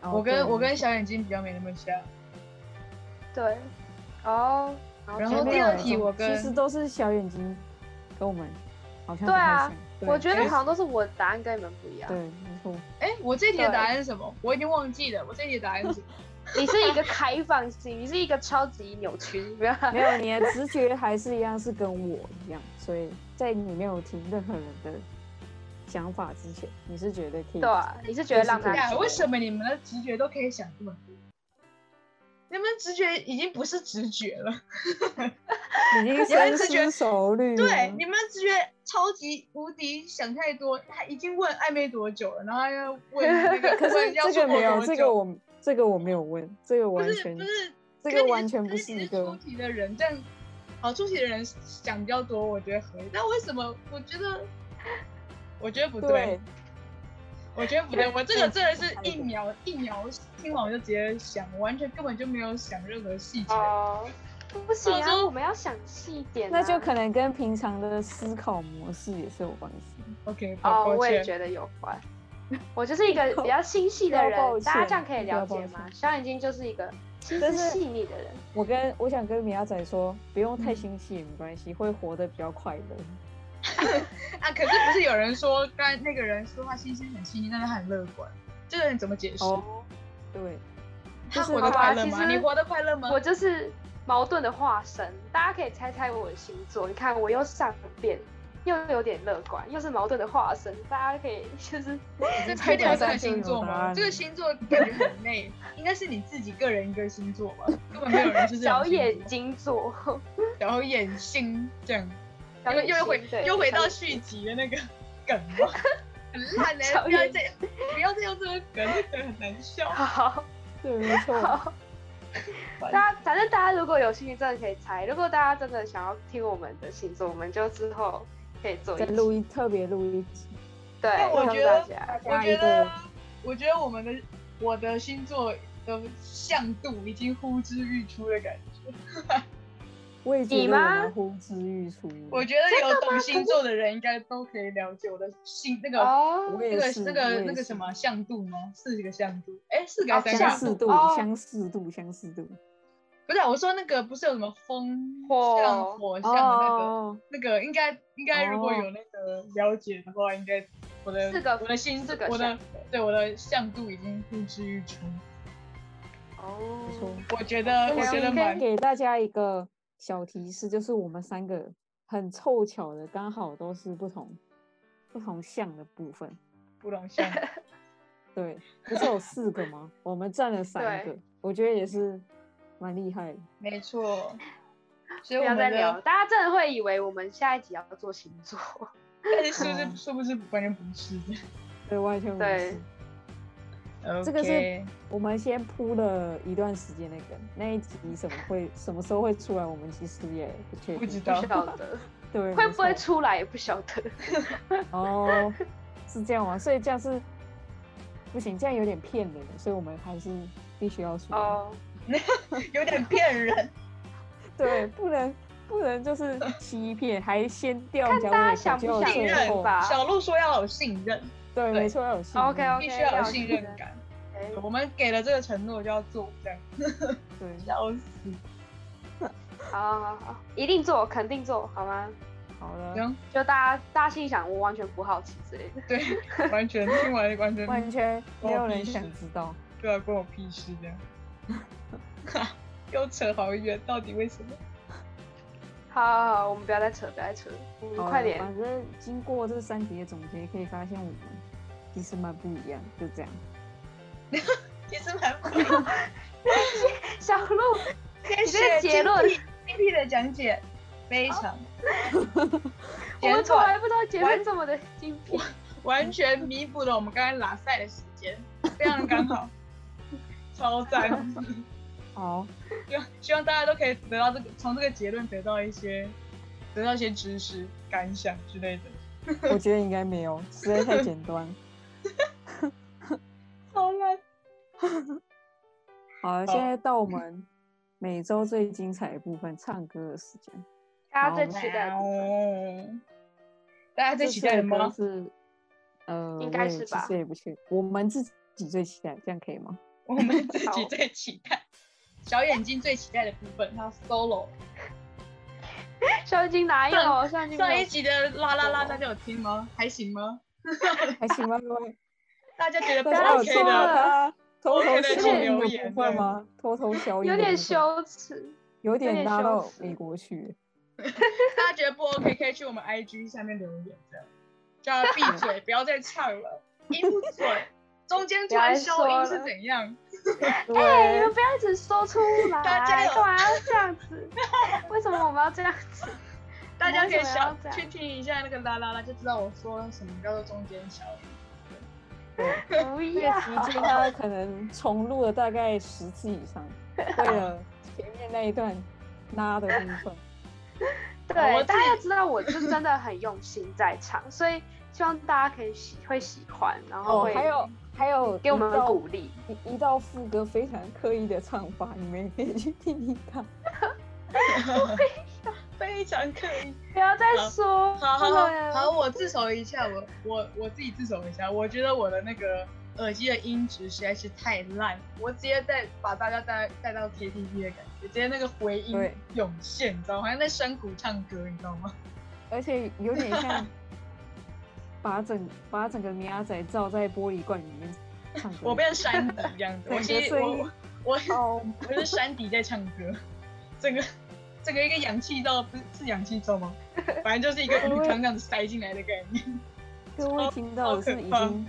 [SPEAKER 1] 哦
[SPEAKER 3] 我
[SPEAKER 1] 对
[SPEAKER 3] 跟我
[SPEAKER 1] 没
[SPEAKER 3] 跟
[SPEAKER 1] 错
[SPEAKER 3] 小眼睛比较没那么像。
[SPEAKER 2] 对，哦，
[SPEAKER 3] 然
[SPEAKER 2] 前
[SPEAKER 3] 后
[SPEAKER 1] 没
[SPEAKER 2] 面
[SPEAKER 3] 第
[SPEAKER 1] 有
[SPEAKER 3] 二
[SPEAKER 2] 有
[SPEAKER 3] 题
[SPEAKER 1] 中
[SPEAKER 3] 我
[SPEAKER 1] 其实
[SPEAKER 3] 跟
[SPEAKER 1] 都是小眼睛跟我们好像不
[SPEAKER 2] 对
[SPEAKER 1] 太
[SPEAKER 2] 啊
[SPEAKER 1] 像。对
[SPEAKER 2] 我觉得好像都是我的答案跟你们不一样。
[SPEAKER 1] 对，没错，
[SPEAKER 3] 哎，我这题的
[SPEAKER 2] 对
[SPEAKER 3] 答案是什么？我已经忘记了。我这题的答案是什么？
[SPEAKER 2] 你是一个开放性，你是一个超级扭曲，啊不要
[SPEAKER 1] 没有你的直觉还是一样是跟我一样，所以在你没有听任何人的想法之前，你是觉得可以
[SPEAKER 2] 对啊，你是觉得让他
[SPEAKER 3] 哎呀
[SPEAKER 2] 说
[SPEAKER 3] 为什么你们的直觉都可以想这么多？你们直觉已经不是直觉了，
[SPEAKER 1] 已经深思熟 虑了，
[SPEAKER 3] 对，啊你们的直觉超级无敌，想太多。他已经问暧昧多久了，然后还要问那个，
[SPEAKER 1] 可是
[SPEAKER 3] 问要
[SPEAKER 1] 这
[SPEAKER 3] 出
[SPEAKER 1] 个
[SPEAKER 3] 国
[SPEAKER 1] 没有，
[SPEAKER 3] 多
[SPEAKER 1] 这个
[SPEAKER 3] 久
[SPEAKER 1] 我这个我没有问，这个
[SPEAKER 3] 不
[SPEAKER 1] 完
[SPEAKER 3] 是
[SPEAKER 1] 全
[SPEAKER 3] 不是，
[SPEAKER 1] 这
[SPEAKER 3] 可
[SPEAKER 1] 个
[SPEAKER 3] 你
[SPEAKER 1] 完全
[SPEAKER 3] 可
[SPEAKER 1] 不
[SPEAKER 3] 是
[SPEAKER 1] 是
[SPEAKER 3] 你
[SPEAKER 1] 一
[SPEAKER 3] 出
[SPEAKER 1] 个
[SPEAKER 3] 题的人，但好出题的人想比较多，我觉得合理。但为什么？我觉得，我觉得不对
[SPEAKER 1] 对，
[SPEAKER 3] 我觉得不对。我这个
[SPEAKER 1] 对
[SPEAKER 3] 真的是
[SPEAKER 1] 差一
[SPEAKER 3] 一
[SPEAKER 1] 点
[SPEAKER 3] 秒一秒听完我就直接想，我完全根本就没有想任何细节。
[SPEAKER 2] 哦，不行
[SPEAKER 3] 想
[SPEAKER 2] 啊，
[SPEAKER 3] 说
[SPEAKER 2] 我们要想细一点、啊。
[SPEAKER 1] 那就可能跟平常的思考模式也是有关系。
[SPEAKER 3] OK，
[SPEAKER 2] 哦，
[SPEAKER 3] 好抱
[SPEAKER 2] 我也
[SPEAKER 3] 歉。
[SPEAKER 2] 觉得有 关。我就是一个比较心细的
[SPEAKER 1] 不要抱
[SPEAKER 2] 人，
[SPEAKER 1] 歉
[SPEAKER 2] 大家这样可以了
[SPEAKER 1] 不
[SPEAKER 2] 解
[SPEAKER 1] 要抱
[SPEAKER 2] 吗？小眼睛就是一个心
[SPEAKER 1] 但
[SPEAKER 2] 思
[SPEAKER 1] 是
[SPEAKER 2] 细腻的人。
[SPEAKER 1] 我跟我想跟米亚仔说，不用
[SPEAKER 3] 嗯
[SPEAKER 1] 太心细也没关系，会活得比较快乐。
[SPEAKER 3] 啊，可是不是有人说，刚才那个人说他心思很细腻，但是他很乐观，这个人怎么解释？
[SPEAKER 1] 哦，对，
[SPEAKER 3] 他
[SPEAKER 1] 就是
[SPEAKER 3] 活得
[SPEAKER 2] 好
[SPEAKER 3] 快
[SPEAKER 2] 吧
[SPEAKER 3] 乐
[SPEAKER 2] 其
[SPEAKER 3] 吗？
[SPEAKER 2] 实
[SPEAKER 3] 你活得快乐吗？
[SPEAKER 2] 我就是矛盾的化身，大家可以猜猜我的星座。你看，我又善变，又有点乐观，又是矛盾的化身。大家可以 就是
[SPEAKER 3] 这
[SPEAKER 1] 基
[SPEAKER 3] 可以
[SPEAKER 1] 本
[SPEAKER 3] 聊这
[SPEAKER 1] 上
[SPEAKER 3] 个
[SPEAKER 1] 就
[SPEAKER 3] 星
[SPEAKER 1] 有
[SPEAKER 3] 座
[SPEAKER 1] 答
[SPEAKER 3] 吗？
[SPEAKER 1] 案
[SPEAKER 3] 这个星座感觉很 累，应该是你自己个人一个星座吧，根本没有人是这种
[SPEAKER 2] 小
[SPEAKER 3] 星座
[SPEAKER 2] 眼，睛座，
[SPEAKER 3] 小眼星这样，
[SPEAKER 2] 小
[SPEAKER 3] 又
[SPEAKER 2] 眼睛
[SPEAKER 3] 又回
[SPEAKER 2] 对
[SPEAKER 3] 又回到
[SPEAKER 2] 小
[SPEAKER 3] 续集的那个梗 了，很烂的、
[SPEAKER 2] 小
[SPEAKER 3] 不要
[SPEAKER 2] 眼
[SPEAKER 3] 再不要再用这个梗，这个很难笑。
[SPEAKER 2] 好
[SPEAKER 1] 对，没错。
[SPEAKER 2] 好。大家反正大家如果有兴趣，真的可以猜。如果大家真的想要听我们的星座，我们就之后可以做
[SPEAKER 1] 再
[SPEAKER 2] 一
[SPEAKER 1] 录
[SPEAKER 2] 集。
[SPEAKER 1] 一特别录一集，
[SPEAKER 2] 对，
[SPEAKER 3] 但我
[SPEAKER 2] 让
[SPEAKER 3] 觉
[SPEAKER 2] 大
[SPEAKER 3] 得
[SPEAKER 2] 家
[SPEAKER 3] 我
[SPEAKER 1] 加
[SPEAKER 3] 觉
[SPEAKER 1] 一
[SPEAKER 3] 得
[SPEAKER 1] 个，
[SPEAKER 3] 我觉得我们的我的星座的向度已经呼之欲出的感觉。
[SPEAKER 1] 我也觉
[SPEAKER 2] 你
[SPEAKER 1] 得
[SPEAKER 2] 吗
[SPEAKER 1] 我们呼之欲出。
[SPEAKER 3] 我觉得有懂星座的人应该都可以了解我的星那个
[SPEAKER 2] 哦
[SPEAKER 1] 我也
[SPEAKER 3] 那个
[SPEAKER 1] 是
[SPEAKER 3] 那
[SPEAKER 1] 我也
[SPEAKER 3] 个
[SPEAKER 1] 是
[SPEAKER 3] 那个什么向度吗？四个向度？哎，四个
[SPEAKER 2] 哦
[SPEAKER 3] 还是
[SPEAKER 1] 相
[SPEAKER 3] 三个
[SPEAKER 1] 似
[SPEAKER 3] 啊？
[SPEAKER 1] 度，
[SPEAKER 2] 哦
[SPEAKER 1] 相似度，相似度。
[SPEAKER 3] 不是啊，我说那个不是有什么风
[SPEAKER 2] 火
[SPEAKER 3] 像火像的那个
[SPEAKER 1] 哦，
[SPEAKER 3] 那个应该应该如果
[SPEAKER 1] 哦
[SPEAKER 3] 有那个了解的话，应该我的
[SPEAKER 2] 四个
[SPEAKER 3] 我的星
[SPEAKER 2] 四个
[SPEAKER 3] 我的
[SPEAKER 2] 向
[SPEAKER 3] 对我的向度已经呼之欲出。
[SPEAKER 2] 哦，
[SPEAKER 1] 没错。
[SPEAKER 3] 我觉
[SPEAKER 2] 哎
[SPEAKER 3] 得哎我觉得蛮
[SPEAKER 1] 给大家一个小提示，就是我们三个很凑巧的，刚好都是不同不同项的部分。
[SPEAKER 3] 不容像的。
[SPEAKER 1] 对，不是有四个吗？我们占了三
[SPEAKER 2] 对
[SPEAKER 1] 个，我觉得也是蛮厉害的。
[SPEAKER 3] 没错，所以
[SPEAKER 2] 不
[SPEAKER 3] 我
[SPEAKER 2] 要
[SPEAKER 3] 们
[SPEAKER 2] 再
[SPEAKER 3] 的，
[SPEAKER 2] 聊了，大家真的会以为我们下一集要做星座。
[SPEAKER 3] 但是是不
[SPEAKER 2] 嗯
[SPEAKER 3] 是
[SPEAKER 1] 哦
[SPEAKER 3] 是不是完全不是
[SPEAKER 1] 对，完全无
[SPEAKER 2] 对
[SPEAKER 1] 视。
[SPEAKER 3] o
[SPEAKER 1] 这个是我们先铺了一段时间那个那一集什么会什么时候会出来，我们其实也不确定。
[SPEAKER 3] 不知
[SPEAKER 2] 不
[SPEAKER 3] 道，
[SPEAKER 2] 晓得
[SPEAKER 1] 对，
[SPEAKER 2] 会
[SPEAKER 1] 没
[SPEAKER 2] 不会
[SPEAKER 1] 错
[SPEAKER 2] 出来也不晓 得。
[SPEAKER 1] 哦，是这样吗？所以这样是不行，这样有点骗人的，所以我们还是必须要说。
[SPEAKER 2] 哦，
[SPEAKER 3] 有点 骗人。
[SPEAKER 1] 对，不能不能就是欺骗，还先吊
[SPEAKER 2] 看
[SPEAKER 1] 脚
[SPEAKER 2] 大家
[SPEAKER 1] 尾
[SPEAKER 2] 想
[SPEAKER 1] 酒，
[SPEAKER 2] 不
[SPEAKER 1] 就有
[SPEAKER 2] 想
[SPEAKER 3] 信
[SPEAKER 1] 最
[SPEAKER 3] 任
[SPEAKER 1] 后
[SPEAKER 2] 吧
[SPEAKER 3] 小鹿说要有信任，
[SPEAKER 1] 对，
[SPEAKER 3] 对
[SPEAKER 1] 没错，要有信
[SPEAKER 2] OK，OK
[SPEAKER 1] 任
[SPEAKER 3] 必须要
[SPEAKER 2] 要
[SPEAKER 3] 有
[SPEAKER 2] 有
[SPEAKER 3] 信
[SPEAKER 2] 信
[SPEAKER 3] 任
[SPEAKER 2] 任
[SPEAKER 3] 感。
[SPEAKER 2] 哎
[SPEAKER 3] 我们给了这个承诺就要做，这样
[SPEAKER 1] 对，
[SPEAKER 3] 笑死。
[SPEAKER 2] 好好好，一定做，肯定做，好吗？
[SPEAKER 1] 好了，
[SPEAKER 3] 行，
[SPEAKER 2] 就大家大家心里想，我完全不好奇之类的。
[SPEAKER 3] 对，完全听完完全
[SPEAKER 1] 完全没有
[SPEAKER 3] 我必
[SPEAKER 1] 人
[SPEAKER 3] 须
[SPEAKER 1] 想知道。
[SPEAKER 3] 对啊，关我屁事这样。 又扯好远，到底为什么？
[SPEAKER 2] 好好好，我们不要再扯，不要再扯，我们
[SPEAKER 3] 哦
[SPEAKER 1] 好
[SPEAKER 2] 快
[SPEAKER 1] 了
[SPEAKER 2] 点。
[SPEAKER 1] 反正经过这三题的总结，可以发现我们其实蛮不一样，就这样。
[SPEAKER 3] 其实蛮不一样的。
[SPEAKER 2] 小 鹿，
[SPEAKER 3] 谢
[SPEAKER 2] 这个
[SPEAKER 3] 谢
[SPEAKER 2] 结论
[SPEAKER 3] 精辟精辟的讲解，非常
[SPEAKER 2] 哦 我
[SPEAKER 3] 简
[SPEAKER 2] 们从
[SPEAKER 3] 短
[SPEAKER 2] 来不知道结论这么的精辟。
[SPEAKER 3] 完全弥补了我们刚才拉赛的时间，非常刚好，超赞！
[SPEAKER 1] 好，
[SPEAKER 3] 希望希望大家都可以得到这个，从这个结论得到一些，得到一些知识、感想之类的。
[SPEAKER 1] 我觉得应该没有，实在太简单。
[SPEAKER 3] 好啦，
[SPEAKER 1] 好了，现在到我们每周最精彩的部分——唱歌的时间。
[SPEAKER 2] 大家最期待的部分，
[SPEAKER 3] 哦大家最期待的
[SPEAKER 1] 这
[SPEAKER 3] 吗？
[SPEAKER 1] 次的歌是，呃，
[SPEAKER 2] 应该
[SPEAKER 1] 我也
[SPEAKER 2] 是
[SPEAKER 1] 其
[SPEAKER 2] 吧
[SPEAKER 1] 实也不确，我们自己最期待，这样可以吗？
[SPEAKER 3] 我们自己
[SPEAKER 2] 好
[SPEAKER 3] 最期待，小眼睛最期待的部分，它 solo。
[SPEAKER 2] 橡筋哪有？橡筋没
[SPEAKER 3] 上
[SPEAKER 2] 有
[SPEAKER 3] 一集的啦啦啦，大家有听吗？还行吗？
[SPEAKER 1] 还行吧，各位，
[SPEAKER 3] 大家觉得不
[SPEAKER 1] 大家有
[SPEAKER 3] OK
[SPEAKER 1] 听到
[SPEAKER 3] 的？
[SPEAKER 1] 他偷偷
[SPEAKER 3] OK 的
[SPEAKER 1] 消
[SPEAKER 2] 请
[SPEAKER 1] 音
[SPEAKER 3] 留
[SPEAKER 1] 的
[SPEAKER 3] 言
[SPEAKER 1] 部分
[SPEAKER 3] 对
[SPEAKER 1] 吗？偷偷消音
[SPEAKER 2] 有
[SPEAKER 1] 的
[SPEAKER 2] 点
[SPEAKER 1] 部分，
[SPEAKER 2] 羞耻。
[SPEAKER 1] 有
[SPEAKER 2] 点
[SPEAKER 1] 点拉
[SPEAKER 2] 羞
[SPEAKER 1] 到
[SPEAKER 2] 耻
[SPEAKER 1] 美国去。
[SPEAKER 3] 大家觉得不 OK，可以去我们 IG 下面留言，这样叫他闭嘴，不要再唱了，闭嘴。中间突然消音是怎样？
[SPEAKER 2] 哎、你
[SPEAKER 1] 对
[SPEAKER 2] 们，不要一直说出来，
[SPEAKER 3] 大家有
[SPEAKER 2] 干嘛要这样子？为什么我们要这样子？
[SPEAKER 3] 大家可以消
[SPEAKER 2] 我们为什么要这
[SPEAKER 3] 去
[SPEAKER 2] 样
[SPEAKER 3] 听一下那个啦啦啦，就知道我说什么叫做中间消音。
[SPEAKER 2] 不
[SPEAKER 1] 这
[SPEAKER 2] 要
[SPEAKER 1] 个，期间他可能重录了大概十次以上，为了前面那一段拉的部分。
[SPEAKER 3] 哦我
[SPEAKER 2] 对，大
[SPEAKER 3] 自己
[SPEAKER 2] 家要知道，我就真的很用心在唱， 所以希望大家可以喜会喜欢，然后
[SPEAKER 1] 哦，
[SPEAKER 2] 会
[SPEAKER 1] 还有还有
[SPEAKER 2] 给我们
[SPEAKER 1] 一道
[SPEAKER 2] 鼓励。
[SPEAKER 1] 一一道副歌非常刻意的唱法，你们也可以去听听看。
[SPEAKER 3] 非常刻意。
[SPEAKER 2] 不要再说
[SPEAKER 3] 好好
[SPEAKER 2] 了
[SPEAKER 3] 好，好，我自首一下，我我我自己自首一下，我觉得我的那个耳机的音质实在是太烂，我直接带把大家带带到 KTV 的感觉，直接那个回音
[SPEAKER 1] 对
[SPEAKER 3] 涌现，你知道吗？好像在山谷唱歌，你知道吗？
[SPEAKER 1] 而且有点 像把整把整个米亚仔罩在玻璃罐里面唱歌。
[SPEAKER 3] 我变山底这样子，我
[SPEAKER 1] 整
[SPEAKER 3] 其
[SPEAKER 1] 个
[SPEAKER 3] 实
[SPEAKER 1] 声
[SPEAKER 3] 我
[SPEAKER 1] 音
[SPEAKER 3] 我我
[SPEAKER 1] 哦，
[SPEAKER 3] 我是山底在唱歌，整个整个一个氧气罩不是是氧气罩吗？反正就是一个鱼缸这样子塞进来的概念。
[SPEAKER 1] 各位听到的是已
[SPEAKER 3] 好可怕
[SPEAKER 1] 经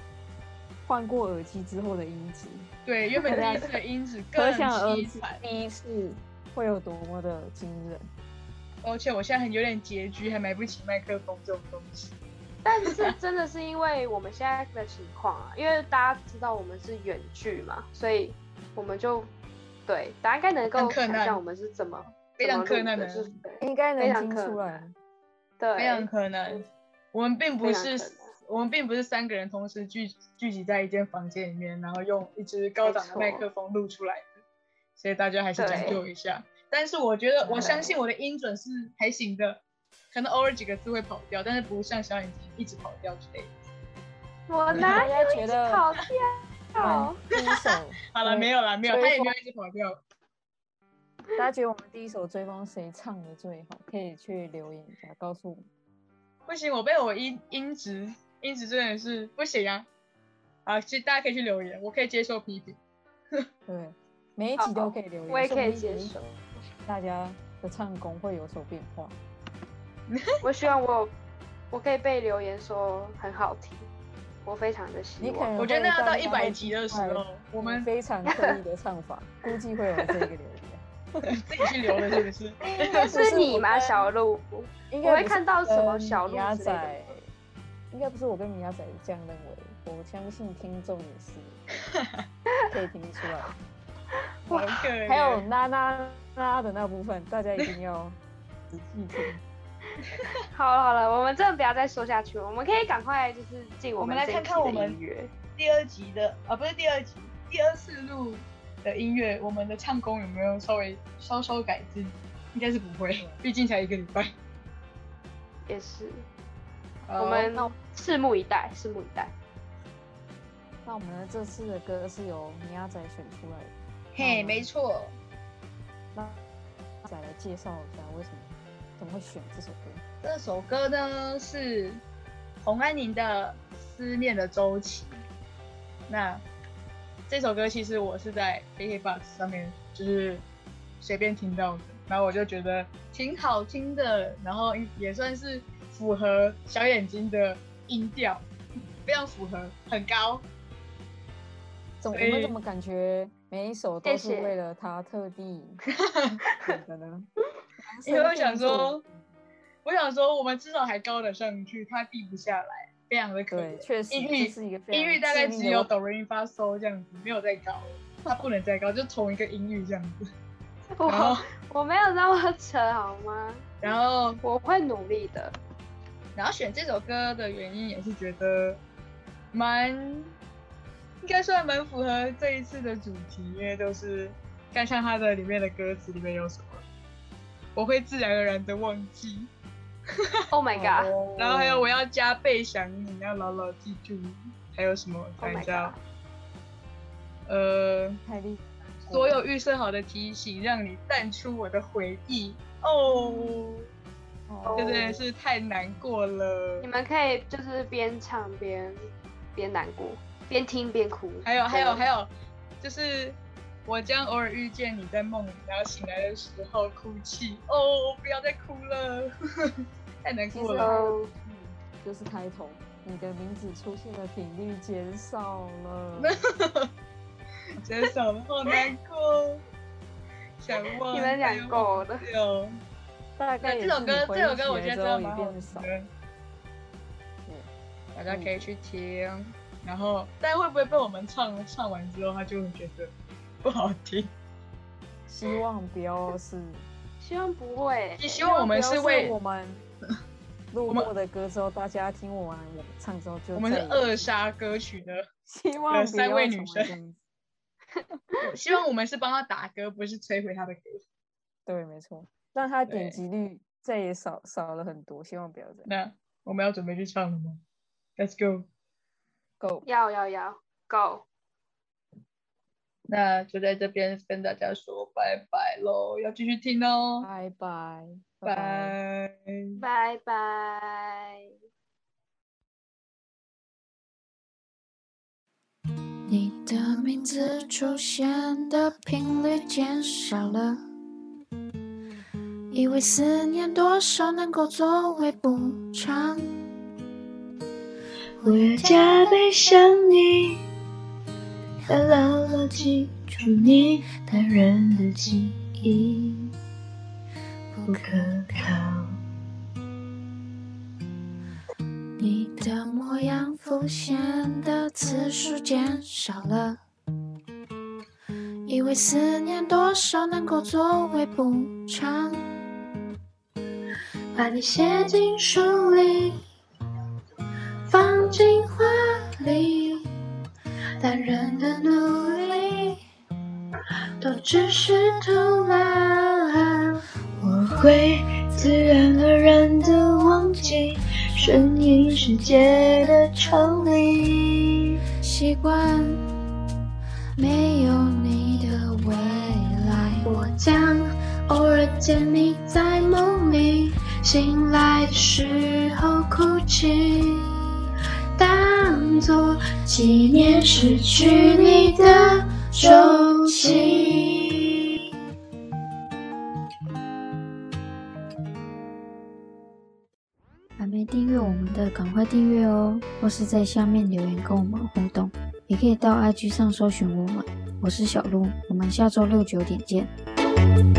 [SPEAKER 1] 换过耳机之后的音质，
[SPEAKER 3] 对，原本第一次的音质更
[SPEAKER 1] 可想而
[SPEAKER 3] 凄
[SPEAKER 1] 知
[SPEAKER 3] 惨。
[SPEAKER 1] 第一次会有多么的惊人。
[SPEAKER 3] 而且我现在很有点拮据，还买不起麦克风这种东西。
[SPEAKER 2] 但是真的是因为我们现在的情况啊，因为大家知道我们是远距嘛，所以我们就对大家应该能够
[SPEAKER 3] 很困
[SPEAKER 2] 想
[SPEAKER 3] 难
[SPEAKER 2] 象我们是怎么
[SPEAKER 3] 非
[SPEAKER 2] 怎么
[SPEAKER 3] 常
[SPEAKER 2] 录
[SPEAKER 3] 困难
[SPEAKER 2] 的，
[SPEAKER 3] 的
[SPEAKER 2] 就是
[SPEAKER 1] 应该
[SPEAKER 2] 非
[SPEAKER 1] 能
[SPEAKER 2] 常
[SPEAKER 1] 听
[SPEAKER 2] 可
[SPEAKER 1] 出来，
[SPEAKER 2] 对
[SPEAKER 3] 非常可能，我们并不
[SPEAKER 2] 非
[SPEAKER 3] 是
[SPEAKER 2] 常可能
[SPEAKER 3] 我们并不是三个人同时聚聚集在一间房间里面，然后用一支高档的麦克风录出来的，所以大家还是将就一下。但是我觉得，我相信我的音准是还行的，可能偶尔几个字会跑掉，但是不像小眼睛一直跑掉之类的。
[SPEAKER 2] 我哪
[SPEAKER 1] 嗯大
[SPEAKER 2] 有
[SPEAKER 1] 家 觉得嗯
[SPEAKER 2] 跑掉？
[SPEAKER 1] 第一首，
[SPEAKER 3] 好了，
[SPEAKER 1] 对
[SPEAKER 3] 没有了，没有，
[SPEAKER 1] 所
[SPEAKER 3] 他
[SPEAKER 1] 以
[SPEAKER 3] 也
[SPEAKER 1] 说
[SPEAKER 3] 没有一直跑掉。
[SPEAKER 1] 大家觉得我们第一首追风谁唱的最好？可以去留言一下，告诉我们。
[SPEAKER 3] 不行，我被我音音质音质真的是不行啊！啊，其实大家可以去留言，我可以接受批
[SPEAKER 1] 嗯
[SPEAKER 3] 评。
[SPEAKER 1] 对，每一集都
[SPEAKER 2] 好
[SPEAKER 1] 可以留言，
[SPEAKER 2] 我也
[SPEAKER 1] 说
[SPEAKER 2] 可以
[SPEAKER 1] 不定
[SPEAKER 2] 接受。
[SPEAKER 1] 大家的唱功会有所变化。
[SPEAKER 2] 我希望我有我可以被留言说很好听，我非常的希
[SPEAKER 1] 你可能
[SPEAKER 2] 望。
[SPEAKER 3] 我觉得
[SPEAKER 1] 会
[SPEAKER 3] 那要
[SPEAKER 1] 大
[SPEAKER 3] 到
[SPEAKER 1] 家
[SPEAKER 3] 一百
[SPEAKER 1] 会嗯
[SPEAKER 3] 集
[SPEAKER 1] 听
[SPEAKER 3] 的时
[SPEAKER 1] 出来
[SPEAKER 3] 候，我们
[SPEAKER 1] 非常刻意的唱 法，估计会有这个留言。
[SPEAKER 3] 自己去留的，是不是？
[SPEAKER 1] 应该
[SPEAKER 2] 是你吗，小鹿？
[SPEAKER 1] 应
[SPEAKER 2] 我
[SPEAKER 1] 该
[SPEAKER 2] 会
[SPEAKER 1] 不是
[SPEAKER 2] 看到什么
[SPEAKER 1] 跟
[SPEAKER 2] 小
[SPEAKER 1] 米
[SPEAKER 2] 鹿
[SPEAKER 1] 亚
[SPEAKER 2] 之类的
[SPEAKER 1] 仔，应该不是我跟米亚仔这样认为，我相信听众也是 可以听出来。
[SPEAKER 3] 好可怜。
[SPEAKER 1] 还有啦啦啦的那部分，大家一定要仔细听。
[SPEAKER 2] 好了好了，我们真的不要再说下去了，我们可以赶快就是进
[SPEAKER 3] 我们来
[SPEAKER 2] 这一
[SPEAKER 3] 看
[SPEAKER 2] 集
[SPEAKER 3] 看我
[SPEAKER 2] 的
[SPEAKER 3] 们
[SPEAKER 2] 音乐。
[SPEAKER 3] 第二集的啊，不是第二集，第二次录的音乐，我们的唱功有没有稍微稍稍改进？应该是不会，毕竟才一个礼拜。
[SPEAKER 2] 也是，
[SPEAKER 3] 呃
[SPEAKER 2] 我们
[SPEAKER 1] 那我
[SPEAKER 2] 拭目以待，拭目以 待。
[SPEAKER 1] 那我们这次的歌是由米亚仔选出来的。
[SPEAKER 3] 嘿，没错，
[SPEAKER 1] 那再来介绍一下为什么怎么会选这首歌？
[SPEAKER 3] 这首歌呢是洪安宁的《思念的周期》。那这首歌其实我是在 KKBOX 上面就是随便听到的，然后我就觉得挺好听的，然后也算是符合小眼睛的音调， 非常符合，很高。
[SPEAKER 1] 怎么
[SPEAKER 3] 所以
[SPEAKER 1] 我们怎么感觉每一首都是
[SPEAKER 2] 谢谢
[SPEAKER 1] 为了他特地选的呢？
[SPEAKER 3] 因为我
[SPEAKER 1] 男生
[SPEAKER 3] 想
[SPEAKER 1] 定做
[SPEAKER 3] 说，我想说我们至少还高得上去，他低不下来，非常的可怜
[SPEAKER 1] 对，。确实
[SPEAKER 3] 音
[SPEAKER 1] 这
[SPEAKER 3] 域
[SPEAKER 1] 是一个非常
[SPEAKER 3] 音域大概只
[SPEAKER 1] 致命的
[SPEAKER 3] 有
[SPEAKER 1] 问题
[SPEAKER 3] 哆瑞咪发嗦这样子，没有再高了，它不能再高，就同一个音域这样子。然
[SPEAKER 2] 我
[SPEAKER 3] 后，
[SPEAKER 2] 我没有那么扯好吗？
[SPEAKER 3] 然后，
[SPEAKER 2] 我会努力的。
[SPEAKER 3] 然后选这首歌的原因也是觉得蛮，应该算蛮符合这一次的主题，因为都是看像它的里面的歌词里面有什么，我会自然而然的忘记，
[SPEAKER 2] Oh my god！
[SPEAKER 1] 哦
[SPEAKER 3] 啊然后还有我要加倍想你，要牢牢记住你，还有什么看一下
[SPEAKER 2] Oh my
[SPEAKER 3] 哦，呃。
[SPEAKER 1] 哦太厉
[SPEAKER 3] 所有预设好的提醒，让你淡出我的回忆。哦，
[SPEAKER 4] 哦
[SPEAKER 3] 这真的是太难过了
[SPEAKER 2] 你。们可以就是边唱边边难过，边听边哭。
[SPEAKER 3] 还有还有还
[SPEAKER 2] 有，
[SPEAKER 3] 有，就是我将偶尔遇见你在梦里，然后醒来的时候哭泣。哦，不要再哭了， 太难过了。
[SPEAKER 2] 嗯，
[SPEAKER 1] 嗯，就是开头，你的名字出现的频率减少了。
[SPEAKER 3] 真手好难过，想忘
[SPEAKER 2] 你们俩够了。
[SPEAKER 3] 有。
[SPEAKER 1] 大概
[SPEAKER 3] 对
[SPEAKER 1] 也
[SPEAKER 3] 这首
[SPEAKER 1] 是
[SPEAKER 3] 歌
[SPEAKER 1] 你，回
[SPEAKER 3] 这首歌我
[SPEAKER 1] 忆起
[SPEAKER 3] 觉得
[SPEAKER 1] 来之
[SPEAKER 3] 真
[SPEAKER 1] 后
[SPEAKER 3] 的
[SPEAKER 1] 也
[SPEAKER 3] 蛮好
[SPEAKER 1] 变少
[SPEAKER 3] 听。的，嗯大家可以去听。然后，但会不会被我们唱唱完之后，他就会觉得不好听？
[SPEAKER 1] 希望不要是，
[SPEAKER 2] 希望不会。
[SPEAKER 3] 也 希望我们
[SPEAKER 1] 希
[SPEAKER 3] 是
[SPEAKER 1] 望不要
[SPEAKER 3] 为
[SPEAKER 1] 我们 路
[SPEAKER 3] 我们
[SPEAKER 1] 过的歌之后，大家听我完我们唱之后就
[SPEAKER 3] 我们是
[SPEAKER 1] 再也
[SPEAKER 3] 扼杀歌曲的，
[SPEAKER 1] 希望不
[SPEAKER 3] 三
[SPEAKER 1] 要
[SPEAKER 3] 位
[SPEAKER 1] 成
[SPEAKER 3] 女
[SPEAKER 1] 为
[SPEAKER 3] 生
[SPEAKER 1] 这样子
[SPEAKER 3] 希望我们是帮他打歌，不是摧毁他的歌。
[SPEAKER 1] 对，没错，让他点
[SPEAKER 3] 对
[SPEAKER 1] 击率再也少少了很多，希望不要这样。
[SPEAKER 3] 那我们要准备去唱了吗？Let's go。
[SPEAKER 1] Go，
[SPEAKER 2] 要要要，Go！
[SPEAKER 3] 那就在这边跟大家说拜拜喽，要继续听哦，
[SPEAKER 1] 拜拜，拜拜。
[SPEAKER 3] 拜。
[SPEAKER 2] 拜拜。
[SPEAKER 5] 你的名字出现的频率减少了，以为思念多少能够作为补偿。我越加倍想你，越牢牢记住你淡人的记忆，不可靠。你的模样浮现的次数减少了，以为思念多少能够作为补偿，把你写进书里，放进画里，但人的努力都只是徒劳，我会自然而然的忘记。声音世界的抽离，习惯没有你的未来。我将偶尔见你在梦里，醒来的时候哭泣，当作纪念失去你的周期。还没订阅我们的，赶快订阅哦！或是在下面留言跟我们互动，也可以到 IG 上搜寻我们。我是小鹿，我们下周六九点见。